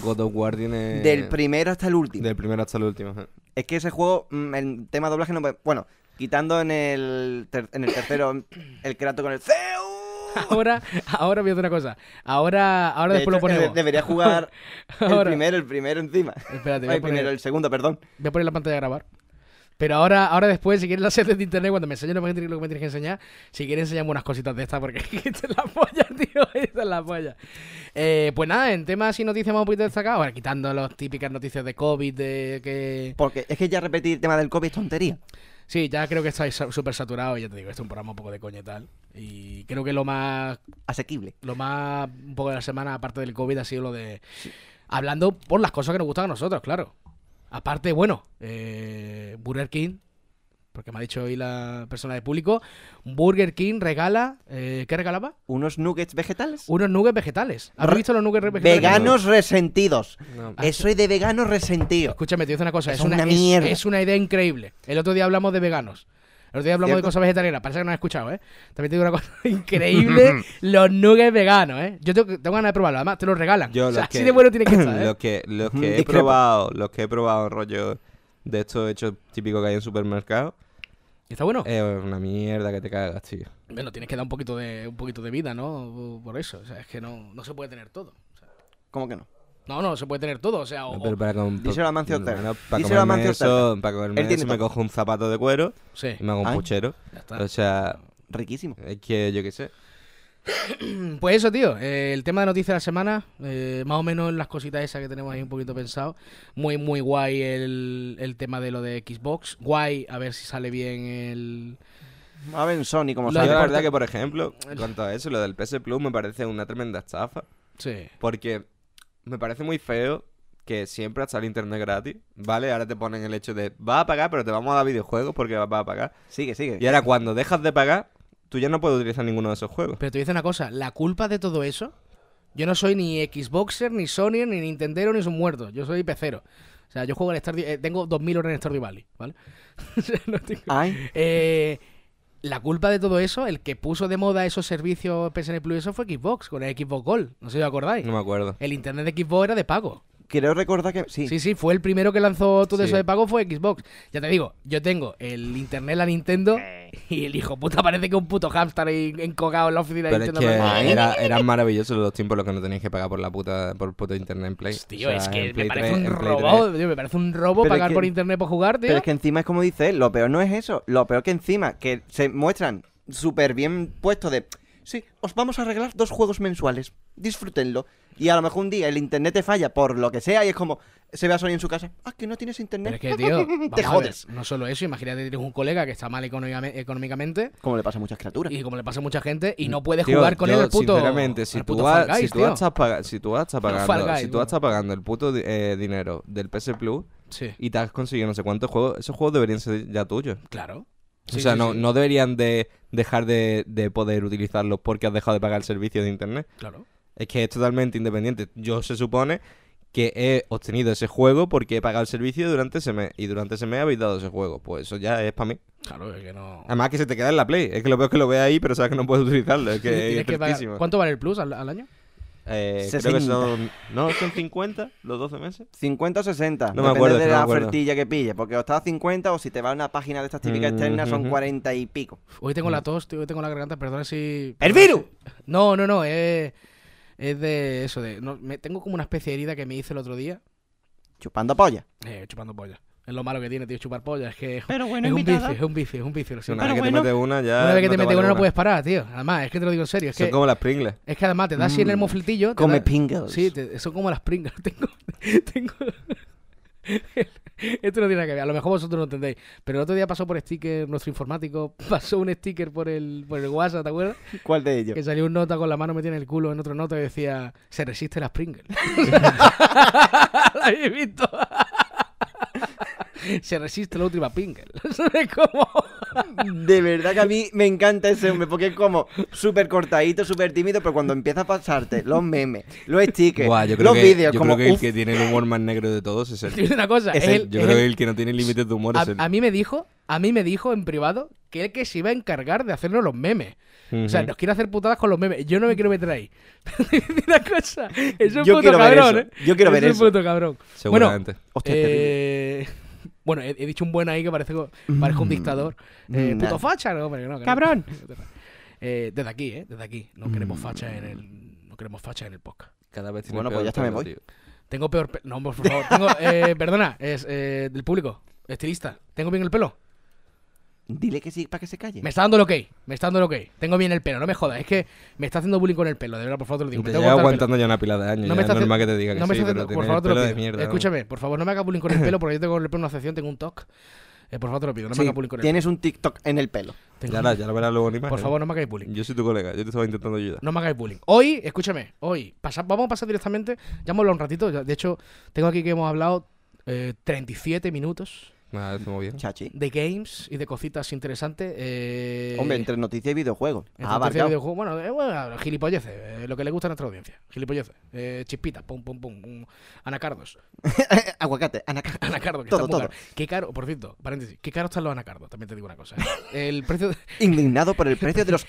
Speaker 5: God of War tiene...
Speaker 4: Del primero hasta el último.
Speaker 5: Del primero hasta el último. eh. ajá.
Speaker 4: Es que ese juego, mm, el tema doblaje no puede... Bueno, quitando en el, ter- en el tercero el Kratos con el Zeus.
Speaker 2: Ahora, ahora voy a hacer una cosa. Ahora, ahora
Speaker 4: De
Speaker 2: después lo
Speaker 4: hecho, eh,
Speaker 2: ponemos.
Speaker 4: Debería jugar el
Speaker 2: Ahora.
Speaker 4: primero, el primero encima.
Speaker 2: Espérate, voy
Speaker 4: Ay,
Speaker 2: a poner-
Speaker 4: primero, el segundo, perdón.
Speaker 2: Voy a poner la pantalla a grabar. Pero ahora, ahora después, si quieres las series de internet, cuando me enseñes lo que me tienes- lo que me tienes que enseñar, si quieres enseñarme unas cositas de estas, porque esta es la polla, tío, esta es la polla. Eh, pues nada, en temas y noticias más un poquito destacadas, ahora quitando las típicas noticias de COVID, de que...
Speaker 4: Porque es que ya repetir el tema del COVID es tontería.
Speaker 2: Sí, ya creo que estáis sa- súper saturados, ya te digo, este es un programa un poco de coña y tal. Y creo que lo más,
Speaker 4: Asequible.
Speaker 2: lo más un poco de la semana, aparte del COVID, ha sido lo de... Hablando por las cosas que nos gustan a nosotros, claro. Aparte, bueno, eh, Burger King, porque me ha dicho hoy la persona de público, Burger King regala, eh, ¿qué regalaba?
Speaker 4: Unos nuggets vegetales.
Speaker 2: Unos nuggets vegetales. ¿Has
Speaker 4: Re-
Speaker 2: visto los nuggets vegetales?
Speaker 4: Veganos resentidos.
Speaker 5: No.
Speaker 4: Eso Soy de veganos resentidos.
Speaker 2: Escúchame, te dice una cosa, es,
Speaker 4: Es
Speaker 2: una,
Speaker 4: una
Speaker 2: es-
Speaker 4: mierda.
Speaker 2: Es, una idea increíble. El otro día hablamos de veganos. El otro día hablamos de
Speaker 4: ¿Cierto?
Speaker 2: cosas vegetarianas, parece que no has escuchado, ¿eh? También te digo una cosa increíble, los nuggets veganos, ¿eh? Yo tengo, tengo ganas de probarlo, además te los regalan.
Speaker 5: Yo
Speaker 2: o sea,
Speaker 5: los que,
Speaker 2: así de bueno tiene que estar, ¿eh?
Speaker 5: los que, los
Speaker 4: Mm,
Speaker 5: que he
Speaker 4: discrepo.
Speaker 5: probado, los que he probado rollo de estos hechos típicos que hay en supermercados,
Speaker 2: ¿Está bueno?
Speaker 5: es una mierda que te cagas, tío.
Speaker 2: Bueno, tienes que dar un poquito de un poquito de vida, ¿no? Por eso, o sea, es que no, no se puede tener todo.
Speaker 4: ¿Cómo que no?
Speaker 2: No, no, se puede tener todo. O sea, o-
Speaker 5: No, pero para com-
Speaker 4: Díselo a Mancio
Speaker 5: no,
Speaker 4: Ortega.
Speaker 5: no, para
Speaker 4: Díselo a
Speaker 5: comerme
Speaker 4: Mancio
Speaker 5: eso,
Speaker 4: Ortega.
Speaker 5: para comerme
Speaker 4: Él tiene
Speaker 5: eso me
Speaker 4: todo.
Speaker 5: cojo un zapato de cuero
Speaker 2: o- sí,
Speaker 5: y me hago un
Speaker 4: Ay.
Speaker 5: puchero.
Speaker 2: Eh. ya está.
Speaker 5: O sea,
Speaker 4: Riquísimo.
Speaker 5: es que yo qué sé.
Speaker 2: Pues eso, tío. eh, el tema de noticias de la semana, eh, más o menos las cositas esas que tenemos ahí un poquito pensado. Muy, muy guay el, el tema de lo de Xbox. Guay, a ver si sale bien el.
Speaker 4: A ver, en Sony, como
Speaker 2: Lo
Speaker 5: Yo
Speaker 4: sale
Speaker 5: la
Speaker 4: por-
Speaker 5: verdad que, por ejemplo, en cuanto a eso, lo del PS Plus me parece una tremenda estafa.
Speaker 2: Sí.
Speaker 5: Porque me parece muy feo que siempre hasta el internet gratis, ¿vale? Ahora te ponen el hecho de, vas a pagar, pero te vamos a dar videojuegos porque vas a pagar.
Speaker 4: Sigue, sigue.
Speaker 5: Y ahora cuando dejas de pagar, tú ya no puedes utilizar ninguno de esos juegos.
Speaker 2: Pero te dice una cosa: la culpa de todo eso. Yo no soy ni Xboxer, ni Sony, ni Nintendero, ni sus muertos. Yo soy pecero. O sea, yo juego en Stardew. eh, tengo 2000 horas en Stardew Valley, ¿vale? O sea, no tengo-
Speaker 4: Ay,
Speaker 2: Eh, la culpa de todo eso, el que puso de moda esos servicios PSN Plus, eso fue Xbox, con el Xbox Gold. No sé si os acordáis.
Speaker 5: No me acuerdo.
Speaker 2: El internet de Xbox era de pago.
Speaker 4: creo recordar que. Sí.
Speaker 2: Sí, sí, fue el primero que lanzó todo
Speaker 5: Sí.
Speaker 2: eso de pago, fue Xbox. Ya te digo, yo tengo el internet, la Nintendo, y el hijo puta parece que un puto hamster ahí encogado en la oficina de
Speaker 5: Pero es
Speaker 2: Nintendo.
Speaker 5: que
Speaker 2: Ay,
Speaker 5: era, eran maravillosos los tiempos en los que no tenías que pagar por la puta, por puto internet en Play.
Speaker 2: Pues, Tío,
Speaker 5: O sea,
Speaker 2: es
Speaker 5: en
Speaker 2: que me
Speaker 5: Play
Speaker 2: parece
Speaker 5: 3,
Speaker 2: un
Speaker 5: en Play 3.
Speaker 2: robo, tío, me parece un robo
Speaker 4: Pero es
Speaker 2: pagar
Speaker 4: que-
Speaker 2: por internet por jugar, tío.
Speaker 4: Pero es que encima es como dice él, lo peor no es eso. Lo peor que encima, que se muestran súper bien puesto de. Sí, os vamos a arreglar dos juegos mensuales. Disfrútenlo. Y a lo mejor un día el internet te falla por lo que sea y es como. Se ve a Sony en su casa. Ah, que no tienes internet.
Speaker 2: Pero es que, tío, vamos
Speaker 4: te
Speaker 2: a ver,
Speaker 4: jodes.
Speaker 2: no solo eso, imagínate que tienes un colega que está mal económicame- económicamente
Speaker 4: Como le pasa a muchas criaturas.
Speaker 2: y como le pasa a mucha gente y no puedes
Speaker 5: Tío,
Speaker 2: jugar con
Speaker 5: yo,
Speaker 2: él al puto.
Speaker 5: Sinceramente, si
Speaker 2: al
Speaker 5: tú,
Speaker 2: puto
Speaker 5: vas-
Speaker 2: Fall Guys,
Speaker 5: si tú
Speaker 2: tío.
Speaker 5: estás paga- si tú vas a estar
Speaker 2: Al Fall
Speaker 5: pagando,
Speaker 2: Guys,
Speaker 5: si tú vas
Speaker 2: bueno.
Speaker 5: a estar pagando el puto di- eh, dinero del PS Plus
Speaker 2: Sí,
Speaker 5: y te has conseguido no sé cuántos juegos, esos juegos deberían ser ya tuyos.
Speaker 2: claro.
Speaker 5: o
Speaker 2: Sí,
Speaker 5: sea,
Speaker 2: sí,
Speaker 5: no,
Speaker 2: sí,
Speaker 5: no deberían de dejar de, de poder utilizarlos porque has dejado de pagar el servicio de internet.
Speaker 2: Claro.
Speaker 5: Es que es totalmente independiente. Yo se supone que he obtenido ese juego porque he pagado el servicio durante ese mes y durante ese mes habéis dado ese juego. Pues eso ya es para mí.
Speaker 2: Claro, es que no.
Speaker 5: Además que se te queda en la Play. Es que lo veo que lo ve ahí, pero sabes que no puedes utilizarlo. Es que
Speaker 2: Tienes
Speaker 5: es
Speaker 2: que pagar-
Speaker 5: tristísimo.
Speaker 2: ¿Cuánto vale el plus al, al año?
Speaker 5: Eh, creo que
Speaker 4: 60.
Speaker 5: son. No, son 50 los 12 meses.
Speaker 4: 50 o 60.
Speaker 5: No me
Speaker 4: depende
Speaker 5: acuerdo,
Speaker 4: de
Speaker 5: no me
Speaker 4: la
Speaker 5: acuerdo.
Speaker 4: ofertilla que pille. Porque o está a 50 o si te va a una página de estas típicas
Speaker 5: Mm,
Speaker 4: externas son
Speaker 5: ujú.
Speaker 4: 40 y pico.
Speaker 2: Hoy tengo la
Speaker 5: Mm.
Speaker 2: tos, tío, hoy tengo la garganta, perdón si.
Speaker 4: ¡El virus!
Speaker 2: No, no, no, es. Es de eso, de. no, me, tengo como una especie de herida que me hice el otro día,
Speaker 4: Chupando polla.
Speaker 2: eh, chupando polla. Es lo malo que tiene, tío, chupar polla. Es que.
Speaker 3: Pero bueno,
Speaker 2: es un
Speaker 3: invitada.
Speaker 2: vicio, es un vicio, es un vicio. lo siento.
Speaker 5: una vez que
Speaker 3: bueno,
Speaker 5: te metes una, ya.
Speaker 2: Una vez que te metes
Speaker 5: vale
Speaker 2: una no puedes parar, tío. Además, es que te lo digo en serio. Es
Speaker 5: Son
Speaker 2: que,
Speaker 5: como las Pringles.
Speaker 2: es que además te das así en el
Speaker 4: Mm,
Speaker 2: mofletillo. te
Speaker 4: Come
Speaker 2: da-
Speaker 4: pingles.
Speaker 2: Sí, te- son como las pringas. Tengo. tengo... Esto no tiene nada que ver. A lo mejor vosotros no entendéis. Pero el otro día pasó por sticker nuestro informático. Pasó un sticker por el, por el WhatsApp, ¿te acuerdas?
Speaker 4: ¿Cuál de ellos?
Speaker 2: Que salió un nota con la mano metida en el culo en otro nota y decía: Se resiste las Pringles. ¿La habéis visto? Se resiste la última Pringle. ¿Sabes cómo?
Speaker 4: De verdad que a mí me encanta ese hombre, porque es como súper cortadito, súper tímido, pero cuando empieza a pasarte los memes, los stickers,
Speaker 5: Buah, yo creo
Speaker 4: los
Speaker 5: que,
Speaker 4: vídeos,
Speaker 5: yo
Speaker 4: como
Speaker 5: creo que el
Speaker 4: "Uf,
Speaker 5: que tiene el humor más negro de todos es
Speaker 2: Te digo
Speaker 5: el.
Speaker 2: una cosa:
Speaker 4: Es
Speaker 2: es
Speaker 4: él,
Speaker 2: el-
Speaker 5: Yo
Speaker 2: es
Speaker 5: creo
Speaker 2: el-
Speaker 5: que el que no tiene límites de humor
Speaker 2: a,
Speaker 5: es el.
Speaker 2: a mí me dijo, a mí me dijo en privado que él que se iba a encargar de hacernos los memes. O sea,
Speaker 5: Ujú.
Speaker 2: nos quiere hacer putadas con los memes. Yo no me quiero meter ahí. Una cosa. Es un
Speaker 4: Yo
Speaker 2: puto
Speaker 4: quiero ver
Speaker 2: cabrón,
Speaker 4: eso.
Speaker 2: ¿eh?
Speaker 4: Yo quiero
Speaker 2: es
Speaker 4: ver eso.
Speaker 2: un puto cabrón.
Speaker 5: Seguramente.
Speaker 4: hostia,
Speaker 2: bueno,
Speaker 4: terrible".
Speaker 2: eh, bueno he, he dicho un buen ahí que parece, parece un dictador. Eh,
Speaker 4: Mm,
Speaker 2: puto
Speaker 4: nah.
Speaker 2: facha, no, hombre, no, que no.
Speaker 3: Cabrón.
Speaker 2: Eh, desde aquí, ¿eh? Desde aquí. No
Speaker 5: Mm.
Speaker 2: queremos facha en el. No queremos facha en el podcast.
Speaker 5: Cada vez tiene
Speaker 4: Bueno, pues
Speaker 5: peor
Speaker 4: ya está, me
Speaker 5: todo,
Speaker 4: voy.
Speaker 5: tío.
Speaker 2: Tengo peor. pe- No, por favor. Tengo, eh, perdona, es eh, del público. Estilista. ¿Tengo bien el pelo?
Speaker 4: Dile que sí para que se calle.
Speaker 2: Me está dando lo que me está dando lo que Tengo bien el pelo, no me jodas, es que me está haciendo bullying con el pelo, de verdad, por favor te lo digo.
Speaker 5: Te
Speaker 2: me tengo que
Speaker 5: lleva
Speaker 2: cortar el
Speaker 5: aguantando ya una pila de años.
Speaker 2: pelo.
Speaker 5: No
Speaker 2: me
Speaker 5: me
Speaker 2: está haciendo-
Speaker 5: normal que te diga
Speaker 2: no me
Speaker 5: que sí,
Speaker 2: está
Speaker 5: pero
Speaker 2: haciendo- por
Speaker 5: tiene
Speaker 2: favor
Speaker 5: el
Speaker 2: te lo
Speaker 5: pelo
Speaker 2: pido.
Speaker 5: de mierda. vamos.
Speaker 2: Escúchame, por favor, no me hagas bullying con el pelo porque yo tengo el pelo en una sección, tengo un TOC. Eh, por favor te lo pido, no
Speaker 4: Sí,
Speaker 2: me hagas bullying con el pelo.
Speaker 4: tienes un TikTok en el pelo.
Speaker 2: Tengo-
Speaker 5: Ya la, ya la verás luego en imagen.
Speaker 2: Por favor, no me hagáis
Speaker 4: Mm.
Speaker 2: bullying.
Speaker 5: Yo soy tu colega, yo te estaba intentando ayudar.
Speaker 2: No me hagáis bullying. Hoy, escúchame, hoy, pasa- vamos a pasar directamente, ya hemos hablado un ratito, ya- de hecho, tengo aquí que hemos hablado eh, 37 minutos
Speaker 5: Nada, estamos bien.
Speaker 4: Chachi.
Speaker 2: de games y de cositas interesantes. eh,
Speaker 4: Hombre, entre noticias y videojuegos. Ah,
Speaker 2: En sus
Speaker 4: Ha
Speaker 2: tercios de
Speaker 4: abarcado.
Speaker 2: videojuegos, bueno, eh, bueno, gilipolleces, eh, lo que le gusta a nuestra audiencia. Gilipolleces, eh, chispitas, pum, pum, pum, pum. Anacardos,
Speaker 4: eh, Aguacate, anacardo.
Speaker 2: anacardos, que
Speaker 4: Todo,
Speaker 2: están muy
Speaker 4: todo.
Speaker 2: caros. Qué caro, por cierto, paréntesis, qué caro están los anacardos, también te digo una cosa. El precio. de-
Speaker 4: Indignado por el precio de los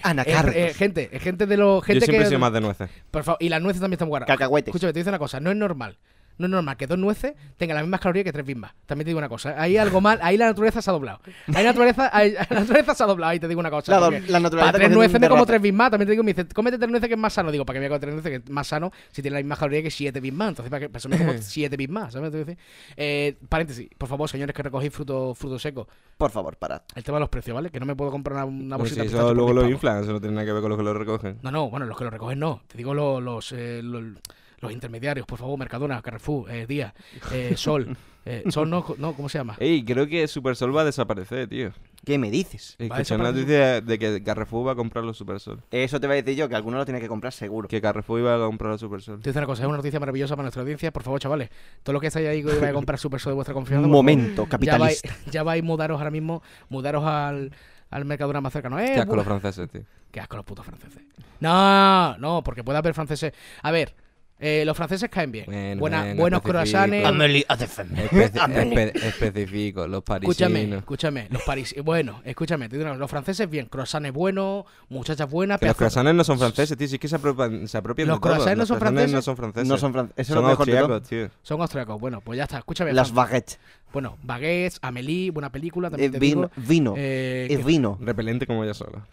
Speaker 4: anacardos.
Speaker 2: Eh, eh, gente, eh, gente de los.
Speaker 5: Yo
Speaker 2: Gente
Speaker 5: siempre
Speaker 2: que,
Speaker 5: he sido más de nueces.
Speaker 2: Por favor, y las nueces también están muy caras.
Speaker 4: Cacahuetes.
Speaker 2: Escúchame, te dice una cosa, no es normal No es normal que dos nueces tengan las mismas calorías que tres bimbas. También te digo una cosa. ¿eh? Ahí algo mal, ahí la naturaleza se ha doblado. Ahí la naturaleza, ahí- la naturaleza se ha doblado, ahí te digo una cosa.
Speaker 4: La do-
Speaker 2: porque
Speaker 4: la naturaleza
Speaker 2: eh, Para tres
Speaker 4: cogiendo
Speaker 2: nueces
Speaker 4: un
Speaker 2: me como
Speaker 4: derrote.
Speaker 2: tres bimbas. También te digo, me dice, cómete tres nueces que es más sano. Digo, ¿para qué me voy a comer tres nueces que es más sano si tiene la misma caloría que siete bimbas? Entonces, ¿para, qué? para eso me como siete bimbas. ¿Sabes lo que te quiero decir? Eh, paréntesis, por favor, señores que recogéis frutos fruto secos.
Speaker 4: Por favor, parad.
Speaker 2: El tema de los precios, ¿vale? Que no me puedo comprar una, una
Speaker 5: Pues sí,
Speaker 2: bolsita de
Speaker 5: eso
Speaker 2: pistacho por
Speaker 5: luego
Speaker 2: mil
Speaker 5: lo
Speaker 2: pavos.
Speaker 5: inflan, eso no tiene nada que ver con los que lo recogen.
Speaker 2: No, no, bueno, los que lo recogen no. Te digo lo- los, eh, lo- los, intermediarios, por favor, Mercadona, Carrefour, eh, Día, eh, Sol. eh, Sol no, co- no, ¿cómo se llama?
Speaker 5: Ey, creo que Supersol va a desaparecer, tío.
Speaker 4: ¿Qué me dices?
Speaker 2: Va a
Speaker 5: Escuché una noticia de que Carrefour va a comprar los Supersol.
Speaker 4: Eso te voy a decir yo, que alguno lo tiene que comprar seguro.
Speaker 5: Que Carrefour iba a comprar los Supersol.
Speaker 2: Te dice una cosa, es una noticia maravillosa para nuestra audiencia. Por favor, chavales, todo lo que estáis ahí que vais a comprar super Sol de vuestra confianza.
Speaker 4: Un
Speaker 2: por favor,
Speaker 4: momento,
Speaker 2: Ya vais,
Speaker 4: capitalista.
Speaker 2: ya vais mudaros ahora mismo, mudaros al, al Mercadona más cercano. Eh,
Speaker 5: Qué asco
Speaker 2: bu-
Speaker 5: los franceses, tío.
Speaker 2: Qué asco los putos franceses. No, no, porque puede haber franceses. A ver, eh, los franceses caen bien.
Speaker 5: Bueno,
Speaker 2: Buena-
Speaker 5: bueno,
Speaker 2: buenos
Speaker 5: específico.
Speaker 2: croissants.
Speaker 5: Amelie Especi-
Speaker 4: Amelie.
Speaker 5: espe- específico, los parisinos.
Speaker 2: Escúchame, escúchame, los parisinos. Bueno, escúchame, te digo una cosa, los franceses bien, croissants buenos, muchachas buenas,
Speaker 5: Que los
Speaker 2: pedazos-
Speaker 5: croissants no son franceses, tío. Si es que se apropian, se apropian
Speaker 2: ¿Los
Speaker 5: de todo.
Speaker 2: croissants no son
Speaker 5: No
Speaker 2: franceses?
Speaker 5: son franceses.
Speaker 4: No son franceses. Eso es
Speaker 5: Son
Speaker 4: lo mejor de todo.
Speaker 5: austriacos, tío.
Speaker 2: son austriacos. Bueno, pues ya está, escúchame.
Speaker 4: Las
Speaker 2: Fran-
Speaker 4: baguettes.
Speaker 2: bueno, baguettes, Amélie, buena película,
Speaker 4: Es
Speaker 2: también
Speaker 5: Eh,
Speaker 2: te
Speaker 4: vino.
Speaker 2: digo.
Speaker 4: Vino.
Speaker 2: Eh,
Speaker 4: Es
Speaker 2: que-
Speaker 4: vino.
Speaker 5: Repelente como ella sola.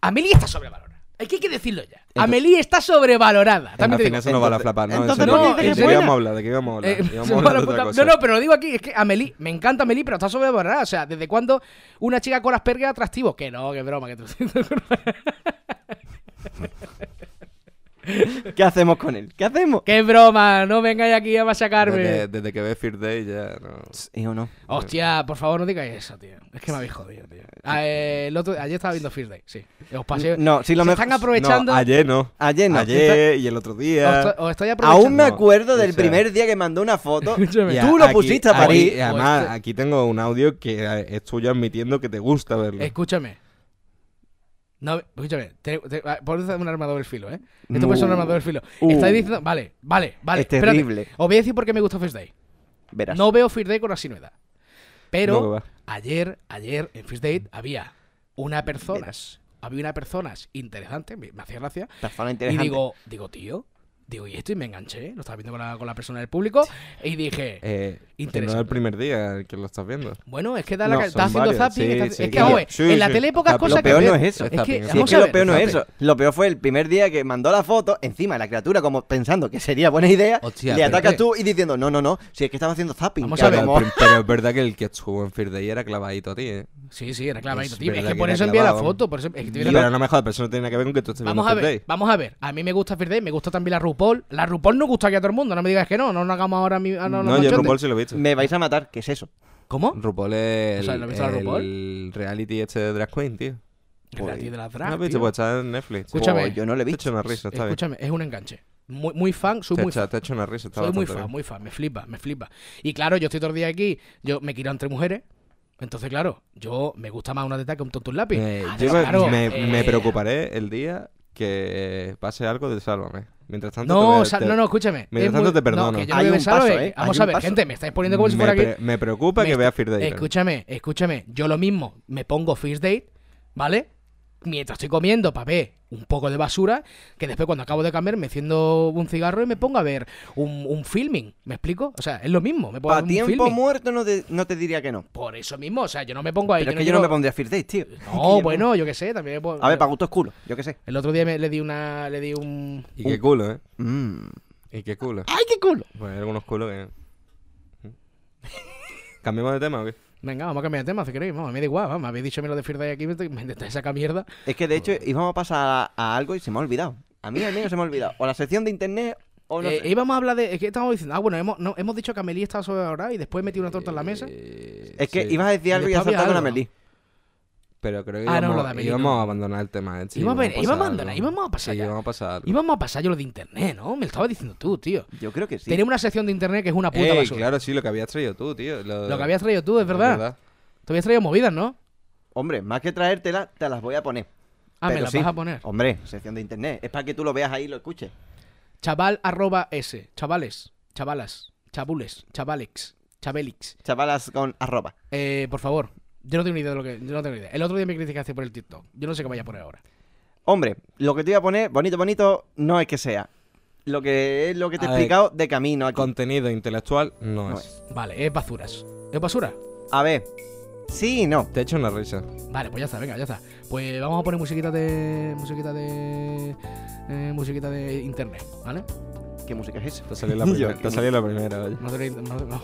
Speaker 2: Amélie está sobrevalorada. Hay que, hay que decirlo ya. Amélie está sobrevalorada.
Speaker 5: Al
Speaker 2: Ah, También te
Speaker 5: final
Speaker 2: digo.
Speaker 5: eso no vale a
Speaker 4: entonces-
Speaker 5: flapar, ¿no?
Speaker 4: entonces,
Speaker 5: Eso
Speaker 2: ¿por qué
Speaker 5: ¿De
Speaker 2: dices que
Speaker 5: qué
Speaker 2: es
Speaker 5: íbamos
Speaker 2: buena?
Speaker 5: a hablar? ¿De qué íbamos a hablar?
Speaker 2: Eh,
Speaker 5: Íbamos
Speaker 2: se
Speaker 5: a
Speaker 2: me
Speaker 5: hablar
Speaker 2: va
Speaker 5: de
Speaker 2: la
Speaker 5: otra
Speaker 2: puta-
Speaker 5: cosa.
Speaker 2: No, no, pero lo digo aquí, es que Amelie, me encanta Amelie, pero está sobrevalorada. O sea, ¿desde cuándo una chica con las pergas atractivo? Que no, que broma, que tú-
Speaker 4: ¿Qué hacemos con él? ¿Qué hacemos?
Speaker 2: que broma, no vengáis aquí a machacarme.
Speaker 5: Desde, desde que ves Fear Day ya no.
Speaker 4: ¿Y o no?
Speaker 2: Hostia, por favor, no digáis eso, tío. Es que me habéis jodido, tío. Ah, eh, el otro, ayer estaba viendo Fear Day, sí. Os pasé.
Speaker 4: Ah, No, sí, lo
Speaker 2: se
Speaker 4: mejor-
Speaker 2: están aprovechando.
Speaker 5: No, ayer no.
Speaker 4: Ayer no.
Speaker 5: Ayer y el otro
Speaker 2: os,
Speaker 5: día.
Speaker 2: to- os estoy aprovechando.
Speaker 4: Aún me
Speaker 5: No,
Speaker 4: acuerdo
Speaker 5: o
Speaker 4: del
Speaker 5: sea-
Speaker 4: primer día que mandó una foto.
Speaker 2: Escúchame.
Speaker 5: Y
Speaker 4: Tú
Speaker 5: a-
Speaker 4: lo
Speaker 5: aquí-
Speaker 4: pusiste a
Speaker 5: aquí-
Speaker 4: parir.
Speaker 5: y además,
Speaker 2: Hostia.
Speaker 5: aquí tengo un audio que eh, es tuyo admitiendo que te gusta verlo.
Speaker 2: Escúchame. No, escúchame. Te, te, ah, por eso es un armador del filo, ¿eh? Esto
Speaker 4: No.
Speaker 2: puede ser un armador del filo.
Speaker 4: Uh.
Speaker 2: Estáis diciendo. Vale, vale, vale.
Speaker 4: Es
Speaker 2: espérate.
Speaker 4: terrible.
Speaker 2: Os voy a decir por qué me gusta First Day.
Speaker 4: Verás.
Speaker 2: No veo First Day con asinuidad. Pero
Speaker 5: No, que va.
Speaker 2: ayer, ayer en First Date había una persona. Había una persona interesante, me, me hacía gracia.
Speaker 4: Persona
Speaker 2: Y
Speaker 4: interesante.
Speaker 2: digo, digo, tío. Digo, y esto, y me enganché. Lo estaba viendo con la, con la persona del público. Y dije,
Speaker 5: Eh, que no es
Speaker 2: Interesante.
Speaker 5: el primer día que lo estás viendo.
Speaker 2: bueno, es que da la
Speaker 4: no,
Speaker 2: ca-
Speaker 5: son
Speaker 2: está haciendo
Speaker 5: varios,
Speaker 2: zapping.
Speaker 5: sí,
Speaker 2: está-
Speaker 5: sí,
Speaker 2: es que,
Speaker 5: claro.
Speaker 2: oe,
Speaker 5: Sí,
Speaker 2: en la
Speaker 5: sí.
Speaker 2: tele hay pocas
Speaker 5: Lo
Speaker 2: cosas que
Speaker 4: peor
Speaker 2: ver.
Speaker 4: no es eso.
Speaker 2: Es que,
Speaker 5: Zapping,
Speaker 4: Si es
Speaker 2: vamos
Speaker 4: que
Speaker 2: a
Speaker 4: lo
Speaker 2: ver,
Speaker 4: peor no es
Speaker 2: espérate.
Speaker 4: eso. Lo peor fue el primer día que mandó la foto, encima la criatura como pensando que sería buena idea,
Speaker 5: Hostia,
Speaker 4: le
Speaker 5: pero-
Speaker 4: atacas tú y diciendo, no, no, no, si es que estaba haciendo zapping.
Speaker 2: Vamos
Speaker 4: que
Speaker 2: a ver.
Speaker 4: como-
Speaker 5: Pero, pero es verdad que el que estuvo en Fear Day era clavadito a ti, ¿eh?
Speaker 2: Sí, sí, era clavadito,
Speaker 5: Es
Speaker 2: tío. Es
Speaker 5: verdad
Speaker 2: que
Speaker 5: que
Speaker 2: por
Speaker 5: era
Speaker 2: eso envié la
Speaker 5: clavado.
Speaker 2: foto. Por eso, es que te
Speaker 5: Pero,
Speaker 2: viene-
Speaker 5: no me jodas, pero eso no tiene nada que ver con que tú estés viendo
Speaker 2: Vamos a
Speaker 5: Fear
Speaker 2: ver,
Speaker 5: Day.
Speaker 2: vamos a ver. A mí me gusta First Day, me gusta también la RuPaul. La RuPaul no gusta aquí a todo el mundo, no me digas que no. No nos hagamos ahora mi, ah, no,
Speaker 5: No,
Speaker 2: no,
Speaker 5: yo
Speaker 2: machonde.
Speaker 5: RuPaul sí lo he visto.
Speaker 4: Me vais a matar, ¿qué es eso?
Speaker 2: ¿Cómo?
Speaker 5: RuPaul es
Speaker 2: O sea, ¿lo has visto a
Speaker 5: el-
Speaker 2: RuPaul?
Speaker 5: el reality este de Drag Queen, tío.
Speaker 2: La tía de las drag,
Speaker 5: Pues, no has visto,
Speaker 2: tío.
Speaker 5: pues está en Netflix.
Speaker 2: Escucha, Escúchame.
Speaker 4: Oh, yo no le he
Speaker 5: Te he
Speaker 4: visto.
Speaker 5: hecho una risa, está bien.
Speaker 2: Escúchame, es un enganche. Muy, muy fan, soy
Speaker 5: Te he
Speaker 2: muy
Speaker 5: hecho-
Speaker 2: fan.
Speaker 5: Te he hecho una risa, está
Speaker 2: Soy muy
Speaker 5: bastante
Speaker 2: fan,
Speaker 5: bien.
Speaker 2: muy fan, me flipa, me flipa. Y claro, yo estoy todo el día aquí, yo me quiero entre mujeres. Entonces, claro, yo me gusta más una teta que un tonto un lápiz.
Speaker 5: Eh,
Speaker 2: Ah,
Speaker 5: yo me,
Speaker 2: claro,
Speaker 5: me-
Speaker 2: eh,
Speaker 5: me preocuparé el día que eh, pase algo de Sálvame. Mientras tanto, te
Speaker 2: No,
Speaker 5: voy a-
Speaker 2: o sea,
Speaker 5: te-
Speaker 2: no, no, escúchame.
Speaker 5: Mientras
Speaker 2: Es
Speaker 5: tanto,
Speaker 2: muy-
Speaker 5: te
Speaker 2: No,
Speaker 5: perdono.
Speaker 2: que yo
Speaker 4: Hay
Speaker 2: no voy
Speaker 4: un
Speaker 2: a besar,
Speaker 4: paso,
Speaker 2: eh.
Speaker 4: ¿eh?
Speaker 2: Vamos
Speaker 4: Hay
Speaker 2: a
Speaker 4: un
Speaker 2: ver,
Speaker 4: paso.
Speaker 2: gente, me estáis poniendo como si fuera
Speaker 5: me,
Speaker 2: aquí.
Speaker 5: pre- me preocupa
Speaker 2: Me
Speaker 5: que
Speaker 2: está-
Speaker 5: vea Fear Day.
Speaker 2: Escúchame, escúchame. Yo lo mismo, me pongo First Date, ¿vale? Mientras estoy comiendo para ver un poco de basura, que después cuando acabo de comer me enciendo un cigarro y me pongo a ver un, un filming. ¿Me explico? O sea, es lo mismo. Me pongo a
Speaker 4: Para
Speaker 2: ver un
Speaker 4: tiempo
Speaker 2: filming.
Speaker 4: muerto no te, no te diría que no.
Speaker 2: Por eso mismo, o sea, yo no me pongo ahí.
Speaker 4: Pero es que yo no me
Speaker 2: quiero-
Speaker 4: pondría First Days, tío. Es que yo
Speaker 2: No,
Speaker 4: no-
Speaker 2: bueno, yo qué sé, también me pongo...
Speaker 4: A ver, para gustos culo, yo qué sé.
Speaker 2: El otro día me, le di una... Le di un...
Speaker 5: Y qué culo, ¿eh?
Speaker 4: Mm.
Speaker 5: Y qué culo.
Speaker 2: ¡Ay, qué culo!
Speaker 5: Pues hay algunos culos que. ¿Mm? ¿Cambiamos de tema o qué?
Speaker 2: Venga, vamos a cambiar de tema si queréis. Vamos, me da igual, vamos. Me habéis dicho a mí lo de First Day aquí, me me intentáis sacar mierda.
Speaker 4: Es que de hecho íbamos a pasar a, a algo y se me ha olvidado. A mí al menos se me ha olvidado. O la sección de internet o Oh, no
Speaker 2: Eh,
Speaker 4: sé.
Speaker 2: íbamos a hablar de. Es que estábamos diciendo. Ah, bueno, hemos, no, hemos dicho que Amelie estaba sobrevalorada y después metí una torta en
Speaker 4: Eh,
Speaker 2: la mesa. eh,
Speaker 4: Es que
Speaker 5: Sí.
Speaker 4: ibas a decir algo y has
Speaker 2: Después había
Speaker 4: saltado con
Speaker 2: algo, ¿no?
Speaker 4: Amelie.
Speaker 5: Pero creo que
Speaker 2: Ah, no,
Speaker 5: íbamos,
Speaker 2: lo de Amelie,
Speaker 5: íbamos
Speaker 2: no.
Speaker 5: a abandonar el tema. ¿eh? Sí,
Speaker 2: Íbamos a ver-
Speaker 5: pasar
Speaker 2: íbamos a
Speaker 5: algo.
Speaker 2: abandonar, íbamos a pasar
Speaker 5: Sí,
Speaker 2: ya.
Speaker 5: íbamos a pasar. algo.
Speaker 2: Íbamos a pasar yo lo de internet, ¿no? Me lo estaba diciendo tú, tío.
Speaker 4: Yo creo que sí. Eh,
Speaker 2: Tenía una sección de internet que es una puta
Speaker 5: Ey,
Speaker 2: basura.
Speaker 5: claro, sí, lo que habías traído tú, tío. Lo,
Speaker 2: Lo que habías traído tú, es verdad. Te habías traído movidas, ¿no?
Speaker 4: Hombre, más que traértela, te las voy a poner.
Speaker 2: Ah, me
Speaker 4: Pero
Speaker 2: las
Speaker 4: sí.
Speaker 2: vas a poner.
Speaker 4: Hombre, sección de internet. Es para que tú lo veas ahí y lo escuches.
Speaker 2: Chaval arroba S. Chavales, chavalas, chabules, chavalex, chabelix.
Speaker 4: Chavalas con arroba.
Speaker 2: Eh, por favor. Yo no tengo ni idea de lo que. Yo no tengo ni idea. El otro día me criticaste por el TikTok. Yo no sé qué vaya a poner ahora.
Speaker 4: Hombre, lo que te voy a poner, bonito, bonito, no es que sea. lo que es lo que te he
Speaker 5: A ver,
Speaker 4: explicado de camino aquí.
Speaker 5: Contenido intelectual no,
Speaker 4: No
Speaker 5: es.
Speaker 2: Vale, es basuras. ¿Es basura?
Speaker 4: A ver, sí y no.
Speaker 5: Te he hecho una risa.
Speaker 2: Vale, pues ya está, venga, ya está. Pues vamos a poner musiquita de. musiquita de. eh, musiquita de internet, ¿vale?
Speaker 4: ¿Qué música es esa?
Speaker 5: Te salió la
Speaker 4: Yo,
Speaker 5: primera.
Speaker 4: qué
Speaker 5: te salió la primera, oye.
Speaker 2: No tenéis- no- no.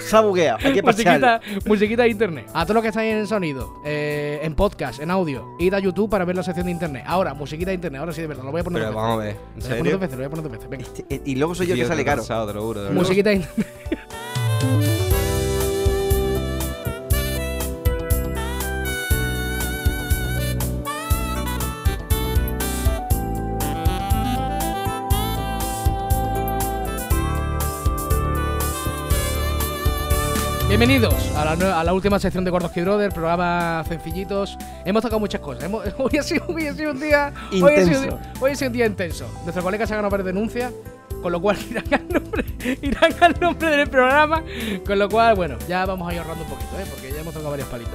Speaker 4: Se ha bugueado, hay que
Speaker 2: musiquita,
Speaker 4: pasar.
Speaker 2: musiquita de internet. A todo lo que estáis en sonido, eh, en podcast, en audio, id a YouTube para ver la sección de internet. Ahora, musiquita de internet, ahora sí, de verdad, lo voy a poner
Speaker 5: Pero
Speaker 2: dos
Speaker 5: vamos a
Speaker 2: veces.
Speaker 5: ver. ¿En
Speaker 2: Lo voy a
Speaker 5: serio?
Speaker 2: poner dos veces, lo voy a poner dos veces, venga.
Speaker 4: Este, Y luego soy yo
Speaker 5: Tío,
Speaker 4: que
Speaker 5: te
Speaker 4: sale
Speaker 5: he
Speaker 4: caro.
Speaker 5: cansado, te lo juro, de verdad.
Speaker 2: Musiquita de internet. Bienvenidos a la, nue- a la última sección de Gordos Kid Brother, programa sencillitos. Hemos tocado muchas cosas. hemos- hoy, ha sido, hoy ha sido un día Hoy ha, sido, un
Speaker 4: Intenso.
Speaker 2: día- hoy ha sido un día intenso. Nuestros colegas se han ganado varias denuncias, con lo cual irán al, nombre, irán al nombre del programa. Con lo cual, bueno, ya vamos a ir ahorrando un poquito, ¿eh? porque ya hemos tocado varios palitos.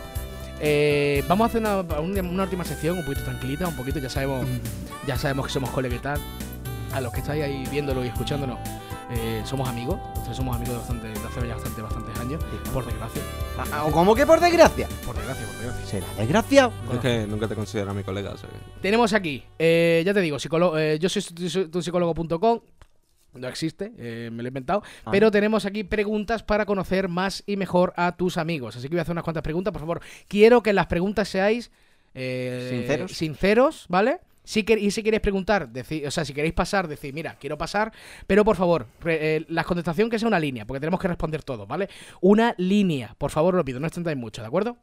Speaker 2: Eh, vamos a hacer una, un- una última sección un poquito tranquilita, un poquito, ya sabemos, ya sabemos que somos colegas y tal. A los que estáis ahí viéndolo y escuchándonos, eh, somos amigos. Nosotros somos amigos de, bastante, de hace ya bastante, bastantes años,
Speaker 4: Este,
Speaker 2: por desgracia.
Speaker 4: Ah, ¿Cómo que por desgracia?
Speaker 2: Por desgracia, por desgracia.
Speaker 4: Será desgraciado.
Speaker 5: Es que nunca te considero mi colega, o sea que-
Speaker 2: Tenemos aquí, eh, ya te digo, psicólogo, eh, yo soy tu, tu psicólogo.com. No existe, eh, me lo he inventado.
Speaker 4: Ah.
Speaker 2: Pero tenemos aquí preguntas para conocer más y mejor a tus amigos. Así que voy a hacer unas cuantas preguntas, por favor. Quiero que las preguntas seáis eh,
Speaker 4: Sinceros.
Speaker 2: sinceros, ¿vale? Si que- y si queréis preguntar, decir, o sea, si queréis pasar, decir, mira, quiero pasar, pero por favor, re- eh, la contestación que sea una línea, porque tenemos que responder todo, ¿vale? Una línea, por favor, lo pido, no extendáis mucho, ¿de acuerdo?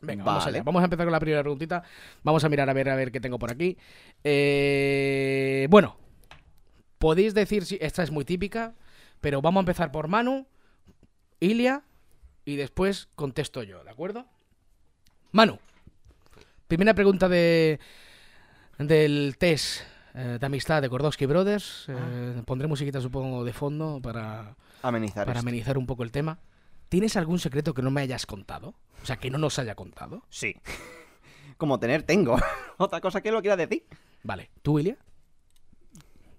Speaker 2: Venga, vamos
Speaker 4: Vale.
Speaker 2: allá. Vamos a empezar con la primera preguntita. Vamos a mirar a ver a ver qué tengo por aquí. Eh, bueno, podéis decir si esta es muy típica, pero vamos a empezar por Manu, Ilia y después contesto yo, ¿de acuerdo? Manu, primera pregunta de del test eh, de amistad de Kordowski Brothers. Eh, Pondré musiquita, supongo, de fondo para,
Speaker 4: Amenizar.
Speaker 2: para
Speaker 4: esto.
Speaker 2: amenizar un poco el tema. ¿Tienes algún secreto que no me hayas contado? O sea, que no nos haya contado.
Speaker 4: Sí. Como tener, tengo. Otra cosa que lo quiera decir.
Speaker 2: Vale. ¿Tú, Ilia?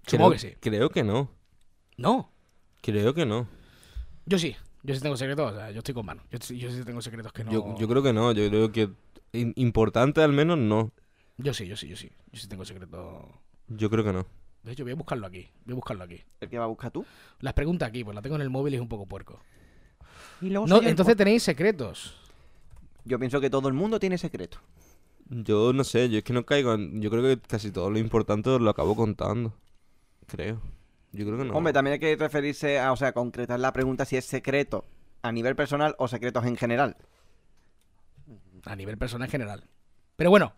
Speaker 2: Supongo
Speaker 5: creo,
Speaker 2: que sí.
Speaker 5: Creo que no.
Speaker 2: No.
Speaker 5: Creo que no.
Speaker 2: Yo sí. Yo sí tengo secretos. O sea, yo estoy con mano. Yo, sí- yo sí tengo secretos que no.
Speaker 5: Yo, yo creo que no. Yo creo que. in- Importante al menos no.
Speaker 2: Yo sí, yo sí, yo sí. Yo sí tengo secretos.
Speaker 5: Yo creo que no.
Speaker 2: De hecho, voy a buscarlo aquí. Voy a buscarlo aquí.
Speaker 4: El que va a buscar tú.
Speaker 2: Las preguntas aquí, pues las tengo en el móvil y es un poco puerco.
Speaker 4: Y luego
Speaker 2: No, entonces tenéis secretos.
Speaker 4: Yo pienso que todo el mundo tiene secreto.
Speaker 5: Yo no sé, yo es que no caigo en... Yo creo que casi todo lo importante lo acabo contando. Creo. Yo creo que no.
Speaker 4: Hombre, también hay que referirse a, o sea, concretar la pregunta si es secreto a nivel personal o secretos en general.
Speaker 2: A nivel personal en general. Pero bueno.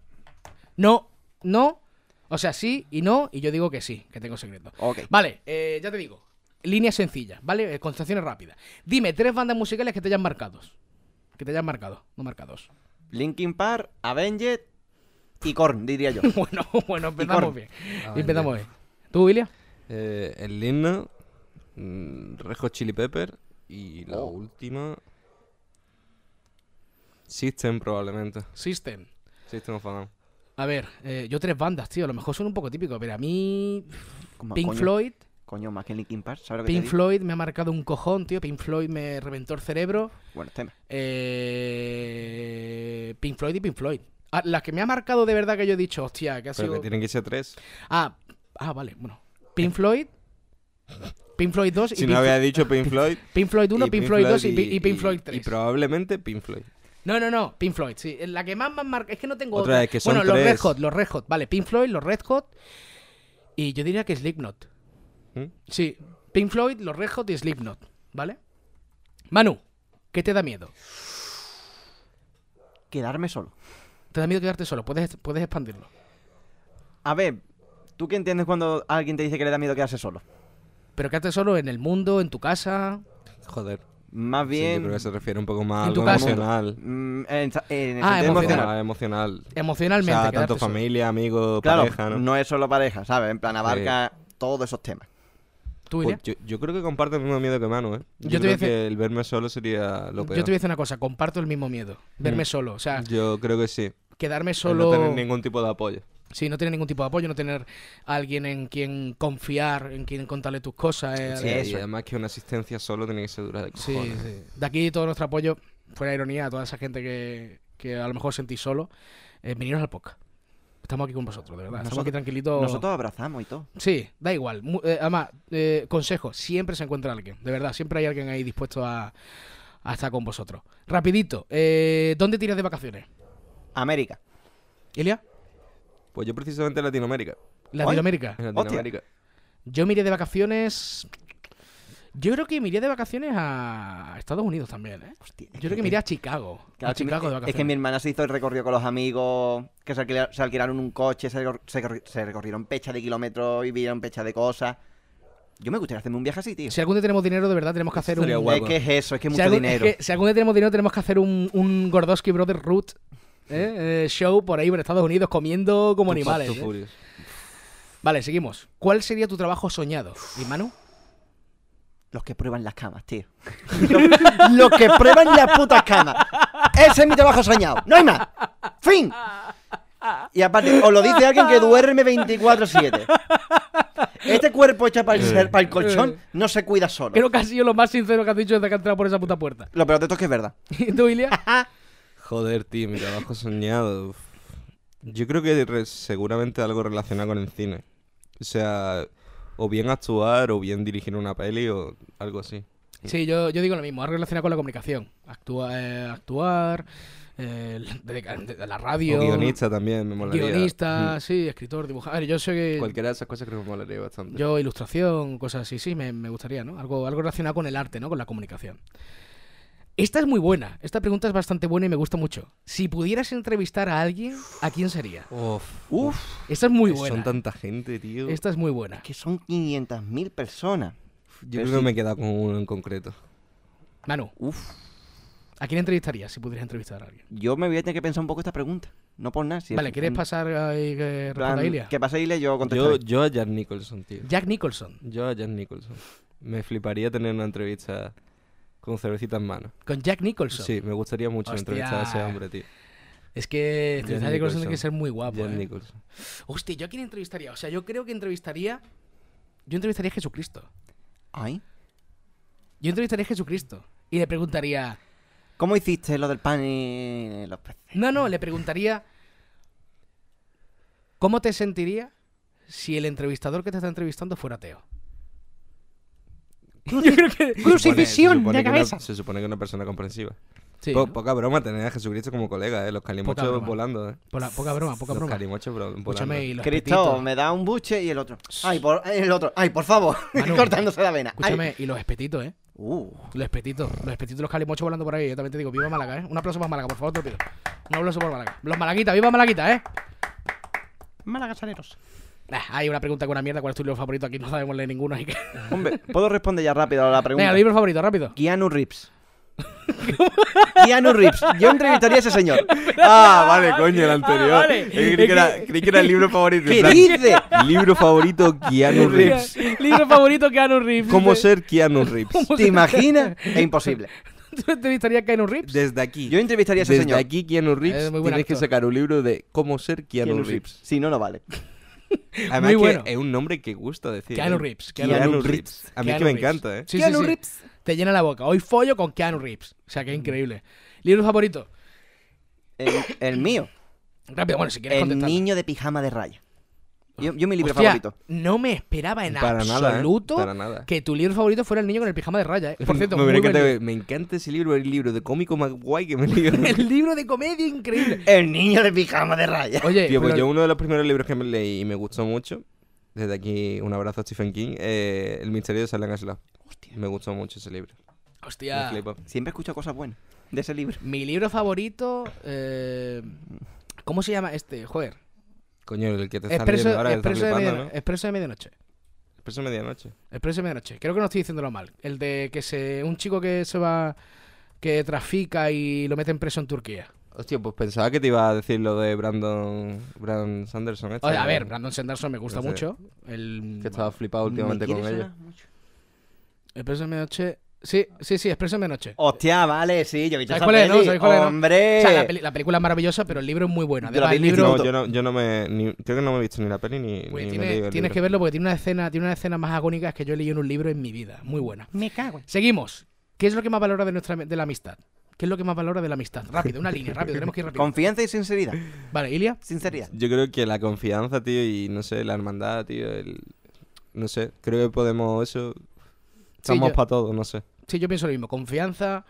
Speaker 2: No, no. O sea, sí y no. Y yo digo que sí, que tengo secretos.
Speaker 4: Ok.
Speaker 2: Vale, eh, ya te digo. Línea sencilla, ¿vale? Eh, Contestaciones rápidas. Dime tres bandas musicales que te hayan marcado. Que te hayan marcado, no marcados.
Speaker 4: Linkin Park, Avenged y Korn, diría yo.
Speaker 2: Bueno, bueno,
Speaker 4: Korn.
Speaker 2: empezamos bien.
Speaker 5: Ah,
Speaker 2: empezamos bien. ¿Tú, William?
Speaker 5: Eh, el Lina, Rejo Chili Pepper y la
Speaker 4: Oh.
Speaker 5: última... System probablemente.
Speaker 2: System.
Speaker 5: System of a Down.
Speaker 2: A ver, eh, yo tres bandas, tío. A lo mejor son un poco típico, pero a mí.
Speaker 4: Como,
Speaker 2: Pink
Speaker 4: coño,
Speaker 2: Floyd.
Speaker 4: Coño, más que Linkin Park, ¿sabes lo que
Speaker 2: Pink
Speaker 4: te
Speaker 2: Floyd me ha marcado un cojón, tío. Pink Floyd me reventó el cerebro.
Speaker 4: digo? Bueno, este, tema.
Speaker 2: Eh, Pink Floyd y Pink Floyd. Ah, las que me ha marcado de verdad que yo he dicho, hostia, que ha
Speaker 5: Pero
Speaker 2: sido.
Speaker 5: que tienen que ser tres.
Speaker 2: Ah, ah, vale, bueno. Pink Floyd. Pink Floyd 2 y
Speaker 5: Si
Speaker 2: Pink,
Speaker 5: no había dicho Pink Floyd...
Speaker 2: Pink Floyd 1,
Speaker 5: y
Speaker 2: Pink Floyd 2 y,
Speaker 5: y-
Speaker 2: Pi- y Pink
Speaker 5: y-
Speaker 2: Floyd
Speaker 5: Y
Speaker 2: 3.
Speaker 5: probablemente Pink Floyd.
Speaker 2: No, no, no, Pink Floyd, sí. La que más me han marcado. Es que no tengo
Speaker 5: Otra
Speaker 2: otra.
Speaker 5: vez, que son
Speaker 2: bueno, los
Speaker 5: tres.
Speaker 2: Red Hot, los Red Hot. Vale, Pink Floyd, los Red Hot. Y yo diría que Slipknot.
Speaker 5: ¿Mm?
Speaker 2: Sí, Pink Floyd, los Red Hot y Slipknot. ¿Vale? Manu, ¿qué te da miedo?
Speaker 4: Quedarme solo.
Speaker 2: ¿Te da miedo quedarte solo? Puedes, puedes expandirlo.
Speaker 4: A ver, ¿tú qué entiendes cuando alguien te dice que le da miedo quedarse solo?
Speaker 2: Pero quedarte solo en el mundo, en tu casa.
Speaker 5: Joder.
Speaker 4: Más
Speaker 5: Sí, yo
Speaker 4: bien.
Speaker 5: creo que se refiere un poco más a
Speaker 2: En tu
Speaker 5: algo
Speaker 2: caso.
Speaker 5: emocional.
Speaker 4: mm, en, en el
Speaker 2: Ah,
Speaker 4: sentido emocional.
Speaker 5: Ah, emocional. O
Speaker 2: Emocionalmente.
Speaker 5: sea,
Speaker 2: quedarte
Speaker 5: tanto
Speaker 2: solo.
Speaker 5: familia, amigos,
Speaker 4: Claro,
Speaker 5: pareja, ¿no?
Speaker 4: ¿no? es solo pareja, ¿sabes? En plan, abarca todos esos temas.
Speaker 2: ¿Tú,
Speaker 5: Pues
Speaker 2: Iria?
Speaker 5: yo, yo creo que comparto el mismo miedo que Manu, ¿eh? Yo,
Speaker 2: Yo te voy a
Speaker 5: creo
Speaker 2: decir-
Speaker 5: que el verme solo sería lo
Speaker 2: Yo te
Speaker 5: peor.
Speaker 2: voy a decir una cosa, comparto el mismo miedo. Verme
Speaker 5: Mm.
Speaker 2: solo. O sea,
Speaker 5: Yo creo que sí.
Speaker 2: quedarme
Speaker 5: El
Speaker 2: solo.
Speaker 5: No tener ningún tipo de apoyo.
Speaker 2: Sí, no tener ningún tipo de apoyo, no tener alguien en quien confiar, en quien contarle tus cosas. eh,
Speaker 5: Sí,
Speaker 4: Sí,
Speaker 5: y
Speaker 4: eso.
Speaker 5: además que una asistencia solo tiene que ser dura de
Speaker 2: Sí,
Speaker 5: cojones.
Speaker 2: sí. De aquí todo nuestro apoyo, fuera ironía, a toda esa gente que, que a lo mejor sentís solo, eh, veniros al podcast. Estamos aquí con vosotros, de verdad. Estamos
Speaker 4: Nosotros-
Speaker 2: aquí tranquilitos.
Speaker 4: Nosotros abrazamos y todo.
Speaker 2: Sí, da igual. Mu- eh, además, eh, consejo, siempre se encuentra alguien. De verdad, siempre hay alguien ahí dispuesto a, a estar con vosotros. Rapidito, eh, ¿dónde tiras de vacaciones?
Speaker 4: América.
Speaker 2: Ilia,
Speaker 5: Pues yo precisamente en Latinoamérica.
Speaker 2: Latinoamérica.
Speaker 5: En Latinoamérica.
Speaker 2: Yo miré de vacaciones... Yo creo que miré de vacaciones a Estados Unidos también, ¿eh?
Speaker 4: Hostia, es
Speaker 2: Yo creo que miré a Chicago.
Speaker 4: Claro,
Speaker 2: a
Speaker 4: es que mi-
Speaker 2: Chicago de
Speaker 4: es
Speaker 2: vacaciones.
Speaker 4: que mi hermana se hizo el recorrido con los amigos, que se, alquila- se alquilaron un coche, se, recor- se corri- se recorrieron pecha de kilómetros y vieron pecha de cosas. Yo me gustaría hacerme un viaje así, tío.
Speaker 2: Si algún día tenemos dinero, de verdad tenemos que hacer un.
Speaker 5: Sería guapo.
Speaker 4: es que es eso, es que es
Speaker 2: Si,
Speaker 4: mucho
Speaker 2: algún,
Speaker 4: dinero.
Speaker 2: es que si algún día tenemos dinero, tenemos que hacer un, un Gordowski Brother Root ¿eh? Eh, show por ahí, por Estados Unidos, comiendo como
Speaker 5: Too Fast,
Speaker 2: animales.
Speaker 5: Too
Speaker 4: pues.
Speaker 2: ¿eh?
Speaker 5: Furious.
Speaker 2: Vale, seguimos. ¿Cuál sería tu trabajo soñado? ¿Y Manu?
Speaker 4: Los que prueban las camas, tío. los, los que prueban las putas camas. Ese es mi trabajo soñado. No hay más. Fin. Y aparte, os lo dice alguien que duerme 24-7. Este cuerpo hecho para el, para el colchón no se cuida solo.
Speaker 2: Creo que ha sido lo más sincero que has dicho desde que has entrado por esa puta puerta.
Speaker 4: Lo peor de todo es que es verdad.
Speaker 2: ¿Y tú, Ilia?
Speaker 5: Joder, tío, mi trabajo soñado. Uf. Yo creo que re- seguramente algo relacionado con el cine. O sea, o bien actuar, o bien dirigir una peli, o algo así.
Speaker 2: Sí, yo, yo digo lo mismo. Algo relacionado con la comunicación. Actua- eh, actuar, eh, dedica- de- de la radio.
Speaker 5: O guionista también, me molaría.
Speaker 2: guionista, sí, escritor, dibujante. A ver, yo sé
Speaker 5: Mm.
Speaker 2: que.
Speaker 5: Cualquiera de esas cosas creo que me molaría bastante.
Speaker 2: Yo ilustración, cosas así, sí, me, me gustaría, ¿no? Algo, algo relacionado con el arte, ¿no? Con la comunicación. Esta es muy buena, esta pregunta es bastante buena y me gusta mucho. Si pudieras entrevistar a alguien, ¿a quién sería?
Speaker 5: Uf,
Speaker 4: Uf.
Speaker 2: Esta es muy
Speaker 5: que Son
Speaker 2: buena.
Speaker 5: tanta gente, tío.
Speaker 2: Esta es muy buena.
Speaker 4: Que son 500.000 personas.
Speaker 5: Yo
Speaker 4: Pero
Speaker 5: creo
Speaker 4: sí.
Speaker 5: que me he quedado con uno en concreto.
Speaker 2: Manu,
Speaker 4: Uf.
Speaker 2: ¿a quién entrevistarías si pudieras entrevistar a alguien?
Speaker 4: Yo me voy a tener que pensar un poco esta pregunta. No por nada. si es
Speaker 2: vale,
Speaker 4: un-
Speaker 2: ¿quieres
Speaker 4: un
Speaker 2: pasar a y que
Speaker 4: plan-
Speaker 2: responda Ilia?
Speaker 4: Que pase Ile, yo
Speaker 5: Yo,
Speaker 4: contestaré.
Speaker 5: yo a Jack Nicholson, tío.
Speaker 2: Jack Nicholson,
Speaker 5: Yo a Jack Nicholson. Me fliparía tener una entrevista con cervecita en mano.
Speaker 2: con Jack Nicholson.
Speaker 5: Sí, me gustaría mucho
Speaker 2: Hostia.
Speaker 5: entrevistar a ese hombre, tío.
Speaker 2: Es que entrevistar a Jack Nicholson tiene que ser
Speaker 5: Nicholson.
Speaker 2: muy guapo.
Speaker 5: Jack
Speaker 2: ¿eh?
Speaker 5: Nicholson.
Speaker 2: Hostia, ¿yo a quién entrevistaría? O sea, yo creo que entrevistaría... Yo entrevistaría a Jesucristo.
Speaker 4: Ay.
Speaker 2: Yo entrevistaría a Jesucristo. Y le preguntaría...
Speaker 4: ¿Cómo hiciste lo del pan y los peces?
Speaker 2: No, no, le preguntaría ¿Cómo te sentirías si el entrevistador que te está entrevistando fuera ateo? Yo creo que...
Speaker 5: Crucifixión
Speaker 4: de cabeza.
Speaker 5: se supone que una persona comprensiva.
Speaker 2: Sí,
Speaker 5: Po-
Speaker 2: ¿no?
Speaker 5: Poca broma tener a Jesucristo como colega, ¿eh? Los calimochos
Speaker 2: broma.
Speaker 5: volando, ¿eh?
Speaker 2: Pola- poca broma, poca
Speaker 5: los
Speaker 2: broma.
Speaker 5: calimochos bro- volando.
Speaker 2: Escúchame, y los
Speaker 4: Cristo,
Speaker 2: petitos,
Speaker 4: me da un buche y el otro. Ay, por, el otro. Ay, por favor.
Speaker 2: Manu,
Speaker 4: Cortándose la vena. Ay.
Speaker 2: escúchame, y los espetitos, ¿eh?
Speaker 4: Uh,
Speaker 2: Los espetitos, los espetitos, los calimochos volando por ahí. Yo también te digo, viva Málaga, ¿eh? Un aplauso para Málaga, por favor, te lo pido. Un aplauso por Málaga. Los malaguitas, viva Malaguita, ¿eh?
Speaker 4: malagasaneros.
Speaker 2: Nah, hay una pregunta con una mierda, ¿cuál es tu libro favorito? Aquí no sabemos leer ninguno, así que...
Speaker 4: Hombre, ¿puedo responder ya rápido a la pregunta?
Speaker 2: Venga, libro favorito, rápido.
Speaker 4: Keanu Reeves. Keanu Reeves. Yo entrevistaría a ese señor.
Speaker 5: Ah, vale, coño, el anterior.
Speaker 2: Ah, vale.
Speaker 5: Eh, creí, que era, creí que era el libro favorito.
Speaker 4: ¿Qué
Speaker 5: en plan,
Speaker 4: dice?
Speaker 5: Libro favorito, Keanu Reeves.
Speaker 2: libro favorito, Keanu Reeves.
Speaker 5: ¿Cómo ser Keanu Reeves?
Speaker 4: ¿Te imaginas? Es imposible.
Speaker 2: ¿Tú entrevistarías a Keanu Reeves?
Speaker 5: Desde aquí.
Speaker 4: Yo entrevistaría a ese
Speaker 5: Desde
Speaker 4: señor.
Speaker 5: aquí, Keanu Reeves,
Speaker 2: Es muy
Speaker 5: tienes
Speaker 2: buen
Speaker 5: que
Speaker 2: actor.
Speaker 5: sacar un libro de cómo ser Keanu,
Speaker 4: Keanu Reeves.
Speaker 5: Reeves.
Speaker 4: Si no, no vale.
Speaker 5: Además,
Speaker 2: Muy
Speaker 5: que
Speaker 2: bueno.
Speaker 5: es un nombre que gusta decir.
Speaker 2: Keanu
Speaker 5: ¿eh?
Speaker 2: Reeves, Keanu
Speaker 5: Keanu,
Speaker 4: Reeves.
Speaker 5: Reeves. A mí es
Speaker 2: Keanu
Speaker 5: que me
Speaker 2: Reeves.
Speaker 5: encanta, ¿eh?
Speaker 2: Sí, sí,
Speaker 4: Keanu
Speaker 2: sí.
Speaker 4: Reeves.
Speaker 2: Te llena la boca. Hoy follo con Keanu Reeves. O sea, que increíble. Libro favorito.
Speaker 4: El, el mío.
Speaker 2: Rápido, bueno, si quieres
Speaker 4: El
Speaker 2: contestar.
Speaker 4: niño de pijama de raya. Yo, yo mi libro
Speaker 2: Hostia,
Speaker 4: favorito.
Speaker 2: No me esperaba en
Speaker 5: Para nada, ¿eh?
Speaker 2: absoluto
Speaker 5: Para nada.
Speaker 2: que tu libro favorito fuera el niño con el pijama de raya. ¿eh? Por cierto,
Speaker 5: me,
Speaker 2: muy
Speaker 5: hubiera
Speaker 2: buen
Speaker 5: encantado- me encanta ese libro, el libro de cómico más guay que me he leído.
Speaker 2: libro. el libro de comedia increíble.
Speaker 4: El niño de pijama de raya.
Speaker 2: Oye,
Speaker 5: Tío, pues
Speaker 2: pero-
Speaker 5: yo uno de los primeros libros que me leí y me gustó mucho, desde aquí un abrazo a Stephen King, eh, El misterio de Salem Slab. Me gustó mucho ese libro. Me
Speaker 2: hostia.
Speaker 5: flipa.
Speaker 4: Siempre escucho cosas buenas de ese libro.
Speaker 2: Mi libro favorito. eh, ¿Cómo se llama este? Joder.
Speaker 5: Coño, el que te está
Speaker 2: Expreso,
Speaker 5: leyendo ahora
Speaker 2: Expreso
Speaker 5: está
Speaker 2: de,
Speaker 5: flipando,
Speaker 2: mediano-
Speaker 5: ¿no?
Speaker 2: Expreso de medianoche.
Speaker 5: Expreso de medianoche.
Speaker 2: Expreso de medianoche. Creo que no estoy diciéndolo mal. El de que se un chico que se va que trafica y lo meten preso en Turquía.
Speaker 5: Hostia, pues pensaba que te iba a decir lo de Brandon, Brandon Sanderson. este,
Speaker 2: Oye, a
Speaker 5: ¿no?
Speaker 2: ver, Brandon Sanderson me gusta
Speaker 5: Ese.
Speaker 2: mucho. El
Speaker 5: Que estaba flipado últimamente
Speaker 4: Me
Speaker 5: con
Speaker 4: quiere
Speaker 5: ella.
Speaker 4: sonar mucho.
Speaker 2: Expreso de medianoche Sí, sí, sí, Expreso en Medianoche.
Speaker 4: Hostia, vale, sí, yo he visto
Speaker 2: ¿Sabes
Speaker 4: Oh, esa
Speaker 2: cuál es, no?
Speaker 4: peli.
Speaker 2: ¿Sabes cuál es, no?
Speaker 4: ¡Hombre!
Speaker 2: O sea, la, peli- la película es maravillosa, pero el libro es muy bueno.
Speaker 4: Yo la
Speaker 2: Además,
Speaker 4: vi
Speaker 2: el
Speaker 4: en
Speaker 2: libro.
Speaker 4: instituto.
Speaker 5: No, yo no, yo no me. ni- creo que no me he visto ni la peli ni.
Speaker 2: Pues
Speaker 5: ni me
Speaker 2: tiene-
Speaker 5: he leído el
Speaker 2: tienes
Speaker 5: libro.
Speaker 2: que verlo porque tiene una escena, tiene una escena más agónica que yo he leído en un libro en mi vida. Muy buena.
Speaker 4: Me cago en...
Speaker 2: Seguimos. ¿Qué es lo que más valora de nuestra de la amistad? ¿Qué es lo que más valora de la amistad? Rápido, una línea, rápido, tenemos que ir rápido.
Speaker 4: Confianza y sinceridad.
Speaker 2: Vale, Ilia.
Speaker 4: Sinceridad.
Speaker 5: Yo creo que la confianza, tío, y no sé, la hermandad, tío, el... No sé, creo que podemos eso... Estamos
Speaker 2: yo-
Speaker 5: para todo, no sé.
Speaker 2: Sí, yo pienso lo mismo. Confianza,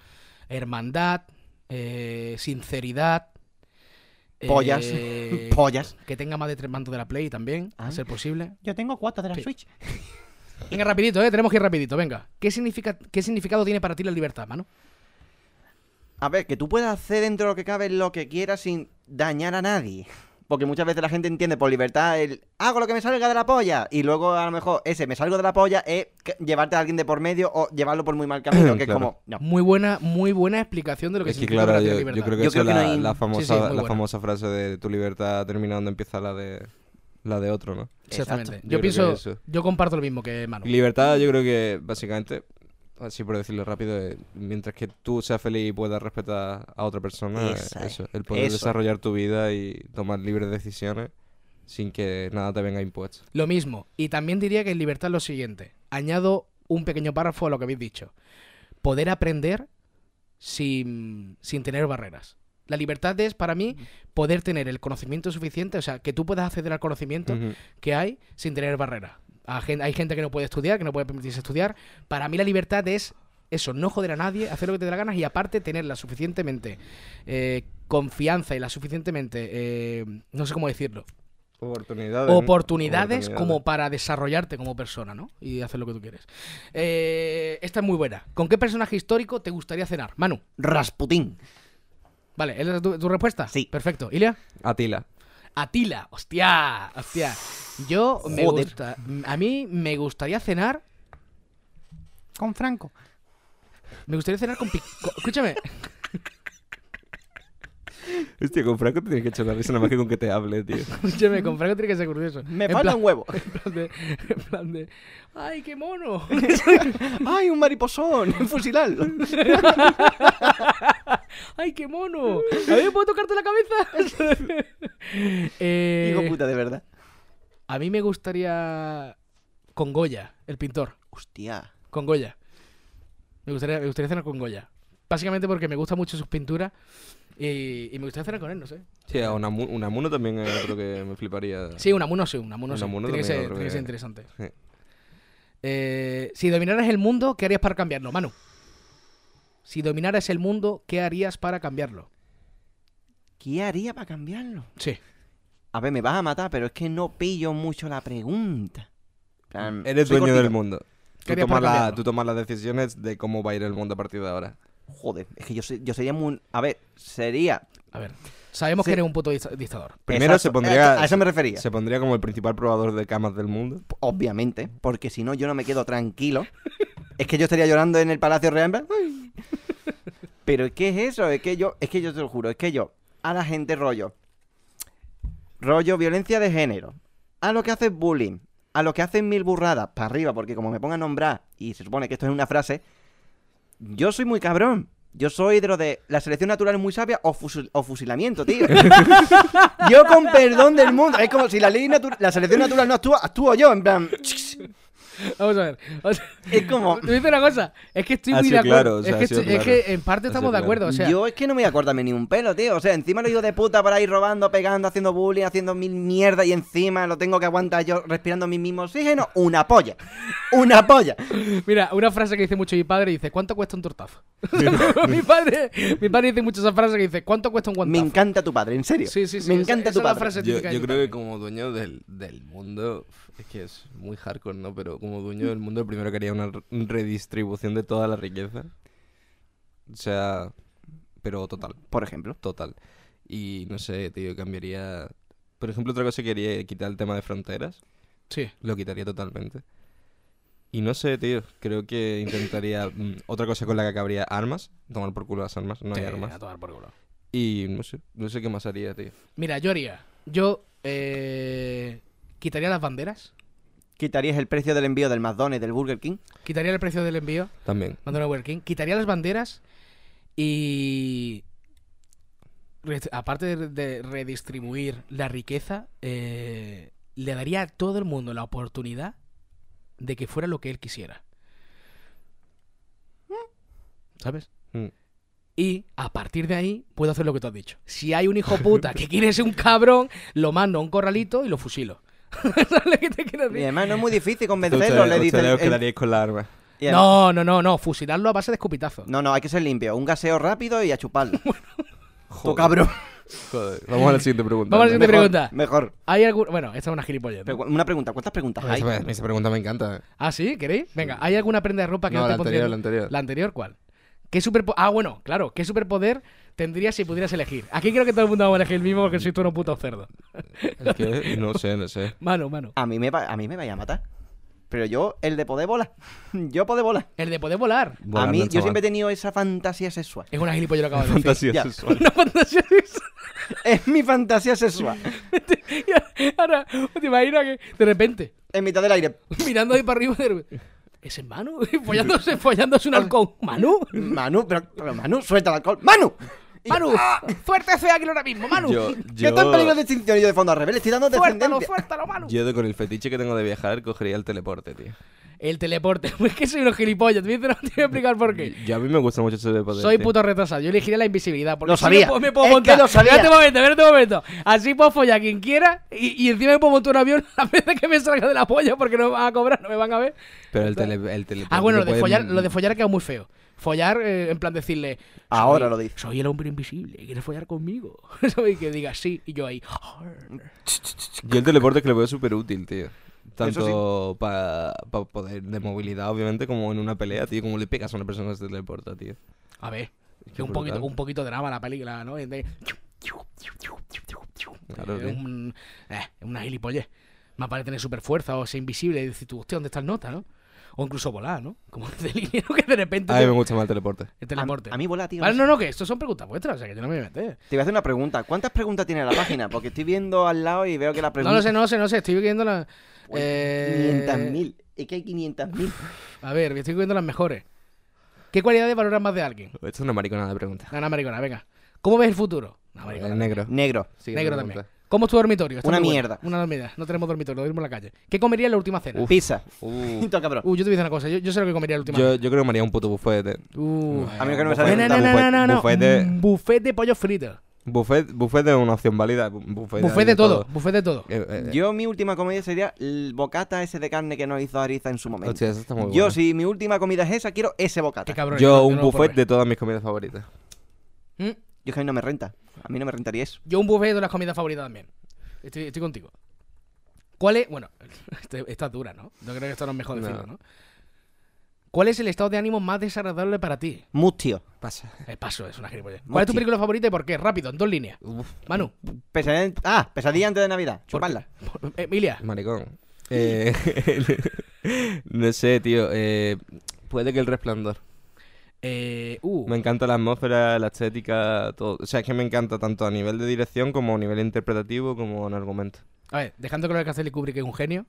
Speaker 2: hermandad, eh, sinceridad. eh,
Speaker 4: Pollas. Pollas.
Speaker 2: Que tenga más de tres mandos de la Play también, a
Speaker 4: Ah.
Speaker 2: ser posible.
Speaker 4: Yo tengo cuatro de la
Speaker 2: Sí.
Speaker 4: Switch.
Speaker 2: Venga, rapidito, eh. Tenemos que ir rapidito, venga. ¿Qué, significa, ¿Qué significado tiene para ti la libertad, mano?
Speaker 4: A ver, que tú puedas hacer dentro de lo que cabe lo que quieras sin dañar a nadie. Porque muchas veces la gente entiende por libertad el hago lo que me salga de la polla. Y luego a lo mejor ese me salgo de la polla es que- llevarte a alguien de por medio o llevarlo por muy mal camino. que
Speaker 5: Claro.
Speaker 4: es como, no.
Speaker 2: Muy buena, muy buena explicación de lo que
Speaker 5: Es que
Speaker 2: significa
Speaker 5: claro,
Speaker 2: para ti la
Speaker 5: yo, yo
Speaker 2: libertad.
Speaker 5: creo que
Speaker 4: Yo
Speaker 5: esa
Speaker 4: creo que
Speaker 5: es la,
Speaker 4: no hay-
Speaker 5: la
Speaker 4: Sí, sí,
Speaker 5: famosa,
Speaker 2: muy
Speaker 5: la
Speaker 2: buena.
Speaker 5: famosa frase de tu libertad termina donde empieza la de la de otro, ¿no?
Speaker 2: Exactamente.
Speaker 5: Exacto.
Speaker 2: Yo,
Speaker 5: Yo creo que
Speaker 2: pienso,
Speaker 5: eso.
Speaker 2: yo comparto lo mismo que Manu.
Speaker 5: Libertad yo creo que básicamente, así por decirlo rápido, eh, mientras que tú seas feliz y puedas respetar a otra persona, eh,
Speaker 4: Esa es.
Speaker 5: eso, el poder
Speaker 4: Eso.
Speaker 5: desarrollar tu vida y tomar libres decisiones sin que nada te venga impuesto.
Speaker 2: Lo mismo. Y también diría que en libertad lo siguiente. Añado un pequeño párrafo a lo que habéis dicho. Poder aprender sin, sin tener barreras. La libertad es, para mí,
Speaker 5: Mm.
Speaker 2: poder tener el conocimiento suficiente, o sea, que tú puedas acceder al conocimiento
Speaker 5: Ujú.
Speaker 2: que hay sin tener barreras. A gen- Hay gente que no puede estudiar, que no puede permitirse estudiar. Para mí la libertad es eso, no joder a nadie, hacer lo que te dé la gana y aparte tener la suficientemente eh, confianza y la suficientemente, eh, no sé cómo decirlo,
Speaker 5: Oportunidades. ¿no?
Speaker 2: oportunidades como
Speaker 5: Oportunidades.
Speaker 2: para desarrollarte como persona, ¿no? Y hacer lo que tú quieres. Eh, esta es muy buena. ¿Con qué personaje histórico te gustaría cenar? Manu.
Speaker 4: Rasputín.
Speaker 2: Vale, ¿es tu, tu respuesta?
Speaker 4: Sí.
Speaker 2: Perfecto. Ilia.
Speaker 5: Atila.
Speaker 2: Atila. Hostia, hostia. Yo me
Speaker 4: Joder.
Speaker 2: gusta. A mí me gustaría cenar.
Speaker 4: Con Franco.
Speaker 2: Me gustaría cenar con. Pic- con- escúchame.
Speaker 5: Hostia, con Franco te tienes que echar la risa nada más que con que te hable, tío.
Speaker 2: Escúchame, con Franco tiene que ser curioso.
Speaker 4: Me
Speaker 2: En
Speaker 4: falta
Speaker 2: plan-
Speaker 4: un huevo.
Speaker 2: En plan, de, en plan de. ¡Ay, qué mono!
Speaker 4: ¡Ay, un mariposón! ¡Fusilarlo!
Speaker 2: ¡Ay, qué mono! ¿A mí me puedo tocarte la cabeza? Eh,
Speaker 4: Digo puta, de verdad.
Speaker 2: A mí me gustaría con Goya, el pintor,
Speaker 4: Hostia.
Speaker 2: con Goya. Me gustaría, me gustaría cenar con Goya. Básicamente porque me gustan mucho sus pinturas y, y me gustaría cenar con él, no sé.
Speaker 5: Sí, a Unamu- Unamuno también es otro que me fliparía.
Speaker 2: Sí, un amuno sí, un amuno sí.
Speaker 5: Unamuno
Speaker 2: Tiene que,
Speaker 5: también
Speaker 2: ser,
Speaker 5: otro
Speaker 2: tiene que
Speaker 5: que-
Speaker 2: ser interesante.
Speaker 5: Sí.
Speaker 2: Eh, si dominaras el mundo, ¿qué harías para cambiarlo, Manu? Si dominaras el mundo, ¿qué harías para cambiarlo?
Speaker 4: ¿Qué haría para cambiarlo?
Speaker 2: Sí.
Speaker 4: A ver, me vas a matar, pero es que no pillo mucho la pregunta. En plan,
Speaker 5: Eres
Speaker 4: soy
Speaker 5: dueño del
Speaker 4: cortito.
Speaker 5: mundo. Tú
Speaker 2: Quería
Speaker 5: tomas,
Speaker 2: para
Speaker 5: la-
Speaker 2: cambiarlo.
Speaker 5: tú tomas las decisiones de cómo va a ir el mundo a partir de ahora.
Speaker 4: Joder, es que yo, se- yo sería muy... A ver, sería...
Speaker 2: A ver, sabemos
Speaker 4: Sí.
Speaker 2: que eres un puto dicta- dictador.
Speaker 5: Primero
Speaker 4: Exacto,
Speaker 5: se pondría.
Speaker 4: A eso me refería.
Speaker 5: Se pondría como el principal probador de camas del mundo.
Speaker 4: Pues Obviamente, porque si no yo no me quedo tranquilo. es que yo estaría llorando en el Palacio Real. en plan, "Ay". Pero es que es eso, es que yo, es que yo te lo juro, es que yo, a la gente rollo. Rollo violencia de género. A lo que hace bullying. A lo que hacen mil burradas, para arriba, porque como me ponga a nombrar, y se supone que esto es una frase, yo soy muy cabrón. Yo soy de lo de la selección natural es muy sabia o, fusil- o fusilamiento, tío. yo con perdón del mundo. Es como si la ley natu- la selección natural no actúa, actúo yo, en plan.
Speaker 2: Vamos a ver. o sea,
Speaker 4: Es como.
Speaker 2: Tú dices una cosa, es que estoy
Speaker 5: Ha
Speaker 2: muy de
Speaker 5: sido
Speaker 2: acuerdo.
Speaker 5: claro, o sea,
Speaker 2: es, que
Speaker 5: ha sido
Speaker 2: estoy- es
Speaker 5: claro.
Speaker 2: que en parte
Speaker 5: Ha
Speaker 2: estamos
Speaker 5: sido
Speaker 2: de acuerdo, o sea,
Speaker 4: yo es que no me voy a cortarme ni un pelo, tío. O sea, encima lo hijo de puta para ir robando, pegando, haciendo bullying, haciendo mil mierda y encima lo tengo que aguantar yo respirando mi mismo oxígeno. Una polla. Una polla.
Speaker 2: mira, una frase que dice mucho mi padre dice, ¿cuánto cuesta un tortazo? mi padre, mi padre dice mucho esa frase que dice, ¿cuánto cuesta un
Speaker 4: Me
Speaker 2: guantazo?
Speaker 4: encanta tu padre, en serio.
Speaker 2: Sí, sí, sí,
Speaker 4: Me
Speaker 2: esa-
Speaker 4: encanta
Speaker 2: esa
Speaker 4: tu
Speaker 2: es la
Speaker 4: padre.
Speaker 2: frase
Speaker 5: Yo,
Speaker 2: típica de
Speaker 5: yo
Speaker 2: mi
Speaker 5: creo
Speaker 2: padre.
Speaker 5: que como dueño del, del mundo, es que es muy hardcore, ¿no? Pero como dueño del mundo, primero que haría una re- redistribución de toda la riqueza. O sea, pero total.
Speaker 4: Por ejemplo.
Speaker 5: Total. Y no sé, tío, cambiaría. Por ejemplo, otra cosa que haría es quitar el tema de fronteras.
Speaker 2: Sí.
Speaker 5: Lo quitaría totalmente. Y no sé, tío. Creo que intentaría. mm, otra cosa con la que acabaría armas. Tomar por culo las armas. No hay
Speaker 2: Sí,
Speaker 5: armas.
Speaker 2: a tomar por culo.
Speaker 5: Y no sé. No sé qué más haría, tío.
Speaker 2: Mira, yo haría, yo eh, quitaría las banderas.
Speaker 4: ¿Quitarías el precio del envío del McDonald's, del Burger King?
Speaker 2: Quitaría el precio del envío,
Speaker 5: También.
Speaker 2: mandaría Burger King, quitaría las banderas y. rest- Aparte de, de redistribuir la riqueza, eh, le daría a todo el mundo la oportunidad de que fuera lo que él quisiera. ¿Sabes?
Speaker 5: Mm.
Speaker 2: Y a partir de ahí puedo hacer lo que tú has dicho. Si hay un hijo puta que quiere ser un cabrón, lo mando a un corralito y lo fusilo. ¿Sabes lo que te quiero
Speaker 4: Y
Speaker 2: decir?
Speaker 4: además no es muy difícil convencerlo,
Speaker 5: Ustedes-
Speaker 4: le "Em, dice.
Speaker 5: ustedes os
Speaker 4: el-
Speaker 5: quedaríais con la arma.
Speaker 4: y además-
Speaker 2: No, no, no, no. Fusilarlo a base de escupitazos.
Speaker 4: no, no, hay que ser limpio. Un gaseo rápido y a chuparlo. Tú
Speaker 5: Joder,
Speaker 4: cabrón.
Speaker 5: joder. Vamos a la siguiente pregunta.
Speaker 2: Vamos a la siguiente
Speaker 5: Mejor-
Speaker 2: pregunta.
Speaker 4: Mejor.
Speaker 2: ¿Hay algún... Bueno, esta es una gilipollez. ¿no?
Speaker 4: Pero cu- Una pregunta, ¿cuántas preguntas hay?
Speaker 5: Esa, esa pregunta me encanta.
Speaker 2: Ah, ¿sí? ¿Queréis? Venga, ¿hay alguna prenda de ropa que
Speaker 5: No,
Speaker 2: no, te
Speaker 5: la anterior,
Speaker 2: pondría-
Speaker 5: la anterior.
Speaker 2: ¿La anterior cuál? ¿Qué superpo- Ah, bueno, claro. ¿Qué superpoder tendrías si pudieras elegir? Aquí creo que todo el mundo va a elegir el mismo porque soy tú un puto cerdo.
Speaker 5: Es que no sé, no sé.
Speaker 2: Mano, mano.
Speaker 4: A mí me va, a mí me vaya a matar. Pero yo, el de poder volar. Yo poder volar.
Speaker 2: El de poder volar.
Speaker 4: a
Speaker 5: Volando,
Speaker 4: mí, yo
Speaker 5: chaval.
Speaker 4: siempre he tenido esa fantasía sexual.
Speaker 2: Es una gilipollez lo que acabo de decir.
Speaker 5: Fantasía
Speaker 4: Ya.
Speaker 5: sexual.
Speaker 2: Una fantasía sexual.
Speaker 4: Es mi fantasía sexual.
Speaker 2: Ahora, ¿te imaginas que de repente,
Speaker 4: En mitad del aire.
Speaker 2: mirando ahí para arriba, de repente, ese Manu, follándose, follándose un halcón. ¿Manu?
Speaker 4: Manu, pero, pero Manu, suelta el alcohol. ¡Manu! Y-
Speaker 2: ¡Manu! ¡Fuerte feo aquí ahora mismo, Manu!
Speaker 5: Yo,
Speaker 4: Yo estoy en peligro
Speaker 5: yo,
Speaker 4: de extinción y yo de fondo al revés. Le estoy dando
Speaker 2: ¡Fuértalo,
Speaker 4: descendencia.
Speaker 2: fuértalo, Manu!
Speaker 5: yo con el fetiche que tengo de viajar cogería el teleporte, tío.
Speaker 2: El teleporte. Es que soy unos gilipollas. Te voy a- te voy a explicar por qué.
Speaker 5: Yo a mí me gusta mucho ese teleporte.
Speaker 2: Soy
Speaker 5: tío.
Speaker 2: puto retrasado. Yo elegiría la invisibilidad. Porque
Speaker 4: Lo
Speaker 2: así
Speaker 4: sabía.
Speaker 2: me puedo- me puedo
Speaker 4: Es que
Speaker 2: montar.
Speaker 4: lo sabía.
Speaker 2: Espérate un momento, espérate un momento. Así puedo follar a quien quiera y, y encima me puedo montar un avión a veces que me salga de la polla porque no me van a cobrar, no me van a ver.
Speaker 5: Pero el, tele, el teleporte.
Speaker 2: Ah, bueno, lo
Speaker 5: te
Speaker 2: de,
Speaker 5: puede-
Speaker 2: follar, lo de follar ha quedado muy feo. Follar, eh, en plan decirle.
Speaker 4: Ahora
Speaker 2: soy-
Speaker 4: lo dice.
Speaker 2: Soy el hombre invisible. ¿Quieres follar conmigo? ¿Sabes? Y que diga sí. Y yo ahí.
Speaker 5: Yo el teleporte es que lo veo súper útil, tío. Tanto
Speaker 4: Eso
Speaker 5: para poder de movilidad, obviamente, como en una pelea, tío. Como le pegas a una persona que se teleporta, tío.
Speaker 2: A ver.
Speaker 5: Qué
Speaker 2: que un poquito,
Speaker 5: brutal.
Speaker 2: un poquito de drama la película, ¿no? Y de-
Speaker 5: Claro,
Speaker 2: Eh,
Speaker 5: tío.
Speaker 2: un- eh, una gilipollez. Más vale tener super fuerza o ser invisible y decir tú, hostia, ¿dónde está el nota, no? O incluso volar, ¿no? Como de línea, ¿no? que de repente
Speaker 5: A mí
Speaker 2: te-
Speaker 5: me gusta más el teleporte.
Speaker 2: el teleporte.
Speaker 4: A, a mí vola, tío.
Speaker 2: Vale, no, no, que esto son preguntas vuestras, o sea que yo no me voy a meter.
Speaker 4: Te voy a hacer una pregunta. ¿Cuántas preguntas tiene la página? Porque estoy viendo al lado y veo que la
Speaker 2: No
Speaker 4: pregunta.
Speaker 2: lo sé, no lo sé, no lo sé, estoy viendo las.
Speaker 4: Uy,
Speaker 2: eh,
Speaker 4: 500.000. Es que hay 500.000.
Speaker 2: A ver, estoy viendo las mejores. ¿Qué cualidades valoras más de alguien?
Speaker 5: Esto es una mariconada de pregunta.
Speaker 2: Gana maricona, venga. ¿Cómo ves el futuro? No, maricona.
Speaker 5: El negro.
Speaker 4: Negro.
Speaker 5: Siguiente
Speaker 2: Negro
Speaker 5: pregunta.
Speaker 2: también. ¿Cómo es tu dormitorio?
Speaker 4: Una
Speaker 2: muy bueno.
Speaker 4: mierda.
Speaker 2: Una dormida. No tenemos dormitorio, lo dormimos en la calle. ¿Qué comería en la última cena?
Speaker 4: Pizza.
Speaker 5: Uh,
Speaker 4: Pito cabrón.
Speaker 2: Uh, yo te voy a decir una cosa. Yo, yo sé lo que comería en la última
Speaker 5: yo, yo creo que me haría un puto buffet. de-
Speaker 2: cena. Uh.
Speaker 4: A mí lo que no
Speaker 2: No,
Speaker 4: me sale
Speaker 2: no,
Speaker 4: nunca.
Speaker 2: no, no, no, no.
Speaker 5: Buffet de-
Speaker 2: Un Buffet de pollo frito.
Speaker 5: Buffet, buffet es una opción válida. bu- Buffet, hay
Speaker 2: Buffet de todo. Buffet de todo.
Speaker 5: Eh, eh, eh,
Speaker 4: Yo, mi última comida sería el bocata ese de carne que nos hizo Ariza en su momento.
Speaker 5: Hostia, eso está muy
Speaker 4: Yo,
Speaker 5: bueno.
Speaker 4: si mi última comida es esa, quiero ese
Speaker 2: Qué
Speaker 4: bocata.
Speaker 2: cabrón.
Speaker 5: yo
Speaker 2: no
Speaker 5: un
Speaker 2: lo puedo
Speaker 5: buffet
Speaker 2: ver.
Speaker 5: de todas mis comidas favoritas.
Speaker 2: Mm,
Speaker 4: Yo es que a mí no me renta. A mí no me rentaría eso.
Speaker 2: Yo un buffet de todas las comidas favoritas también. Estoy, estoy contigo. ¿Cuál es...? Bueno, este- esta es dura, ¿no? Yo creo que esto no es mejor
Speaker 5: No.
Speaker 2: decirlo, ¿no? ¿Cuál es el estado de ánimo más desagradable para ti?
Speaker 4: Mustio.
Speaker 5: Pasa.
Speaker 2: El paso es una gilipollas. ¿Cuál es tu
Speaker 4: Hostia.
Speaker 2: película favorita y por qué? Rápido, en dos líneas. Manu,
Speaker 5: Mm,
Speaker 4: Pesadilla, ah, pesadilla antes de Navidad. Chuparla.
Speaker 2: por- Emilia.
Speaker 5: Maricón. Eh, no sé, tío. eh, puede que el resplandor.
Speaker 2: Eh, uh,
Speaker 5: Me encanta la atmósfera, la estética, todo. O sea, es que me encanta tanto a nivel de dirección como a nivel interpretativo como en argumento.
Speaker 2: A ver, dejando claro que Stanley Kubrick es un genio,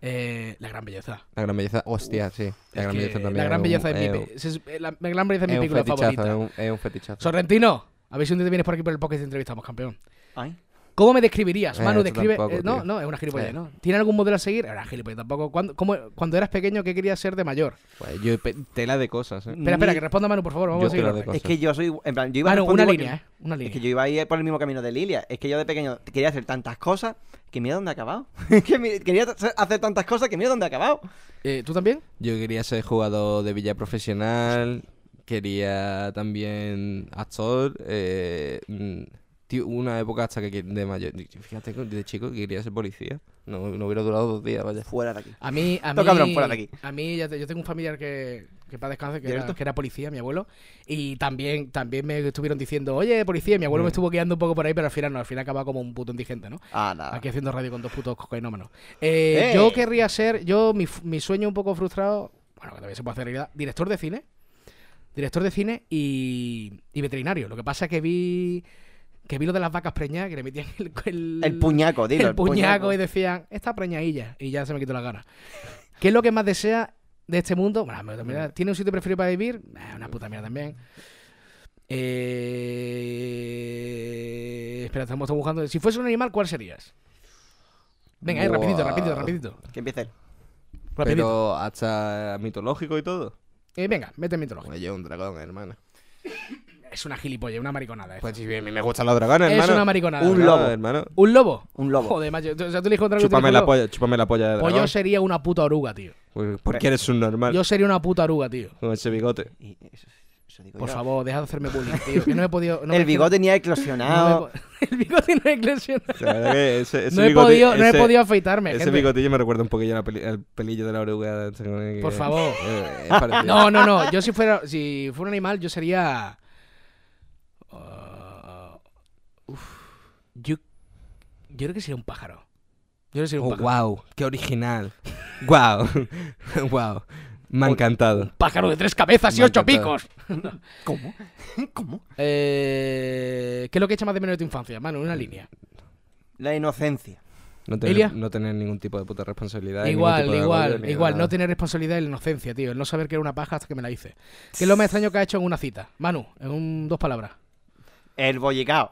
Speaker 2: eh, la gran belleza.
Speaker 5: La gran belleza, hostia, sí.
Speaker 2: Es
Speaker 5: La gran
Speaker 2: que
Speaker 5: belleza también.
Speaker 2: La gran
Speaker 5: un-
Speaker 2: belleza es mi
Speaker 5: un-
Speaker 2: pe- es- eh, la- la gran belleza es mi
Speaker 5: es un
Speaker 2: película
Speaker 5: fetichazo,
Speaker 2: favorita.
Speaker 5: Es un, es un fetichazo.
Speaker 2: Sorrentino, a ver si un día te vienes por aquí por el podcast y entrevistamos, campeón.
Speaker 4: Ay.
Speaker 2: ¿Cómo me describirías?
Speaker 5: Eh,
Speaker 2: Manu,
Speaker 5: esto
Speaker 2: describe.
Speaker 5: tampoco,
Speaker 2: eh, no,
Speaker 5: tío.
Speaker 2: no, es una gilipollez,
Speaker 5: Eh.
Speaker 2: ¿no? ¿Tiene algún modelo a seguir? Era gilipollez tampoco. ¿Cuándo- cómo- Cuando, eras pequeño, ¿qué querías ser de mayor?
Speaker 5: Pues yo pe- tela de cosas, ¿eh?
Speaker 2: Espera, espera,
Speaker 4: Ni-
Speaker 2: que responda Manu, por favor. Vamos
Speaker 5: Yo
Speaker 2: a seguir.
Speaker 5: te la
Speaker 2: el orden.
Speaker 5: dejo.
Speaker 4: Es que yo soy. En plan, yo iba a
Speaker 2: Manu,
Speaker 4: responder
Speaker 2: una
Speaker 4: igual que-
Speaker 2: línea, ¿eh? Una línea.
Speaker 4: Es que yo iba a ir por el mismo camino de Lilia. Es que yo de pequeño quería hacer tantas cosas que mira dónde he acabado. que mi- quería hacer- hacer tantas cosas que mira dónde he acabado.
Speaker 2: Eh, ¿Tú también?
Speaker 5: Yo quería ser jugador de villa profesional. Quería también actor. eh, mm, tío, una época hasta que que de mayor. Fíjate, que de chico que quería ser policía. No, no hubiera durado dos días, vaya.
Speaker 4: Fuera de aquí.
Speaker 2: A mí, a
Speaker 4: Tú,
Speaker 2: mí,
Speaker 4: cabrón, fuera de aquí.
Speaker 2: A mí, ya te- yo tengo un familiar que, que para descanse, que era,
Speaker 4: ¿Cierto?
Speaker 2: que era policía, mi abuelo. Y también, también me estuvieron diciendo, oye, policía, y mi abuelo me estuvo guiando un poco por ahí, pero al final no, al final acababa como un puto indigente, ¿no?
Speaker 4: Ah, nada.
Speaker 2: Aquí haciendo radio con dos putos cocainómanos. Eh,
Speaker 4: ¡Eh!
Speaker 2: Yo querría ser, yo, mi, f- mi sueño un poco frustrado, bueno, que también se puede hacer realidad, director de cine. Director de cine y, y veterinario. Lo que pasa es que vi que vi lo de las vacas preñadas, que le metían el, el,
Speaker 4: El puñaco, dilo.
Speaker 2: el puñaco y decían, está preñadilla, y ya se me quitó las ganas. ¿Qué es lo que más desea de este mundo? Bueno, me- me- ¿Tiene un sitio preferido para vivir? Nah, una puta mierda también. Eh... Espera, estamos buscando. Si fuese un animal, ¿cuál serías? Venga, eh,
Speaker 5: Buah.
Speaker 2: rapidito, rapidito, rapidito.
Speaker 4: Que empiece él.
Speaker 2: rapidito.
Speaker 5: Pero hasta mitológico y todo.
Speaker 2: Eh, venga, mete en mitología.
Speaker 5: Oye, un dragón, hermano.
Speaker 2: Es una gilipolle, una mariconada. esto.
Speaker 5: Pues si a mí me gustan los dragones,
Speaker 2: Es
Speaker 5: hermano.
Speaker 2: una mariconada.
Speaker 5: Un
Speaker 4: Claro,
Speaker 5: lobo, hermano.
Speaker 2: ¿Un lobo?
Speaker 4: Un lobo.
Speaker 2: Joder, macho. O sea, tú eliges otra
Speaker 5: Chúpame la polla, chúpame la polla de
Speaker 2: Pues
Speaker 5: dragón.
Speaker 2: yo sería una puta oruga, tío.
Speaker 5: Uy, ¿Por qué eres un normal?
Speaker 2: Yo sería una puta oruga, tío.
Speaker 5: Con ese bigote.
Speaker 4: Y eso- eso digo
Speaker 2: Por
Speaker 4: yo.
Speaker 2: favor, deja de hacerme bullying, tío. Que no he podido. no me-
Speaker 4: el bigote ni ha
Speaker 2: no me he
Speaker 4: eclosionado.
Speaker 2: po- el bigote no he eclosionado.
Speaker 5: O sea, la verdad que ese, ese
Speaker 2: No he,
Speaker 5: bigote-
Speaker 2: podido, no he
Speaker 5: ese-
Speaker 2: podido afeitarme.
Speaker 5: Ese
Speaker 2: gente.
Speaker 5: bigotillo me recuerda un poquillo a la peli- al pelillo de la oruga. de- que-
Speaker 2: Por favor.
Speaker 5: Eh, es parecido.
Speaker 2: No, no, no. Yo si fuera, si fuera un animal, yo sería. Ah, uf. Yo, yo creo que sería un pájaro. Yo creo que sería un
Speaker 5: Oh,
Speaker 2: pájaro.
Speaker 5: wow, qué original. Wow, wow. Me ha encantado.
Speaker 2: Pájaro de tres cabezas y
Speaker 5: Me ha
Speaker 2: ocho
Speaker 5: encantado.
Speaker 2: picos.
Speaker 4: ¿Cómo? ¿Cómo?
Speaker 2: Eh, ¿Qué es lo que echa más de menos de tu infancia, mano? Una línea.
Speaker 4: La inocencia.
Speaker 5: No tener,
Speaker 2: Elia.
Speaker 5: no tener ningún tipo de puta responsabilidad. ningún tipo
Speaker 2: Igual,
Speaker 5: de
Speaker 2: igual,
Speaker 5: agobio, ni
Speaker 2: igual.
Speaker 5: nada.
Speaker 2: No tener responsabilidad y la inocencia, tío. El no saber que era una paja hasta que me la hice. ¿Qué es lo más extraño que ha hecho en una cita? Manu, en un- dos palabras.
Speaker 4: El bollicao.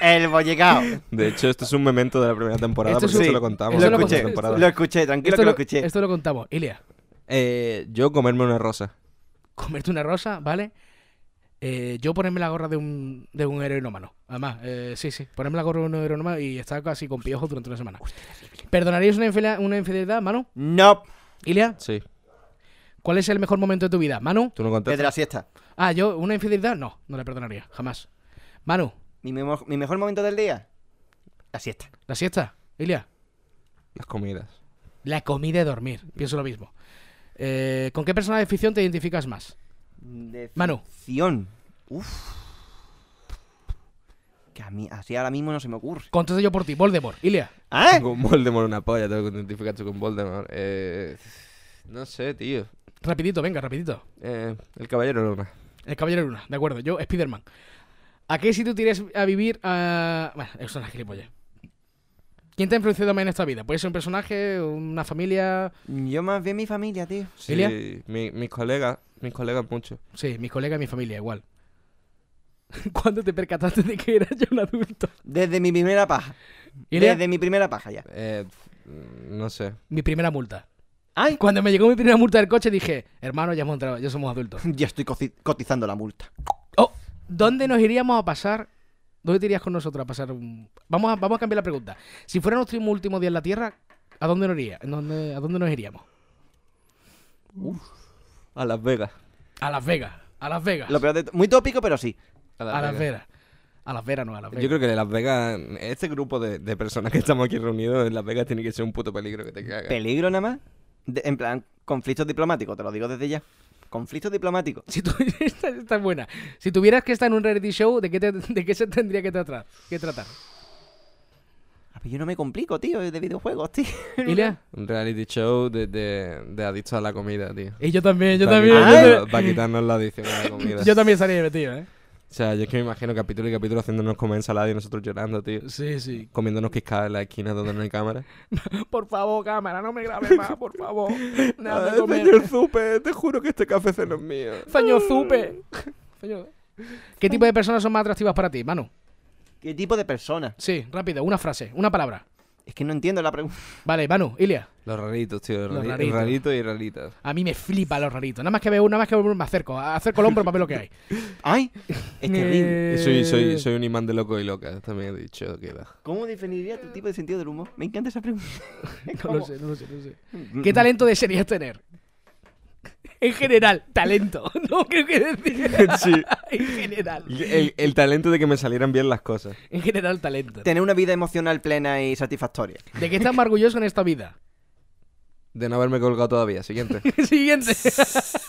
Speaker 4: el bollicao.
Speaker 5: De hecho, esto es un memento de la primera temporada,
Speaker 2: Esto
Speaker 5: porque
Speaker 2: es
Speaker 5: esto
Speaker 2: un-
Speaker 5: lo contamos.
Speaker 2: Vamos,
Speaker 4: lo
Speaker 5: en la
Speaker 4: escuché.
Speaker 5: primera temporada.
Speaker 4: Lo escuché, tranquilo que lo, escuché.
Speaker 2: esto lo contamos. Ilia,
Speaker 5: Eh, yo comerme una rosa.
Speaker 2: comerte una rosa, ¿vale? Eh, yo ponerme la gorra de un, de un heroinómano. Además, eh, sí, sí. Ponerme la gorra de un heroinómano y estar casi con piojos durante una semana. ¿Perdonarías una, infela- una infidelidad, Manu?
Speaker 4: No,
Speaker 2: Ilia,
Speaker 5: Sí.
Speaker 2: ¿cuál es el mejor momento de tu vida? Manu.
Speaker 5: ¿Tú no
Speaker 4: desde
Speaker 5: contestas?
Speaker 4: la siesta.
Speaker 2: Ah, yo, una infidelidad, no, no la perdonaría, jamás. Manu,
Speaker 4: Mi, memo- mi mejor momento del día. La siesta.
Speaker 2: la siesta. Ilia,
Speaker 5: Las comidas.
Speaker 2: la comida y dormir. Pienso lo mismo. Eh, ¿Con qué persona de ficción te identificas más? Manu.
Speaker 4: Definición. Uf. Que a mí, así ahora mismo no se me ocurre.
Speaker 2: Contesto yo por ti, Voldemort. Ilia,
Speaker 4: ¿Ah?
Speaker 5: Con Voldemort una polla, tengo que identificarte con Voldemort. Eh, no sé, tío.
Speaker 2: rapidito, venga, rapidito.
Speaker 5: Eh, el caballero luna.
Speaker 2: El Caballero de Luna, de acuerdo, yo, Spiderman. ¿A qué sitio te irías a vivir a. Bueno, eso es una gilipollas. ¿Quién te ha influenciado más en esta vida? ¿Puede ser un personaje, una familia?
Speaker 4: Yo más bien mi familia, tío.
Speaker 5: Sí,
Speaker 2: ¿Elia?
Speaker 5: mi- mis colegas, mis colegas mucho.
Speaker 2: Sí, mis colegas y mi familia, igual. ¿Cuándo te percataste de que eras ya un adulto?
Speaker 4: Desde mi primera paja.
Speaker 2: Ilia,
Speaker 4: Desde mi primera paja ya.
Speaker 5: Eh, pf, no sé.
Speaker 2: mi primera multa.
Speaker 4: ¡Ay!
Speaker 2: Cuando me llegó mi primera multa del coche dije, hermano, ya hemos entrado, ya somos adultos.
Speaker 4: Ya estoy coci- cotizando la multa.
Speaker 2: Oh, ¿Dónde nos iríamos a pasar? ¿Dónde te irías con nosotros a pasar? un- Vamos a, vamos a cambiar la pregunta. Si fuera nuestro último día en la Tierra, ¿a dónde nos, iría? ¿En dónde- ¿A dónde nos iríamos?
Speaker 5: A Las Vegas.
Speaker 2: A Las Vegas. A Las Vegas.
Speaker 4: Lo peor de t- muy tópico, pero sí.
Speaker 2: a Las Vegas. A Las Vegas, no, a Las Vegas.
Speaker 5: Yo creo que Las Vegas, este grupo de, de personas que estamos aquí reunidos en Las Vegas tiene que ser un puto peligro que te caga.
Speaker 4: Peligro nada más. De- en plan, conflictos diplomáticos, te lo digo desde ya. Conflictos diplomáticos.
Speaker 2: Si tu- esta, esta es buena. Si tuvieras que estar en un reality show, ¿de qué, te- de qué se tendría que tratar? ¿Qué tratar?
Speaker 4: Ah, pero Yo no me complico, tío, de videojuegos, tío.
Speaker 2: ¿Ilia?
Speaker 5: Un reality show de, de, de adictos a la comida, tío.
Speaker 2: Y yo también, yo
Speaker 5: Para
Speaker 2: también.
Speaker 5: quitarnos-
Speaker 2: Yo,
Speaker 5: Para quitarnos la adicción a la comida.
Speaker 2: ta- yo también estaría divertido, ¿eh?
Speaker 5: O sea, yo es que me imagino capítulo y capítulo haciéndonos comer ensalada y nosotros llorando, tío.
Speaker 2: Sí, sí.
Speaker 5: Comiéndonos quiscada en la esquina donde no hay cámara.
Speaker 2: Por favor, cámara, no me grabes más, por favor. Nada de
Speaker 5: Ay,
Speaker 2: comer.
Speaker 5: señor Zupe, te juro que este café no es mío.
Speaker 2: Señor Zupe. Señor- ¿Qué tipo de personas son más atractivas para ti, Manu?
Speaker 4: ¿Qué tipo de persona?
Speaker 2: Sí, rápido, una frase, una palabra.
Speaker 4: Es que no entiendo la pregunta.
Speaker 2: Vale, Manu, Ilia.
Speaker 5: Los raritos, tío.
Speaker 2: Los
Speaker 5: Los rari-
Speaker 2: raritos.
Speaker 5: raritos y raritas.
Speaker 2: A mí me flipa los raritos. Nada más que veo uno, nada más que veo uno, me acerco. Acerco el hombro para ver lo que hay.
Speaker 4: ¡Ay! Es terrible.
Speaker 2: Eh,
Speaker 5: Y soy, soy, soy un imán de loco y loca. También he dicho que va.
Speaker 4: ¿Cómo definirías tu tipo de sentido del humor? Me encanta esa pregunta.
Speaker 2: No
Speaker 4: ¿Cómo?
Speaker 2: lo sé, no lo sé, no lo sé. ¿Qué talento desearías tener? En general, talento. No creo que decir.
Speaker 5: Sí.
Speaker 2: En general.
Speaker 5: El, el talento de que me salieran bien las cosas.
Speaker 2: En general, talento.
Speaker 4: Tener una vida emocional plena y satisfactoria.
Speaker 2: ¿De qué estás más orgulloso en esta vida?
Speaker 5: De no haberme colgado todavía. Siguiente.
Speaker 2: Siguiente.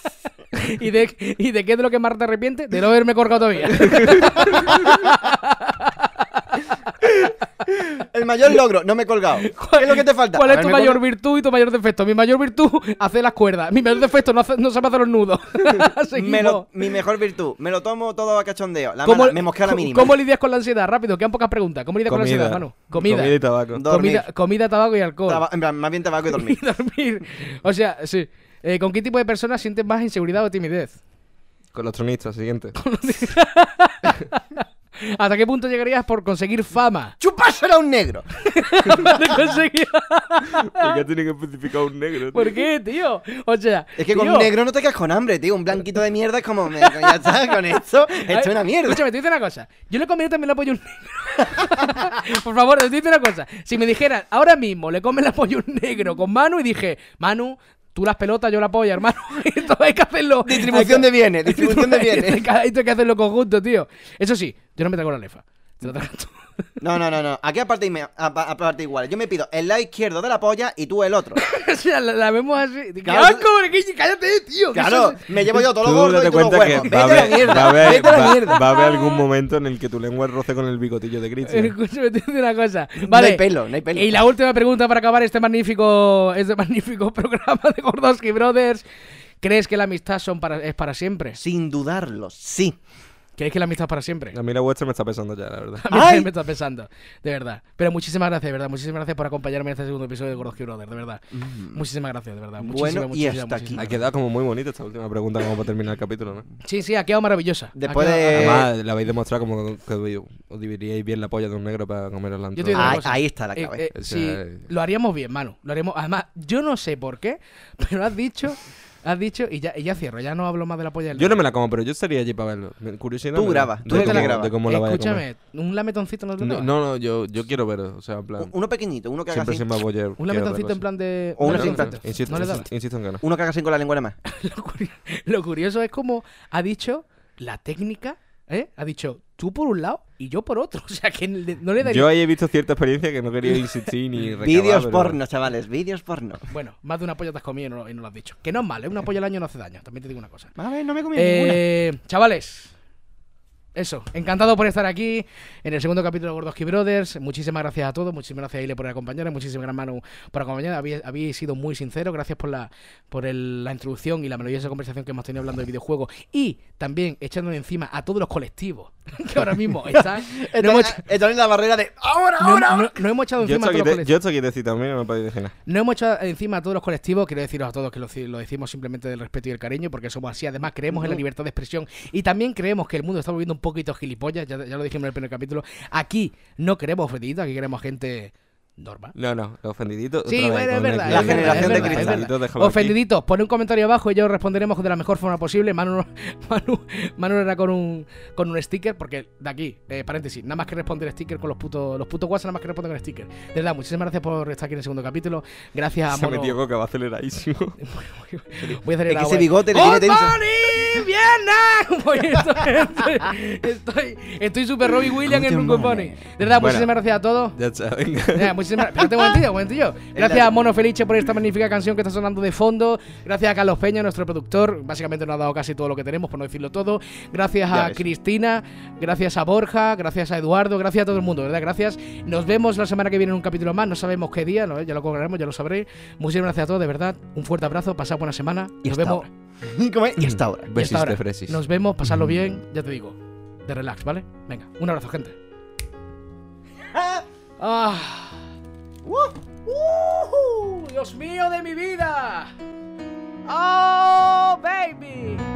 Speaker 2: ¿Y de, ¿Y de qué es de lo que más te arrepientes? De no haberme colgado todavía.
Speaker 4: El mayor logro, no me he colgado. ¿Qué es lo que te falta?
Speaker 2: ¿Cuál
Speaker 4: A
Speaker 2: es
Speaker 4: ver,
Speaker 2: tu
Speaker 4: me
Speaker 2: mayor
Speaker 4: colgo.
Speaker 2: virtud y tu mayor defecto? Mi mayor virtud hace las cuerdas. Mi mayor defecto no, hace, no sabe hacer los nudos.
Speaker 4: Me
Speaker 2: Seguimos.
Speaker 4: lo- mi mejor virtud, me lo tomo todo a cachondeo. La
Speaker 2: ¿Cómo,
Speaker 4: mala, me mosquea la
Speaker 2: cómo-
Speaker 4: mínima.
Speaker 2: ¿Cómo lidias con la ansiedad? Rápido, quedan pocas preguntas. ¿Cómo lidias con la ansiedad, Manu? Comida.
Speaker 5: Comida y tabaco.
Speaker 4: Dormir.
Speaker 2: Comida, comida, tabaco y alcohol.
Speaker 4: Traba- en plan, más bien tabaco y dormir.
Speaker 2: Y dormir. O sea, sí. Eh, ¿Con qué tipo de personas sientes más inseguridad o timidez?
Speaker 5: Con los tronistas, siguiente.
Speaker 2: ¿Hasta qué punto llegarías por conseguir fama?
Speaker 4: ¡Chupársela a un negro!
Speaker 2: ¿Por conseguir-
Speaker 5: ¿Por qué tiene que especificar un negro?
Speaker 2: ¿Por qué, tío? O sea,
Speaker 4: Es que con
Speaker 2: tío,
Speaker 4: un negro no te quedas con hambre, tío. Un blanquito de mierda es como. me- ya está, con esto. Esto es
Speaker 2: Ay,
Speaker 4: una mierda.
Speaker 2: Escúchame, te dice una cosa. Yo le comería también la pollo a un negro. Por favor, te dice una cosa. Si me dijeran, ahora mismo le comen la pollo a un negro con Manu y dije, Manu, tú las pelotas, yo la polla, hermano. Esto hay que hacerlo.
Speaker 4: Distribución de bienes, distribución de bienes.
Speaker 2: Esto hay que hacerlo conjunto, tío. Eso sí, yo no me traigo la lefa. Te la tragas tú.
Speaker 4: No, no, no, no. Aquí aparte, y me- a- a- aparte igual. Yo me pido el lado izquierdo de la polla y tú el otro.
Speaker 2: o sea, la, la vemos así. ¡Qué
Speaker 4: Claro,
Speaker 2: asco! que- ¡Cállate, tío! que
Speaker 4: Claro,
Speaker 2: eso es-
Speaker 4: me llevo yo todo lo
Speaker 5: Tú
Speaker 4: gordo
Speaker 5: date
Speaker 4: y tú los
Speaker 5: cuenta que
Speaker 4: huevos. Vete
Speaker 5: va a
Speaker 4: a la
Speaker 5: haber,
Speaker 4: mierda.
Speaker 5: va a haber,
Speaker 4: Vete a la
Speaker 5: va-
Speaker 4: mierda.
Speaker 5: va a haber algún momento en el que tu lengua roce con el bigotillo de Cristian.
Speaker 2: Escúchame, te dice una cosa. Vale.
Speaker 4: No hay pelo, no hay pelo.
Speaker 2: Y la última pregunta para acabar este magnífico, este magnífico programa de Gordowski Brothers. ¿Crees que la amistad son para, es para siempre?
Speaker 4: Sin dudarlo, sí.
Speaker 2: ¿Crees que la amistad es para siempre?
Speaker 5: A mí la vuestra me está pesando ya, la verdad.
Speaker 2: A mí
Speaker 4: ¡Ay!
Speaker 2: me está pensando, de verdad. Pero muchísimas gracias, de verdad. Muchísimas gracias por acompañarme en este segundo episodio de Gordowski Brothers, de verdad.
Speaker 5: Mm.
Speaker 2: Muchísimas gracias, de verdad. Muchísimas,
Speaker 4: Bueno, y
Speaker 2: muchísimas,
Speaker 4: hasta aquí.
Speaker 5: Ha
Speaker 2: muchísimas
Speaker 5: quedado como muy bonita esta última pregunta como para terminar el capítulo, ¿no?
Speaker 2: gracias. Sí, sí, ha quedado maravillosa. Ha
Speaker 4: Después
Speaker 2: quedado-
Speaker 4: de- Eh,
Speaker 5: Además, la habéis demostrado como que os dividiríais bien la polla de un negro para comer el
Speaker 2: Yo te digo
Speaker 5: antojo.
Speaker 2: una
Speaker 4: Ahí-
Speaker 2: cosa.
Speaker 4: ahí está la
Speaker 2: Eh,
Speaker 4: clave.
Speaker 2: eh,
Speaker 5: O
Speaker 2: sí,
Speaker 5: sea, eh.
Speaker 2: lo haríamos bien, mano. Lo haremos. Además, yo no sé por qué, pero has dicho, has dicho, y ya, y ya cierro, ya no hablo más de la polla del
Speaker 5: Yo no
Speaker 2: negro.
Speaker 5: me la como, pero yo estaría allí para verlo. Me- Curiosidad.
Speaker 4: Tú
Speaker 5: me da.
Speaker 4: grabas, tú
Speaker 5: de
Speaker 4: eres la
Speaker 5: cómo-
Speaker 4: que graba.
Speaker 5: de cómo la vaya a comer.
Speaker 2: Escúchame, un lametoncito no te lo
Speaker 5: No,
Speaker 2: tomas?
Speaker 5: no, no, yo, yo quiero ver, o sea, en plan.
Speaker 4: Uno pequeñito, uno que haga
Speaker 5: Siempre
Speaker 4: así.
Speaker 5: se me voy a.
Speaker 2: Un lametoncito en plan de.
Speaker 4: O
Speaker 2: un
Speaker 4: una
Speaker 5: no,
Speaker 4: cinta.
Speaker 5: no,
Speaker 2: lametoncito.
Speaker 5: insisto,
Speaker 2: No le dabas.
Speaker 5: insisto, insisto en que no.
Speaker 4: Uno que haga así con la lengua nada más.
Speaker 2: Lo, curi- lo curioso es como ha dicho la técnica, ¿eh? Ha dicho tú por un lado y yo por otro. O sea, que le- no le da
Speaker 5: Yo ahí he visto cierta experiencia que no quería insistir ni recabar,
Speaker 4: Vídeos
Speaker 5: pero-
Speaker 4: porno, chavales, vídeos porno.
Speaker 2: Bueno, más de una polla te has comido y no, y no lo has dicho. Que no es malo, ¿eh? una polla al año no hace daño. También te digo una cosa.
Speaker 4: A ver, no me he comido ninguna.
Speaker 2: Eh, chavales, eso, encantado por estar aquí en el segundo capítulo de Gordoski Brothers. Muchísimas gracias a todos, muchísimas gracias a Ile por acompañarnos, muchísimas gracias Manu por acompañarnos. Habéis, habéis sido muy sinceros, gracias por la por el- la introducción y la maravillosa conversación que hemos tenido hablando de videojuegos y también echándole encima a todos los colectivos que ahora mismo están.
Speaker 4: Están-
Speaker 2: no, hemos, ech-
Speaker 4: Están en la barrera de ahora,
Speaker 2: no-
Speaker 4: ahora.
Speaker 2: no- no hemos echado
Speaker 5: Yo
Speaker 2: encima a todos los
Speaker 5: esto quité-
Speaker 2: colectivos.
Speaker 5: yo esto quité decir también, no me podéis decir nada.
Speaker 2: No hemos echado encima a todos los colectivos, quiero deciros a todos que lo, ci- lo decimos simplemente del respeto y el cariño, porque somos así. Además, creemos en la libertad de expresión y también creemos que el mundo está volviendo un poquito gilipollas, ya, ya lo dijimos en el primer capítulo. Aquí no queremos ofendiditos, aquí queremos gente normal.
Speaker 5: No, no, los ofendiditos.
Speaker 2: Sí,
Speaker 5: otra vez,
Speaker 2: bueno, es
Speaker 5: con
Speaker 2: verdad.
Speaker 4: La
Speaker 2: es verdad,
Speaker 4: generación
Speaker 2: es
Speaker 4: de
Speaker 2: verdad,
Speaker 4: cristal.
Speaker 2: es verdad.
Speaker 5: Ofendiditos, déjalo aquí.
Speaker 2: Ofendiditos, pon un comentario abajo y yo responderemos de la mejor forma posible. Manu, Manu, Manu era con un, con un sticker, porque de aquí, eh, paréntesis, nada más que responder sticker con los putos, los putos WhatsApp, nada más que responder con sticker. De verdad, muchísimas gracias por estar aquí en el segundo capítulo. Gracias a
Speaker 5: Se
Speaker 2: Mono-
Speaker 5: metió coca, va aceleradísimo.
Speaker 2: Voy a hacer
Speaker 4: Es
Speaker 2: el
Speaker 4: que ese
Speaker 2: agua.
Speaker 4: bigote le tiene
Speaker 2: ¡Oh,
Speaker 4: tenso!
Speaker 2: Bonnie! ¡Viena! Voy, estoy- estoy estoy super Robbie Williams en Rungo Pony. De verdad,
Speaker 5: Bueno.
Speaker 2: muchísimas gracias a todos.
Speaker 5: Ya está, venga.
Speaker 2: Eh, muchísimas gracias. un momentillo, un momentillo. Gracias a Mono Felice por esta magnífica canción que está sonando de fondo. Gracias a Carlos Peña, nuestro productor. Básicamente nos ha dado casi todo lo que tenemos, por no decirlo todo. Gracias
Speaker 4: Ya
Speaker 2: a
Speaker 4: ves.
Speaker 2: Cristina, gracias a Borja, gracias a Eduardo, gracias a todo el mundo, ¿verdad? Gracias. Nos vemos la semana que viene en un capítulo más. No sabemos qué día, ¿no? ya lo cobraremos, ya lo sabréis. Muchísimas gracias a todos, de verdad. Un fuerte abrazo, pasad buena semana.
Speaker 4: Y
Speaker 2: nos
Speaker 4: hasta
Speaker 2: vemos.
Speaker 4: ahora. ¿Cómo es? Y hasta ahora.
Speaker 2: y hasta
Speaker 5: Besis
Speaker 2: ahora.
Speaker 5: de fresis.
Speaker 2: Nos vemos, pasadlo bien, ya te digo. De relax, ¿vale? Venga, un abrazo, gente. Ah. ¡Ujú! ¡Dios mío de mi vida! ¡Oh, baby!